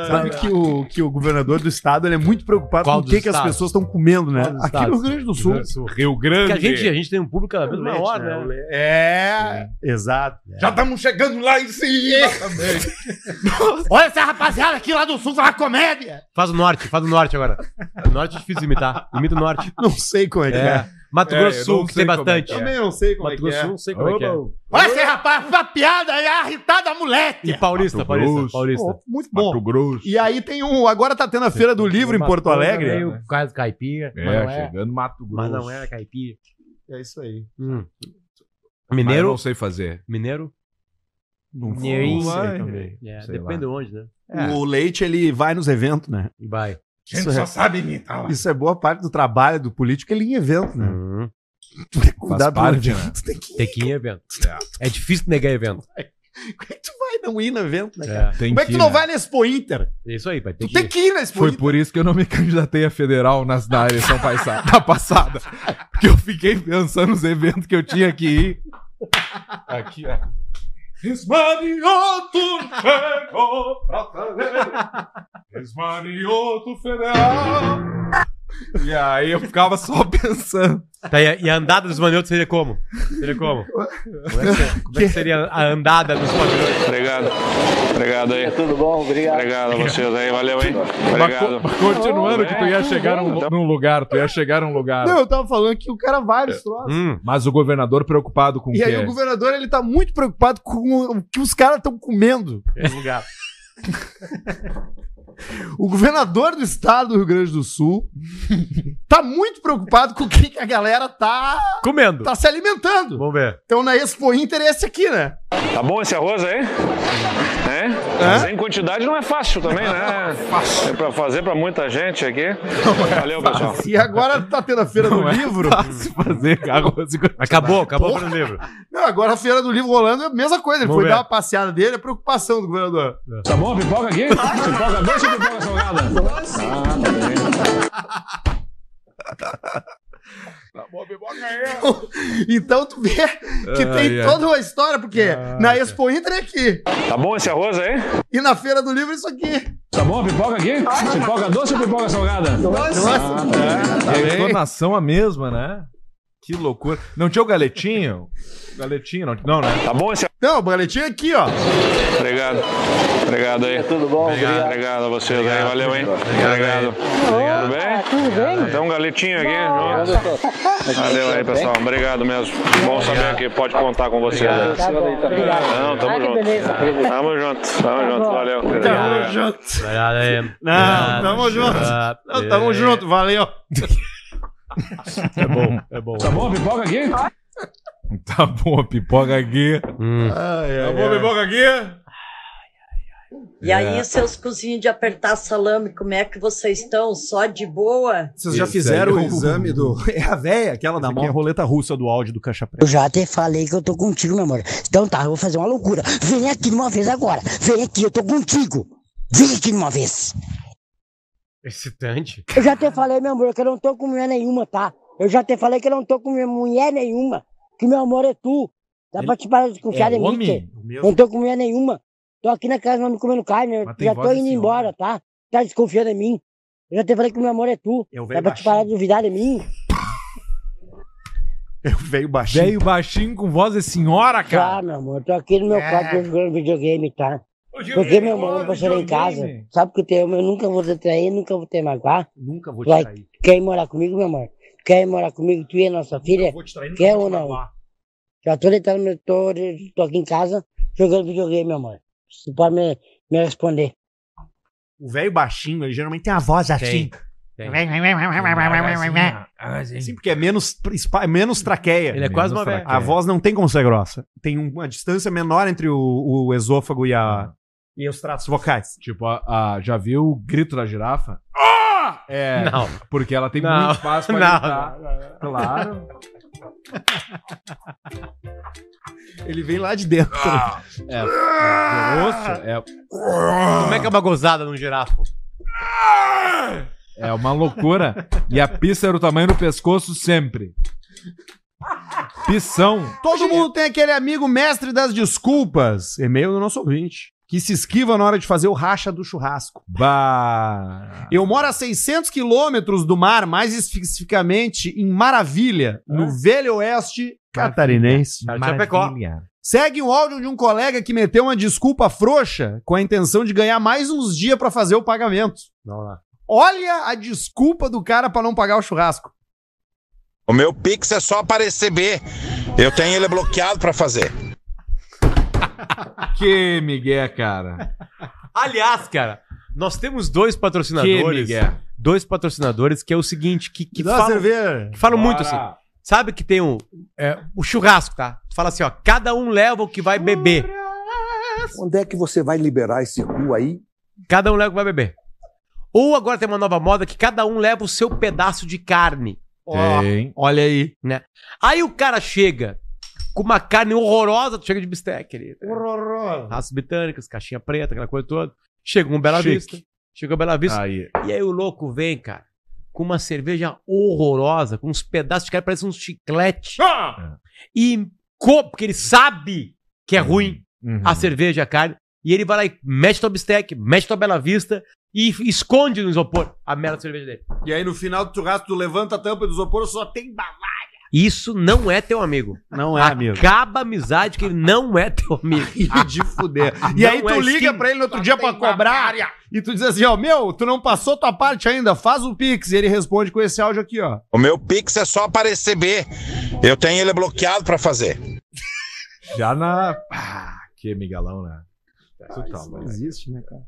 Speaker 1: Sabe que o, que o governador do estado ele é muito preocupado
Speaker 4: Qual
Speaker 1: com o
Speaker 4: dos
Speaker 1: que, que as
Speaker 4: estados?
Speaker 1: pessoas estão comendo, né?
Speaker 4: Qual dos
Speaker 1: Aqui no
Speaker 4: estados?
Speaker 1: Rio Grande do Sul.
Speaker 4: Rio Grande do Sul. Rio Grande. Que a gente- a gente tem um público cada vez
Speaker 1: O
Speaker 4: maior, né?
Speaker 1: o le- É, exato. É.
Speaker 3: Já estamos chegando lá em cima também.
Speaker 30: Olha essa rapaziada aqui lá do sul fala comédia.
Speaker 4: Faz o norte, faz o norte agora. O norte é difícil de imitar. Imita o norte.
Speaker 1: Não sei como é que é.
Speaker 4: Mato
Speaker 1: É,
Speaker 4: Grosso
Speaker 1: eu
Speaker 4: do Sul,
Speaker 1: não
Speaker 4: que
Speaker 1: sei
Speaker 4: tem
Speaker 1: como é
Speaker 4: bastante.
Speaker 1: que é. Também não sei como
Speaker 4: Mato
Speaker 1: é que
Speaker 4: Grosso do
Speaker 1: é.
Speaker 4: Sul, não sei como é que é.
Speaker 1: Ô,
Speaker 30: Olha esse rapaz, uma piada aí
Speaker 1: ah!
Speaker 30: arretada moleque.
Speaker 4: E Paulista,
Speaker 1: Mato
Speaker 4: Paulista,
Speaker 1: Grosso.
Speaker 4: Paulista.
Speaker 1: Pô, muito bom.
Speaker 3: Mato Grosso.
Speaker 1: E aí tem um. Agora tá tendo a Feira do Livro em Porto Alegre.
Speaker 4: é Meio quase caipira.
Speaker 3: É,
Speaker 4: mas não é.
Speaker 3: chegando Mato Grosso.
Speaker 4: Mas não é caipira.
Speaker 1: É isso aí.
Speaker 4: Hum.
Speaker 3: Mas Ah, eu
Speaker 4: Mineiro?
Speaker 3: não sei fazer.
Speaker 4: Mineiro?
Speaker 1: Não vou-
Speaker 4: Mineirinho.
Speaker 1: não sei também.
Speaker 4: É,
Speaker 1: Sei
Speaker 4: depende de
Speaker 1: lá.
Speaker 4: onde, né?
Speaker 1: É. O leite, ele vai nos eventos, né?
Speaker 4: Vai.
Speaker 3: Gente, só sabe imitar, ué.
Speaker 1: Isso é boa parte do trabalho do político, ele ir em evento, né? Tu tem que cuidar do
Speaker 4: parte,
Speaker 1: evento,
Speaker 4: né?
Speaker 1: tu tipo, tem que
Speaker 4: Uhum. Tem que ir em evento. É difícil negar evento.
Speaker 1: é vai não ir no evento, né,
Speaker 4: É,
Speaker 1: cara?
Speaker 3: tem
Speaker 1: Como é que
Speaker 3: que
Speaker 1: tu
Speaker 3: ir,
Speaker 1: não
Speaker 3: né?
Speaker 1: vai na Expo Inter?
Speaker 4: É isso aí, pai.
Speaker 1: Tu tem que ir na Expo
Speaker 3: Foi
Speaker 1: Inter.
Speaker 3: por isso que eu não me candidatei a federal nas, na eleição paisa- da passada. Porque eu fiquei pensando nos eventos que eu tinha que ir. Aqui, ó. Esmanioto chegou pra fazer Esmanioto federal. E aí eu ficava só pensando.
Speaker 4: Tá, e, a, e a andada dos maniotos seria como? Seria como? Como é que, seria- como é que seria a andada dos maniotos?
Speaker 31: Obrigado. Obrigado aí. Tudo bom? Obrigado. Obrigado a vocês aí. Valeu, hein? Obrigado.
Speaker 3: Mas co- Continuando que tu ia chegar num, num lugar, tu ia chegar num lugar. Hum.
Speaker 1: Não, eu tava falando que o cara
Speaker 3: É.
Speaker 1: vai nos troços.
Speaker 3: Mas o governador preocupado com o
Speaker 1: E aí
Speaker 3: quê?
Speaker 1: o governador, ele tá muito preocupado com o que os caras estão comendo.
Speaker 3: É.
Speaker 1: O governador do estado do Rio Grande do Sul tá muito preocupado com o que que a galera tá
Speaker 4: comendo.
Speaker 1: Tá se alimentando.
Speaker 4: Vamos ver.
Speaker 1: Então na Expo Inter é esse aqui, né?
Speaker 31: Tá bom esse arroz aí? É? Fazer em quantidade não é fácil também, né? É pra fazer pra muita gente aqui. Valeu, pessoal.
Speaker 1: E agora tá tendo a Feira do Livro.
Speaker 3: é fazer arroz e
Speaker 4: Acabou, acabou
Speaker 1: Porra.
Speaker 4: o livro.
Speaker 1: Não, agora a Feira do Livro rolando é a mesma coisa. Ele
Speaker 4: Vamos
Speaker 1: foi
Speaker 4: ver.
Speaker 1: dar uma passeada dele, é preocupação do governador.
Speaker 31: Tá bom, pipoca aqui? Pipoca doce ou pipoca salgada?
Speaker 1: Então tu vê que
Speaker 31: Ai,
Speaker 1: tem
Speaker 31: ai.
Speaker 1: toda uma história, porque na Expo Inter é aqui.
Speaker 31: Tá bom esse arroz aí?
Speaker 1: E na Feira do Livro é isso aqui.
Speaker 31: Tá bom, pipoca aqui? Pipoca doce ou pipoca salgada?
Speaker 3: E a É, entonação a mesma, né? Que loucura. Não tinha o galetinho? O galetinho, não, não é né?
Speaker 31: Tá bom esse...
Speaker 1: Não, o galetinho aqui, ó.
Speaker 31: Obrigado. Obrigado aí. Tudo bom? Obrigado, obrigado a vocês aí. Valeu, hein? Obrigado. Tudo bem? Tudo bem. Tem um galetinho aqui. junto. Valeu aí, pessoal. Obrigado mesmo. Bom saber que pode contar com vocês. aí.
Speaker 32: Tá bom.
Speaker 31: Não, tamo junto. Tamo junto. Tá Tamo junto. Valeu.
Speaker 1: Tamo junto.
Speaker 4: Obrigado aí. Ah,
Speaker 1: Não, tamo junto. Não, tamo junto, valeu.
Speaker 4: É bom, é bom.
Speaker 31: Tá bom, pipoca aqui?
Speaker 3: Tá bom, pipoca aqui. Ah,
Speaker 1: Tá
Speaker 3: bom, pipoca aqui.
Speaker 9: E aí, seus cozinhos de apertar salame, como é que vocês estão? Só de boa?
Speaker 1: Vocês já fizeram o exame do. É a véia, aquela da mão. roleta russa do áudio do Caixa Preta.
Speaker 33: Eu já te falei que eu tô contigo, meu amor. Então tá, eu vou fazer uma loucura. Vem aqui de uma vez agora. Vem aqui, eu tô contigo. Vem aqui de uma vez.
Speaker 4: Excitante.
Speaker 33: Eu já te falei, meu amor, que eu não tô com mulher nenhuma, tá? Eu já te falei que eu não tô com mulher nenhuma. que meu amor é tu. Dá pra te parar de confiar
Speaker 3: é
Speaker 33: em mim,
Speaker 3: homem?
Speaker 33: tchê.
Speaker 3: O mesmo.
Speaker 33: Não tô com mulher nenhuma. Tô aqui na casa, não me comendo carne. Eu
Speaker 3: Mas tem
Speaker 33: já
Speaker 3: voz
Speaker 33: tô
Speaker 3: de
Speaker 33: indo
Speaker 3: senhor,
Speaker 33: embora, tá? Tá desconfiando em mim. Eu já te falei que meu amor é tu.
Speaker 3: É o velho
Speaker 33: Dá pra te parar de duvidar de mim.
Speaker 3: Veio baixinho. Veio baixinho com voz de senhora, cara.
Speaker 33: Tá, meu amor. Tô aqui no meu
Speaker 3: É.
Speaker 33: quarto jogando videogame, tá?
Speaker 3: Videogame,
Speaker 33: Porque, meu amor,
Speaker 3: olha,
Speaker 33: eu vou chorar em casa.
Speaker 3: videogame.
Speaker 33: Sabe que eu, te amo, eu nunca vou te trair, nunca vou te magoar.
Speaker 1: Nunca vou
Speaker 33: Tu vai- Quer ir morar comigo, meu amor? Quer ir morar comigo? Tu e a nossa filha?
Speaker 1: vou te trair, nunca
Speaker 33: quer
Speaker 1: vou
Speaker 33: ou
Speaker 1: te
Speaker 33: não?
Speaker 1: magoar.
Speaker 33: Já tô deitado, meu- tô, tô aqui em casa jogando videogame, meu amor. Tu pode me, me responder.
Speaker 1: O velho baixinho, ele geralmente tem a voz assim. Sim, porque é menos, espa- menos traqueia. Ele
Speaker 4: é quase uma velha.
Speaker 1: A voz não tem como ser grossa. Tem um- uma distância menor entre o, o esôfago e, a, e os tratos vocais.
Speaker 3: Tipo, a, a- já viu o grito da girafa? É,
Speaker 4: Não.
Speaker 3: porque ela tem
Speaker 4: Não.
Speaker 3: muito espaço pra
Speaker 4: Não.
Speaker 3: gritar. Claro.
Speaker 1: Ele vem lá de dentro.
Speaker 3: É, é grosso, é,
Speaker 4: Como é que é uma gozada num girafo?
Speaker 3: é uma loucura. E a pista era o tamanho do pescoço sempre. Pissão.
Speaker 1: Todo mundo tem aquele amigo mestre das desculpas. E-mail do nosso ouvinte. Que se esquiva na hora de fazer o racha do churrasco.
Speaker 3: Bah.
Speaker 1: Eu moro a 600 quilômetros do mar, mais especificamente em Maravilha, no Velho Oeste catarinense.
Speaker 4: Chapecó.
Speaker 1: Segue o áudio de um colega que meteu uma desculpa frouxa com a intenção de ganhar mais uns dias pra fazer o pagamento. Olha a desculpa do cara pra não pagar o churrasco.
Speaker 28: O meu Pix é só para receber. Eu tenho ele bloqueado para fazer.
Speaker 3: Que migué, cara.
Speaker 4: Aliás, cara, nós temos dois
Speaker 3: Que
Speaker 4: patrocinadores.
Speaker 3: migué.
Speaker 4: dois patrocinadores que é o seguinte, que, que
Speaker 1: dá uma cerveja.
Speaker 4: que falam
Speaker 3: Bora.
Speaker 4: muito assim. Sabe que tem um, é, o churrasco, tá? Tu fala assim, ó, cada um leva o que vai beber.
Speaker 34: Onde é que você vai liberar esse cu aí?
Speaker 4: Cada um leva o que vai beber. Ou agora tem uma nova moda que cada um leva o seu pedaço de carne.
Speaker 3: Tem.
Speaker 4: Olha aí. Né? Aí o cara chega com uma carne horrorosa, tu chega de bistec ali.
Speaker 1: Horrorosa.
Speaker 4: Raças britânicas, caixinha preta, aquela coisa toda. Chegou um Bela
Speaker 3: Chique.
Speaker 4: Vista. Chegou a Bela Vista.
Speaker 3: Aí.
Speaker 4: E aí o louco vem, cara, com uma cerveja horrorosa, com uns pedaços de carne, parece um chiclete.
Speaker 1: Ah!
Speaker 4: E co- porque ele sabe que é
Speaker 1: Uhum.
Speaker 4: ruim a cerveja e a carne. E ele vai lá e mexe tua bistec, mexe tua Bela Vista e f- esconde no isopor a merda da cerveja dele.
Speaker 1: E aí no final do churrasco, tu levanta a tampa do isopor, só tem balada.
Speaker 4: Isso não é teu amigo.
Speaker 1: Não é amigo.
Speaker 4: Acaba a amizade que ele não é teu amigo.
Speaker 1: de fuder. E aí tu liga pra ele no outro dia pra cobrar e tu diz assim, ó, meu, tu não passou tua parte ainda, faz o Pix. E ele responde com esse áudio aqui, ó.
Speaker 28: O meu Pix é só para receber. Eu tenho ele bloqueado para fazer.
Speaker 3: Já na. Ah, que miguelão, né? Tu tá louco.
Speaker 1: existe, né, cara?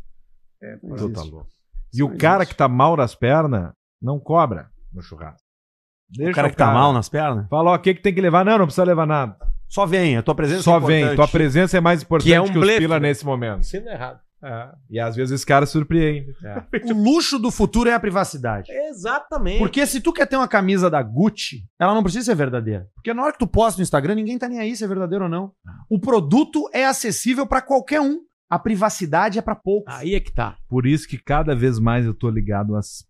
Speaker 1: É,
Speaker 3: Tu tá louco. E o cara que tá mal nas pernas não cobra no churrasco. Deixa
Speaker 1: O cara que tá mal nas pernas?
Speaker 3: Fala, ó, o que, que tem que levar? Não, não precisa levar nada.
Speaker 1: Só vem, a tua presença
Speaker 3: Só
Speaker 1: é importante.
Speaker 3: vem, tua presença é mais importante
Speaker 4: Que
Speaker 3: que,
Speaker 4: é um
Speaker 3: os
Speaker 4: blefe,
Speaker 3: pila
Speaker 4: né?
Speaker 3: nesse momento.
Speaker 1: Tá
Speaker 4: Sendo errado.
Speaker 3: E às vezes esse cara surpreende.
Speaker 1: O luxo do futuro é a privacidade.
Speaker 4: Exatamente.
Speaker 1: Porque se tu quer ter uma camisa da Gucci, ela não precisa ser verdadeira. Porque na hora que tu posta no Instagram, ninguém tá nem aí se é verdadeiro ou não. O produto é acessível pra qualquer um. A privacidade é pra poucos.
Speaker 4: Aí é que tá.
Speaker 3: Por isso que cada vez mais eu tô ligado às,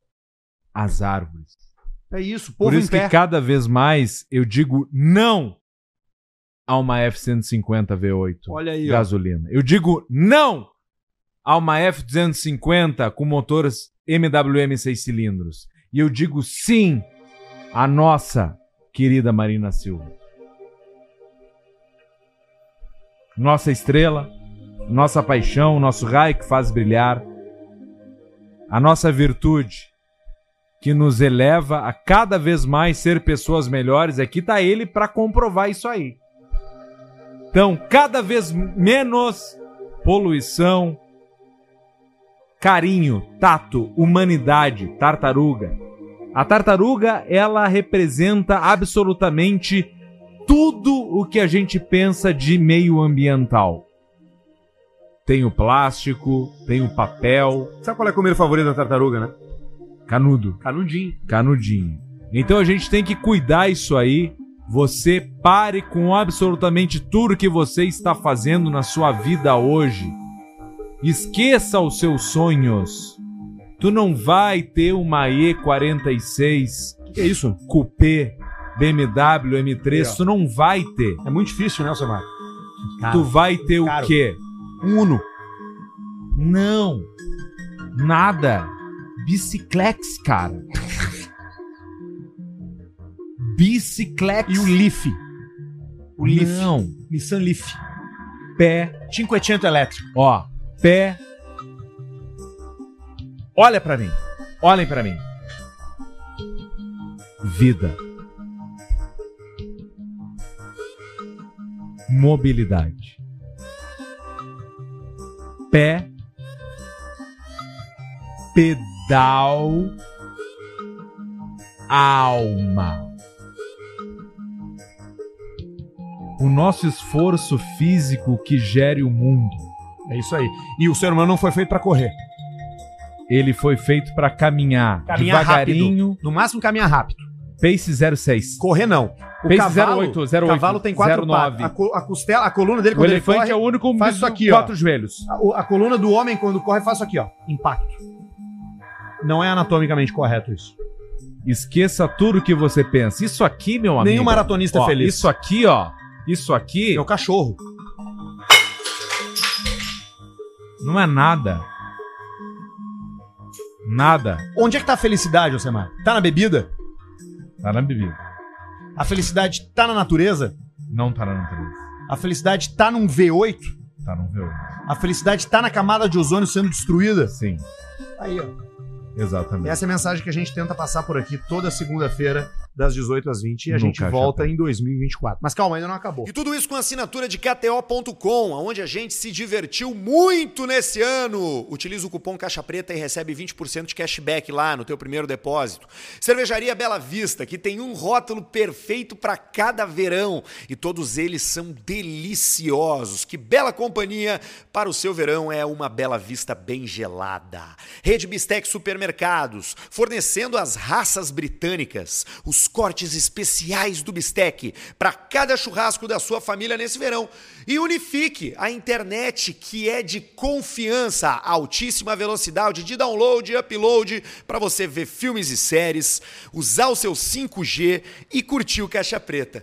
Speaker 3: às árvores.
Speaker 1: É isso, povo
Speaker 3: Por isso
Speaker 1: em
Speaker 3: que
Speaker 1: pé.
Speaker 3: cada vez mais eu digo não a uma F-150 V8
Speaker 1: Olha aí, ó.
Speaker 3: gasolina. Eu digo não a uma F-250 com motores MWM 6 cilindros. E eu digo sim à nossa querida Marina Silva. Nossa estrela, nossa paixão, nosso raio que faz brilhar, a nossa virtude que nos eleva a cada vez mais ser pessoas melhores. Aqui tá ele para comprovar isso aí. Então, cada vez menos poluição, carinho, tato, humanidade, tartaruga. A tartaruga, ela representa absolutamente tudo o que a gente pensa de meio ambiental. Tem o plástico, tem o papel.
Speaker 1: Sabe qual é a comida favorita da tartaruga, né?
Speaker 3: Canudo.
Speaker 1: Canudinho.
Speaker 3: Canudinho. Então a gente tem que cuidar isso aí. Você pare com absolutamente tudo que você está fazendo na sua vida hoje. Esqueça os seus sonhos. Tu não vai ter uma E46
Speaker 1: Que é isso?
Speaker 3: Coupé BMW, M3,
Speaker 2: Aí, ó.
Speaker 3: tu não vai ter.
Speaker 2: É muito difícil, né, Samar?
Speaker 3: Tu vai ter
Speaker 2: Caro.
Speaker 3: o quê?
Speaker 2: Um Uno.
Speaker 3: Não. Nada. Biciclex, cara. Biciclex. E o
Speaker 2: Leaf.
Speaker 3: O Leaf. um Não.
Speaker 2: Nissan Leaf.
Speaker 3: Pé.
Speaker 2: 500 elétrico.
Speaker 3: Ó, pé. Olha pra mim. Olhem pra mim. Vida. Mobilidade. Pé. Pedal. Alma. O nosso esforço físico que gere o mundo.
Speaker 2: É isso aí. E o ser humano não foi feito pra correr.
Speaker 3: Ele foi feito pra caminhar,
Speaker 2: Caminhar
Speaker 3: devagarinho.
Speaker 2: rápido. No máximo, caminhar rápido.
Speaker 3: Pace 06.
Speaker 2: Correr não. O
Speaker 3: Pace
Speaker 2: cavalo,
Speaker 3: 08, 08,
Speaker 2: cavalo tem quatro
Speaker 3: 09.
Speaker 2: patas. A, co- a costela, a coluna dele
Speaker 3: O
Speaker 2: quando ele
Speaker 3: elefante
Speaker 2: corre,
Speaker 3: é o único
Speaker 2: faz
Speaker 3: com
Speaker 2: isso aqui,
Speaker 3: quatro
Speaker 2: ó.
Speaker 3: joelhos.
Speaker 2: A, o- a coluna do homem quando corre faz isso aqui, ó. Impacto. Não é anatomicamente correto isso.
Speaker 3: Esqueça tudo que você pensa. Isso aqui, meu amigo.
Speaker 2: Nenhum maratonista é
Speaker 3: ó,
Speaker 2: feliz.
Speaker 3: Isso aqui, ó. Isso aqui. É o
Speaker 2: cachorro.
Speaker 3: Não é nada. Nada.
Speaker 2: Onde é que tá a felicidade, Alcemar? Tá na bebida?
Speaker 3: Tá na bebida.
Speaker 2: A felicidade tá na natureza?
Speaker 3: Não tá na natureza.
Speaker 2: A felicidade tá num V8?
Speaker 3: Tá, não viu?
Speaker 2: A felicidade tá na camada de ozônio sendo destruída?
Speaker 3: Sim.
Speaker 2: Aí, ó.
Speaker 3: Exatamente.
Speaker 2: Essa é a mensagem que a gente tenta passar por aqui toda segunda-feira, das 18 às 20, e a
Speaker 3: No
Speaker 2: gente
Speaker 3: Caixa
Speaker 2: volta em 2024. Mas calma, ainda não acabou.
Speaker 1: E tudo isso com a assinatura de KTO.com, onde a gente se divertiu muito nesse ano. Utiliza o cupom Caixa Preta e recebe 20% de cashback lá no teu primeiro depósito. Cervejaria Bela Vista, que tem um rótulo perfeito para cada verão. E todos eles são deliciosos. Que bela companhia para o seu verão é uma Bela Vista bem gelada. Rede Bistec Supermercados, fornecendo as raças britânicas, os cortes especiais do bistec para cada churrasco da sua família nesse verão. E unifique a internet que é de confiança, altíssima velocidade de download e upload para você ver filmes e séries, usar o seu 5G e curtir o Caixa Preta.